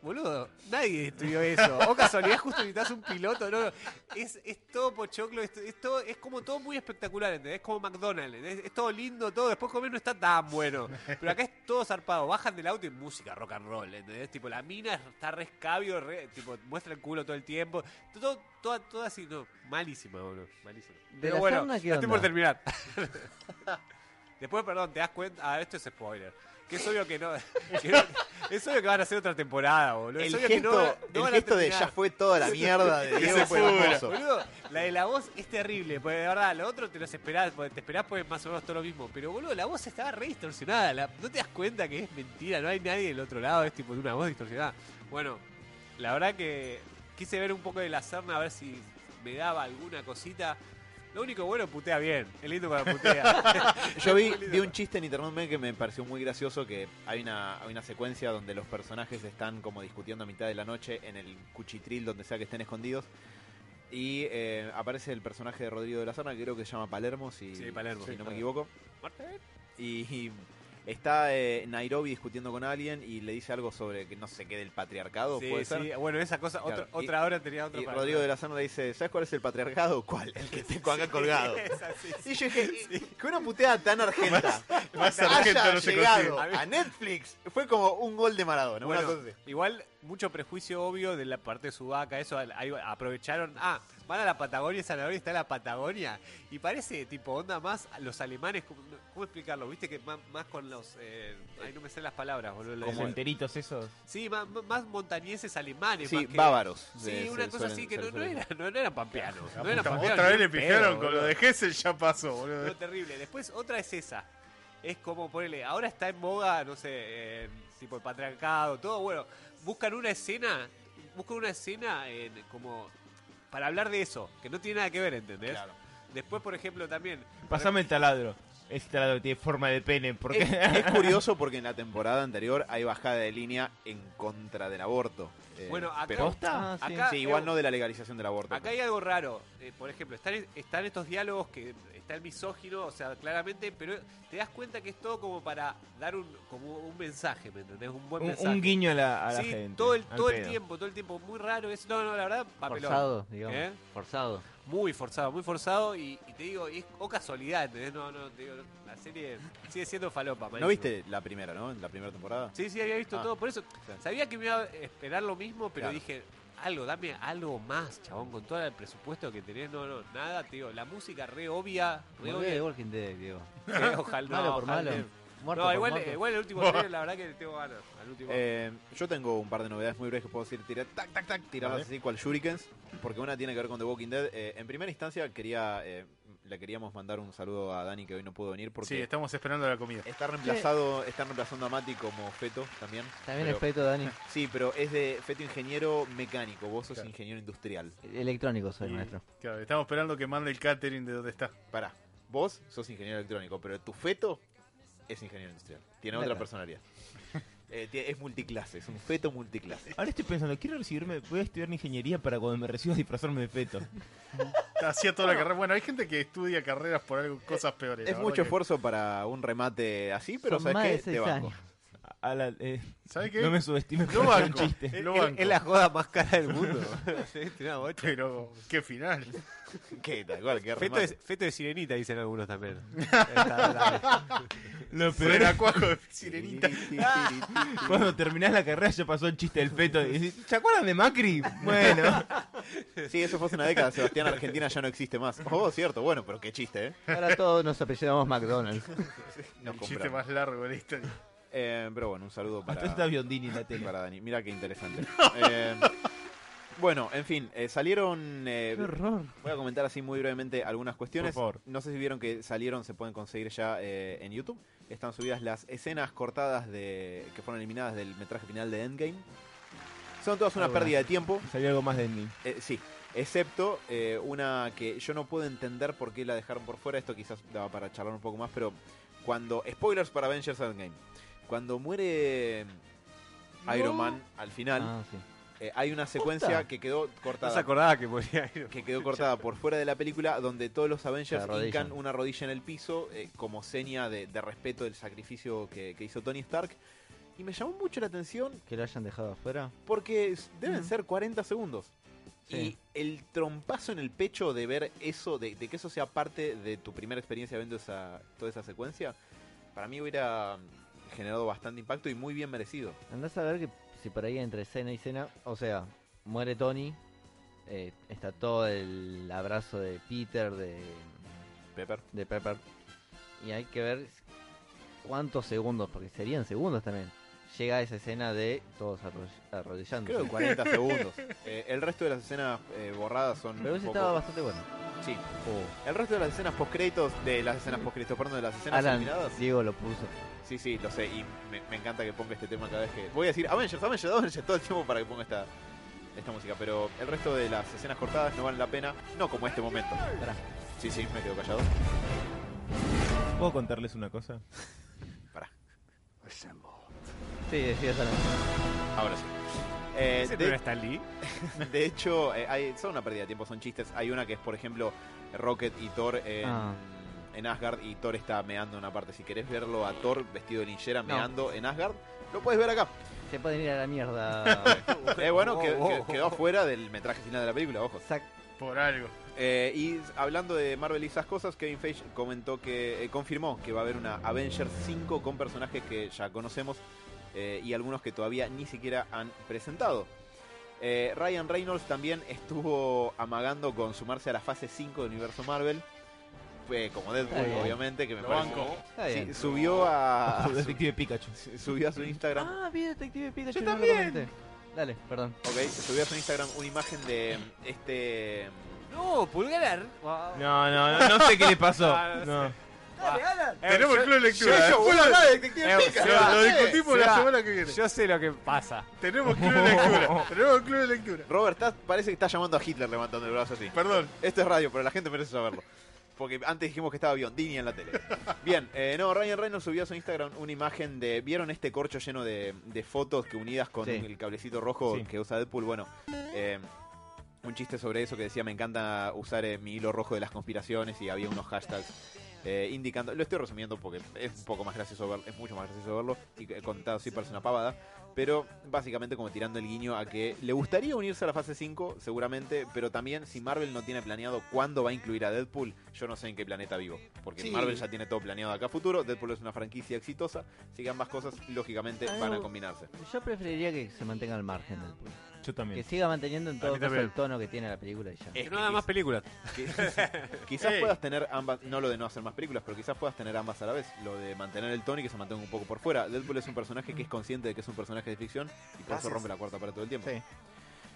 S5: Boludo, nadie estudió eso. O casualidad, justo necesitas un piloto. No, no. Es, es todo pochoclo, es, es todo, es como todo muy espectacular, ¿entendés? Es como McDonald's, ¿entendés? es todo lindo, todo. Después comer no está tan bueno. Pero acá es todo zarpado. Bajan del auto y música rock and roll, ¿entendés? Tipo, la mina está re escabio, re- tipo, muestra el culo todo el tiempo. Todo, todo, todo así, no. Malísima, boludo. Malísima.
S3: ¿De
S5: Pero
S3: la
S5: bueno,
S3: sarna qué
S5: ya estoy por
S3: onda?
S5: terminar. Después, perdón, te das cuenta. Ah, esto es spoiler. Que es obvio que no. que no- es obvio que van a hacer otra temporada, boludo. Es
S2: El
S5: obvio que no,
S2: gesto,
S5: va- no
S2: el
S5: van a
S2: gesto de
S5: terminar.
S2: ya fue toda la mierda de
S1: Que
S2: Diego
S1: se
S2: fue
S1: pudra.
S2: hermoso.
S5: Boludo, la de la voz es terrible, porque de verdad, lo otro te los esperás, porque te esperás pues más o menos todo lo mismo. Pero boludo, la voz estaba re distorsionada, la- no te das cuenta que es mentira, no hay nadie del otro lado, es tipo de una voz distorsionada. Bueno, la verdad que quise ver un poco de la Serna a ver si me daba alguna cosita. Lo único bueno, putea bien. Es lindo cuando putea.
S2: Yo vi,
S5: Muy lindo.
S2: vi un chiste en internet meme que me pareció muy gracioso que hay una, hay una secuencia donde los personajes están como discutiendo a mitad de la noche en el cuchitril donde sea que estén escondidos y eh, aparece el personaje de Rodrigo de la Serna que creo que se llama Palermo si,
S5: Sí, Palermo.
S2: si
S5: Sí,
S2: no
S5: claro.
S2: me equivoco y, y está eh, Nairobi discutiendo con alguien y le dice algo sobre que no sé qué del patriarcado
S5: Sí,
S2: puede ser
S5: sí, Bueno, esa cosa, otra,
S2: Claro, y-
S5: otra hora tenía otro
S2: y
S5: para-
S2: Rodrigo de la Serna le dice ¿sabes cuál es el patriarcado? ¿cuál? el que tengo acá colgado
S5: Esa, sí, sí.
S2: y yo dije, que una puteada tan argenta
S1: Más
S2: haya
S1: sargento no se
S2: llegado
S1: consigue.
S2: a Netflix fue como un gol de Maradona, una
S5: Bueno,
S2: cosa así.
S5: igual mucho prejuicio obvio de la parte de Sudaca, eso al- ahí aprovecharon, ah, van a la Patagonia, Sanabria está en la Patagonia, y parece tipo onda más a los alemanes, ¿cómo, no- cómo explicarlo? Viste que más, más con los, eh, ay, no me sé las palabras, boludo. lo
S6: Los
S5: de-
S6: enteritos esos.
S5: Sí, más, más montañeses alemanes.
S2: Sí,
S5: más que-
S2: bávaros.
S5: Sí, una cosa así que no, no, era, no, no eran pampeanos. No
S1: La
S5: eran
S1: puta,
S5: pampeanos ni
S1: otra vez le
S5: en pedo,
S1: picaron con lo
S5: boludo.
S1: de Hessel, ya pasó,
S5: No,
S1: boludo.
S5: terrible. Después otra es esa. Es como ponerle, ahora está en moda, no sé, eh, tipo el patriarcado, todo. Bueno, buscan una escena, buscan una escena en, como para hablar de eso, que no tiene nada que ver, ¿entendés? Después, por ejemplo, también.
S6: Pasame el taladro. Ese taladro tiene forma de pene.
S2: Es,
S6: Porque
S2: es curioso porque en la temporada anterior hay bajada de línea en contra del aborto. Eh,
S5: Bueno, acá-
S2: pero,
S3: Ah, sí.
S5: Acá,
S2: sí, igual
S5: eh,
S2: no de la legalización del aborto.
S5: Acá hay algo raro. Eh, por ejemplo, están, están estos diálogos que está el misógino, o sea, claramente, pero te das cuenta que es todo como para dar un, como un mensaje, ¿me entendés? Un buen
S6: un,
S5: mensaje.
S6: un guiño a la, a la
S5: sí,
S6: gente.
S5: todo el,
S6: al
S5: todo el
S6: pedo.
S5: tiempo, todo el tiempo. Muy raro es. No, no, la verdad, papelón.
S3: Forzado, digamos.
S5: ¿Eh?
S3: Forzado.
S5: Muy forzado, muy forzado. Y, y te digo, y es, o casualidad, ¿entendés? No, no, te digo, la serie sigue siendo falopa.
S2: ¿No
S5: malísimo.
S2: viste la primera, no? En la primera temporada.
S5: Sí, sí, había visto
S2: Ah.
S5: todo. Por eso,
S2: Claro.
S5: sabía que me iba a esperar lo mismo, pero
S2: Claro.
S5: dije, algo, dame algo más, chabón, con todo el presupuesto que tenés. No, no, nada, te digo, la música re obvia, re
S3: Volvé de
S5: obvia.
S3: Walking Dead, Diego.
S5: Eh, ojalá,
S3: Malo
S5: no,
S3: por
S5: ojalá.
S3: malo. Muerto
S5: No,
S3: por
S5: igual,
S3: muerto.
S5: igual el último trailer, la verdad que le tengo ganas. Al último.
S2: Eh, yo tengo un par de novedades muy breves que puedo decir, tirar, tac, tac, tac, tirarlas
S6: Vale.
S2: así cual shurikens, porque una tiene que ver con The Walking Dead. Eh, en primera instancia quería eh, le queríamos mandar un saludo a Dani que hoy no pudo venir porque
S1: Sí, estamos esperando la
S5: Este
S1: comida.
S2: Está reemplazado, está reemplazando a Mati como feto también.
S3: También
S2: Pero-
S3: es feto, Dani.
S2: Sí, pero es de feto ingeniero mecánico, vos sos
S1: Claro.
S2: ingeniero industrial.
S3: Electrónico soy,
S1: Y,
S3: maestro.
S1: claro, estamos esperando que mande el catering de donde está.
S2: Pará, vos sos ingeniero electrónico, pero tu feto es ingeniero industrial. Tiene otra
S3: Claro.
S2: personalidad. Eh, tie- es multiclase, es un feto multiclase.
S6: Ahora estoy pensando, quiero recibirme, voy a estudiar ingeniería para cuando me reciba disfrazarme de feto.
S1: Hacía toda la carrera. Bueno, hay gente que estudia carreras por algo, cosas peores. la
S2: Es
S1: verdad
S2: mucho
S1: que-
S2: esfuerzo para un remate así, pero
S3: Son más de
S2: sabes qué, te
S3: seis
S2: banco.
S3: años.
S6: a la- eh,
S1: ¿Sabes qué?
S6: no me subestimes
S1: Lo
S6: con un
S1: banco.
S6: chiste.
S1: Lo
S5: Es-
S1: banco.
S5: Es la joda más cara del mundo. Tiene una bocha.
S1: Pero, qué final.
S2: ¿Qué tal cual? ¿Qué
S5: Feto
S2: remate.
S5: de, feto de sirenita, dicen algunos también. Está- está-
S6: Lo peor es
S1: Renacuajo de sirenita.
S6: cuando terminás la carrera ya pasó el chiste del feto. y decís, ¿Se acuerdan de Macri? Bueno,
S2: Sí, eso fue hace una década. Sebastián, Argentina ya no existe más. Oh, cierto, bueno, pero qué chiste, ¿eh?
S3: Ahora todos nos apellidamos McDonald's.
S2: No
S1: el chiste
S2: compramos.
S1: más largo de la historia.
S2: Eh, pero bueno, un saludo para,
S6: hasta está Biondini en la tele.
S2: para Dani. Mira qué interesante. Eh, bueno, en fin, eh, salieron. eh,
S3: ¡Qué horror!
S2: voy a comentar así muy brevemente algunas cuestiones.
S6: Por favor.
S2: No sé si vieron que salieron, se pueden conseguir ya eh, en YouTube. Están subidas las escenas cortadas de que fueron eliminadas del metraje final de Endgame. Son todas una
S6: Ah, bueno.
S2: pérdida de tiempo.
S6: Salió algo más de mí.
S2: Eh, sí, excepto eh, una que yo no puedo entender por qué la dejaron por fuera. Esto quizás daba para charlar un poco más, pero cuando. Spoilers para Avengers Endgame. Cuando muere Iron Man al final,
S3: Ah, sí.
S2: eh, hay una secuencia
S3: Puta.
S2: que quedó
S5: No se
S2: cortada.
S5: acordaba que moría Iron Man.
S2: que quedó cortada por fuera de la película, donde todos los Avengers
S3: Se arrodillan.
S2: hincan una rodilla en el piso eh, como seña de, de respeto del sacrificio que, que hizo Tony Stark. Y me llamó mucho la atención
S3: Que lo hayan dejado afuera.
S2: porque s- deben ser 40 segundos.
S3: Sí.
S2: Y el trompazo en el pecho de ver eso, de, de que eso sea parte de tu primera experiencia viendo esa, toda esa secuencia, para mí hubiera mm, generado bastante impacto y muy bien merecido.
S3: Andás a ver que si por ahí entre escena y escena, o sea, muere Tony, eh, está todo el abrazo de Peter, de,
S2: Pepper.
S3: de Pepper, y hay que ver cuántos segundos, porque serían segundos también, llega esa escena de todos arroll- arrodillándose.
S2: Creo que 40 segundos. Eh, el resto de las escenas eh, borradas son.
S3: Pero
S2: un
S3: hubiese
S2: poco-
S3: estado bastante bueno.
S2: Sí.
S3: Oh.
S2: El resto de las escenas post-créditos, de las escenas post-créditos, perdón, de las escenas
S3: Alan,
S2: eliminadas.
S3: Diego lo puso.
S2: Sí, sí, lo sé. Y me, me encanta que ponga este tema cada vez que. Voy a decir Avengers, Avengers, Avengers todo el tiempo para que ponga esta, esta música. Pero el resto de las escenas cortadas no valen la pena. No como este momento.
S3: Pará.
S2: Sí, sí, me quedo callado.
S6: ¿Puedo contarles una cosa?
S3: Sí, decías Alan.
S2: Ahora sí. Eh,
S5: ¿Ese no
S2: de-
S5: era Stan Lee?
S2: De hecho, eh, hay, son una pérdida de tiempo, son chistes. Hay una que es, por ejemplo, Rocket y Thor en,
S3: Ah.
S2: en Asgard y Thor está meando en una parte. Si querés verlo a Thor vestido de ninjera
S3: No.
S2: meando en Asgard, lo puedes ver acá.
S3: Se pueden ir a la mierda.
S2: Eh, bueno, que-
S5: Oh,
S2: que-
S5: oh,
S2: quedó fuera del metraje final de la película, ojo.
S3: Sac-
S1: Por algo.
S2: Eh, y hablando de Marvel y esas cosas, Kevin Feige comentó que eh, confirmó que va a haber una Avengers 5 con personajes que ya conocemos eh, y algunos que todavía ni siquiera han presentado. Eh, Ryan Reynolds también estuvo amagando con sumarse a la fase 5 del universo Marvel, eh, como Deadpool,
S3: Está bien.
S2: obviamente, que me
S1: Lo
S2: parece.
S1: banco.
S3: Está
S2: Sí,
S3: bien.
S2: subió a.
S6: Su Detective Pikachu.
S2: Subió a su Instagram
S3: Ah, vi Detective Pikachu.
S6: Yo
S3: no lo
S6: también.
S3: comenté. Dale, perdón.
S2: Ok, subió a su Instagram una imagen de mm, este.
S5: No, pulgar.
S6: No, no, no, no sé qué le pasó. No.
S3: Ah,
S5: Ah,
S1: Tenemos el club de lectura. Después lo-
S5: Eh,
S1: lo, lo
S5: Seba,
S1: discutimos la
S5: Seba,
S1: semana que viene.
S5: Yo sé lo que pasa.
S1: Tenemos club de lectura. Tenemos club de lectura.
S2: Robert, estás- parece que está llamando a Hitler levantando el brazo así.
S1: Perdón.
S2: Esto es radio, pero la gente merece saberlo. Porque antes dijimos que estaba Biondini en la tele. Bien, eh, no, Ryan Reynolds subió a su Instagram una imagen de. ¿Vieron este corcho lleno de, de fotos que unidas con
S3: Sí.
S2: el cablecito rojo
S6: Sí.
S2: que usa Deadpool? Bueno, eh, un chiste sobre eso que decía: Me encanta usar eh, mi hilo rojo de las conspiraciones y había unos hashtags. eh, indicando, lo estoy resumiendo porque es un poco más gracioso verlo, es mucho más gracioso verlo y eh, contado así parece una pavada, pero básicamente como tirando el guiño a que le gustaría unirse a la fase 5, seguramente, pero también si Marvel no tiene planeado cuándo va a incluir a Deadpool, yo no sé en qué planeta vivo. Porque
S3: Sí.
S2: Marvel ya tiene todo planeado de acá a futuro, Deadpool es una franquicia exitosa, así que ambas cosas lógicamente
S3: Algo-
S2: van a combinarse.
S3: Yo preferiría que se mantenga al margen del público.
S6: Yo
S3: Que
S6: también.
S3: siga manteniendo en todo
S5: mí
S3: caso
S5: también.
S3: el tono que tiene la película y ya.
S2: Es
S5: Que no haga más películas.
S2: que- quizás
S1: Ey.
S2: puedas tener ambas, no lo de no hacer más películas, pero quizás puedas tener ambas a la vez, lo de mantener el tono y que se mantenga un poco por fuera. Deadpool es un personaje que es consciente de que es un personaje de ficción y por eso rompe la cuarta pared todo el tiempo.
S3: Sí.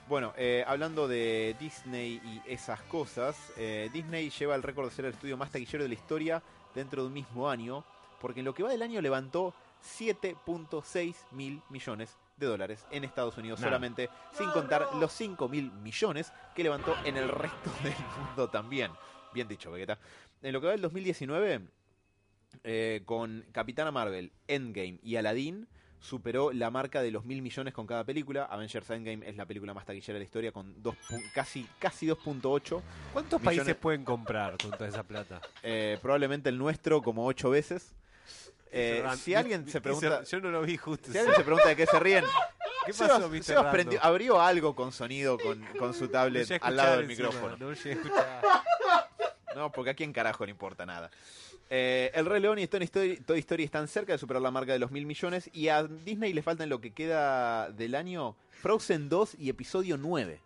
S2: Bueno, eh, hablando de Disney y esas cosas, eh, Disney lleva el récord de ser el estudio más taquillero de la historia dentro de un mismo año, porque en lo que va del año levantó 7.6 mil millones de dólares en Estados Unidos
S6: Nada.
S2: solamente, sin contar los 5 mil millones que levantó en el resto del mundo también. Bien dicho, Vegeta. En lo que va del 2019, eh, con Capitana Marvel, Endgame y Aladdin, superó la marca de los mil millones con cada película. Avengers Endgame es la película más taquillera de la historia con dos pu- casi, casi 2.8.
S5: ¿Cuántos
S2: Millones-
S5: países pueden comprar con toda esa plata?
S2: eh, probablemente el nuestro como 8 veces. Eh,
S5: Rand-
S2: si alguien
S5: Mr.
S2: se pregunta,
S5: yo no lo vi justo.
S2: si alguien se pregunta de qué se ríen,
S5: ¿Qué
S2: Sebas-
S5: pasó, Mr.
S2: Sebas
S5: Random?
S2: prendió- abrió algo con sonido con, con su
S5: No
S2: tablet
S5: llegué a
S2: al lado del
S5: escuchar encima,
S2: micrófono.
S5: no llegué a escuchar.
S2: No, porque a quién carajo le importa nada. Eh, el Rey León y Toy Story, Toy Story están cerca de superar la marca de los mil millones y a Disney le faltan lo que queda del año Frozen 2 y episodio 9.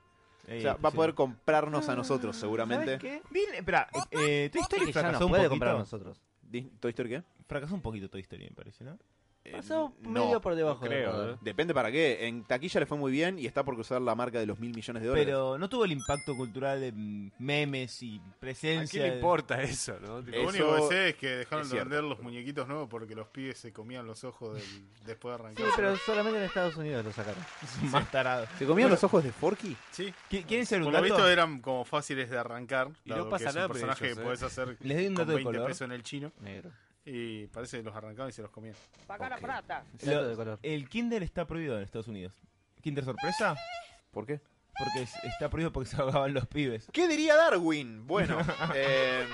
S6: Eh,
S2: o sea, va a
S6: sí.
S2: poder comprarnos a nosotros seguramente.
S3: Ah, ¿Sabes qué?
S6: Disney- espera, eh, eh, Toy
S3: Toy
S6: Story
S3: Story ya
S6: fracasó
S3: nos
S6: un
S3: puede
S6: poquito.
S3: comprar a nosotros.
S2: Dis- ¿Toy Story qué?
S6: Fracasó un poquito Toy Story, me parece, ¿no?
S2: Eh,
S3: Pasó
S2: no.
S3: medio por debajo del
S5: creo,
S3: radar.
S5: ¿eh?
S2: Depende para qué. En taquilla le fue muy bien y está por cruzar la marca de los mil millones de dólares.
S6: Pero no tuvo el impacto cultural de mm, memes y
S5: ¿A
S6: presencia.
S5: quién le importa eso, no? Tipo,
S2: Eso
S1: Lo único que sé es que
S2: es
S1: dejaron de
S2: cierto.
S1: vender los muñequitos nuevos porque los pibes se comían los ojos del- después de
S3: Sí,
S1: arrancar.
S3: pero solamente en Estados Unidos lo sacaron.
S6: Es más tarado.
S2: ¿Se comían los ojos de Forky?
S1: Sí.
S6: ¿Qui- ¿Quieren ser un
S1: Por lo
S6: dato?
S1: visto eran como fáciles de arrancar.
S5: Y no
S1: dado que
S5: pasan
S1: es un
S5: hambre
S1: personaje
S5: ellos,
S1: que
S5: ¿eh?
S1: podés hacer
S6: Les doy un
S1: con
S6: dato de
S1: 20
S6: color.
S1: pesos en el chino.
S3: Negro.
S1: Y parece que los arrancaban y se los comían.
S3: Pagar
S2: Ok.
S3: plata.
S6: Lo-
S3: de color.
S6: El Kinder está prohibido en Estados Unidos. ¿Kinder sorpresa?
S2: ¿Por qué?
S6: Porque es- está prohibido porque se ahogaban los pibes.
S2: ¿Qué diría Darwin? Bueno, eh,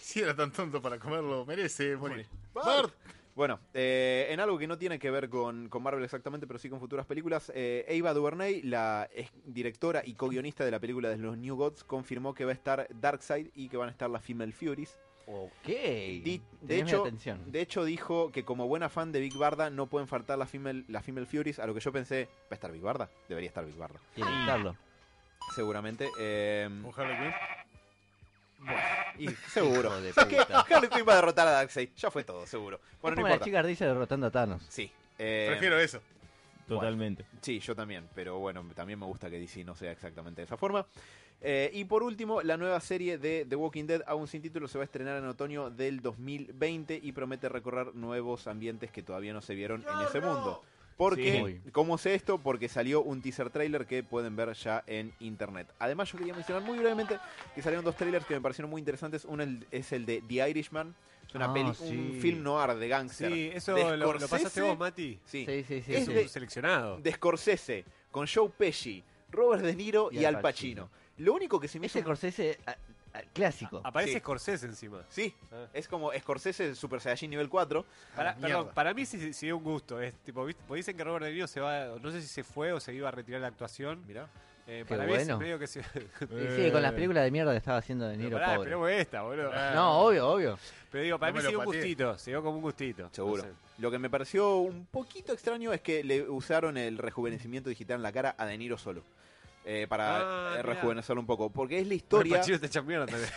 S1: Si era tan tonto para comerlo, merece morir.
S2: Bart. Bueno, eh, en algo que no tiene que ver con, con Marvel exactamente, pero sí con futuras películas, eh, Ava DuVernay, la ex- directora y co-guionista de la película de los New Gods, confirmó que va a estar Darkseid y que van a estar las Female Furies.
S3: Ok.
S2: Di- de,
S3: Tenés mi
S2: hecho,
S3: atención.
S2: de hecho, dijo que como buena fan de Big Barda no pueden faltar las Female, las female Furies, a lo que yo pensé, ¿va a estar Big Barda? Debería estar Big Barda,
S3: Tiene que estarlo.
S2: Ah, seguramente. eh,
S1: ¿Un Harley Quinn?
S2: y seguro.
S3: Hijo de
S2: ¿Qué?
S3: puta.
S2: Harley Quinn va a derrotar a Darkseid, ya fue todo, seguro.
S3: Es
S2: Bueno, no
S3: como la
S2: importa.
S3: chica ardilla derrotando a Thanos.
S2: Sí. eh,
S1: Prefiero eso.
S6: Totalmente.
S2: Sí, yo también, pero bueno, también me gusta que DC no sea exactamente de esa forma. Eh, y por último, la nueva serie de The Walking Dead, aún sin título, se va a estrenar en otoño del 2020 y promete recorrer nuevos ambientes que todavía no se vieron en ese mundo. Porque, ¿cómo sé esto? Porque salió un teaser trailer que pueden ver ya en internet. Además, yo quería mencionar muy brevemente que salieron dos trailers que me parecieron muy interesantes. Uno el- es el de The Irishman, es una
S3: Ah,
S2: peli-
S3: sí.
S2: un film noir de gángster.
S5: Sí, eso
S2: de
S5: lo, lo
S2: Scorsese.
S5: pasaste vos, Mati.
S2: Sí.
S3: Sí, sí, sí.
S2: Es
S5: Es
S3: sí.
S5: un seleccionado.
S2: de Scorsese, con Joe Pesci, Robert De Niro y, Al Pacino. Lo único que se me hizo...
S3: Ese Corsese clásico.
S5: Aparece
S2: Sí.
S5: Scorsese encima.
S2: Sí,
S5: Ah.
S2: es como Scorsese Super Saiyajin nivel 4.
S5: Para,
S1: mierda.
S5: perdón, para mí sí, sí, sí, un gusto. Es tipo, ¿viste? Porque dicen que Robert De Niro se va, no sé si se fue o se iba a retirar la actuación.
S2: Mirá.
S5: Eh,
S3: Qué
S5: para mí es
S3: bueno.
S5: medio que se.
S3: Y sí,
S1: eh.
S3: con las películas de mierda que estaba haciendo De Niro,
S5: Pará,
S3: pobre.
S5: esperemos esta, boludo.
S2: Ah,
S3: No, obvio, obvio.
S5: Pero digo, para
S1: No
S5: mí
S1: me
S5: se
S1: lo
S5: dio un
S1: pateé.
S5: gustito, se dio como un gustito.
S2: Seguro.
S5: No sé.
S2: Lo que me pareció un poquito extraño es que le usaron el rejuvenecimiento digital en la cara a De Niro solo. eh, para
S5: Ah,
S2: eh,
S5: mirá.
S2: rejuvenecerlo un poco. Porque es la
S5: Al
S2: historia.
S5: Pacino está chambeando también.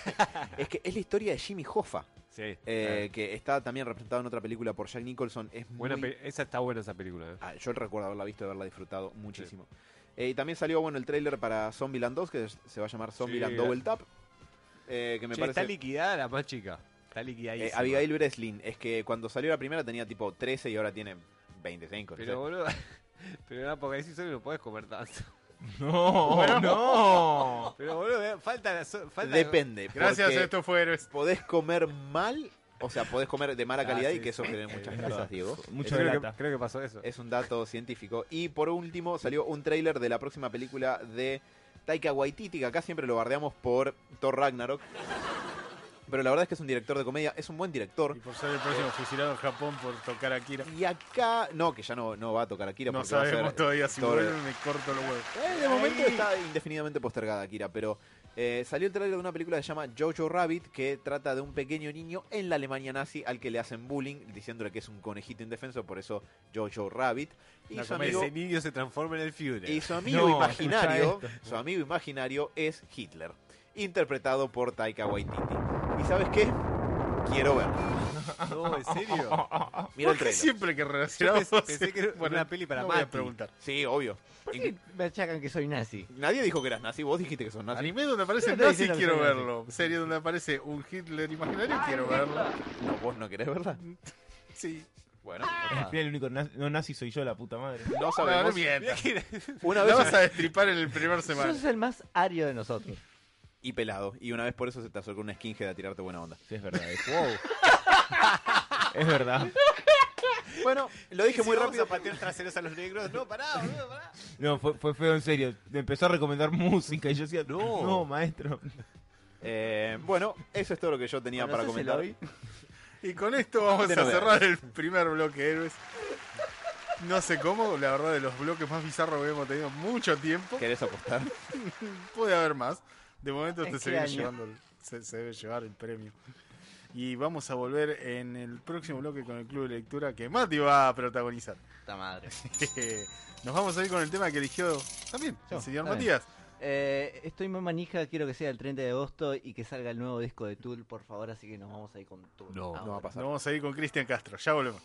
S2: Es que es la historia de Jimmy Hoffa.
S5: Sí.
S2: eh, que está también representado en otra película por Jack Nicholson. Es
S5: Ah. Buena
S2: muy
S5: pe- Esa está buena esa película. eh.
S2: Ah, yo recuerdo haberla visto y haberla disfrutado muchísimo. Eh, y también salió bueno el tráiler para Zombieland 2, que se va a llamar Zombieland
S5: Sí,
S2: Double Tap. eh, que me
S5: Che, Está
S2: parece.
S5: liquidada la más chica. Está liquidadísima.
S2: Eh, Abigail Breslin, es que cuando salió la primera tenía tipo 13 y ahora tiene 25. no sé.
S5: Pero boludo. Pero en Apocalipsis Zombie no podés comer tanto.
S2: Oh,
S6: No, no.
S5: Pero boludo, eh, falta. la so- falta
S2: Depende.
S1: Gracias,
S2: porque
S1: esto fue Héroes.
S2: Podés comer mal, o sea, podés comer de mala
S5: Ah,
S2: calidad y
S5: sí,
S2: que eso
S5: sí.
S2: genera muchas cosas, Diego.
S6: Mucho de
S5: creo,
S6: lata.
S5: que, creo que pasó eso.
S2: Es un dato científico. Y por último salió un tráiler de la próxima película de Taika Waititi, que acá siempre lo bardeamos por Thor Ragnarok. Pero la verdad es que es un director de comedia, es un buen director.
S1: Y por ser el próximo fusilado en Japón por tocar a Kira.
S2: Y acá, no, que ya no, no va a tocar Akira
S1: No
S2: porque va a
S1: sabemos
S2: ser
S1: todavía si
S2: Thor.
S1: vuelven, me corto los huevos.
S2: Eh, de momento está indefinidamente postergada Akira, pero eh, salió el tráiler de una película que se llama Jojo Rabbit que trata de un pequeño niño en la Alemania nazi al que le hacen bullying diciéndole que es un conejito indefenso, por eso Jojo Rabbit. Y
S1: Una
S2: su
S1: comedia.
S2: amigo,
S5: Ese niño se transforma en el Führer.
S2: Y su amigo
S6: No,
S2: imaginario,
S6: escuchá
S2: su amigo imaginario es Hitler, interpretado por Taika Waititi. ¿Y sabes qué? Quiero ver.
S5: No, en serio.
S2: Mira
S1: ¿Por qué
S2: el trailer.
S1: siempre que
S5: Yo
S1: relacionamos?
S5: pensé, pensé que era una peli para
S1: no voy a
S5: Mati.
S1: preguntar.
S2: Sí, obvio.
S3: ¿Por qué Pues me achacan que soy nazi?
S2: Nadie dijo que eras nazi, vos dijiste que sos nazi.
S1: Anime donde aparece
S3: Yo no estoy
S1: nazi,
S3: diciendo que
S1: quiero
S3: soy nazi.
S1: verlo. Serie donde aparece un Hitler imaginario, quiero verlo.
S2: No, vos no querés verla.
S1: Sí.
S2: Bueno,
S6: Al final el único na- no nazi soy yo, la puta madre.
S2: no
S1: No, no
S2: sabemos.
S5: Mirá
S1: mientas.
S5: que era-
S2: Una
S1: La vas
S2: vez
S1: a destripar en el primer semana.
S3: Sos el más ario de nosotros.
S2: y pelado. Y una vez por eso se te acercó una skinhead a tirarte buena onda.
S6: Sí, es verdad. Es, es verdad.
S2: Bueno, lo dije
S5: si
S2: muy
S5: vamos
S2: rápido.
S5: a patear traseros a los negros. No, pará, boludo, pará.
S6: No, fue, fue feo en serio. Me empezó a recomendar música y yo decía, no, no maestro.
S2: Eh, bueno, eso es todo lo que yo tenía para
S3: ¿Conoces el
S2: comentar.
S3: hoy?
S1: Y con esto vamos
S2: De
S1: a
S2: novedades.
S1: cerrar el primer bloque de héroes. No sé cómo, la verdad, de los bloques más bizarros que hemos tenido mucho tiempo.
S2: ¿Querés apostar?
S1: Puede haber más. De momento
S3: ¿En
S1: este se
S3: qué
S1: viene
S3: año?
S1: llevando el- se, se debe llevar el premio. Y vamos a volver en el próximo bloque con el club de lectura que Mati va a protagonizar.
S3: Puta madre.
S1: Nos vamos a ir con el tema que eligió también
S3: Yo,
S1: el señor
S3: está bien.
S1: Matías.
S3: Eh, estoy muy manija, quiero que sea el 30 de agosto y que salga el nuevo disco de Tool, por favor, así que nos vamos a ir con Tool.
S5: No, no
S3: Ahora.
S1: Nos vamos a ir con Cristian Castro. Ya volvemos.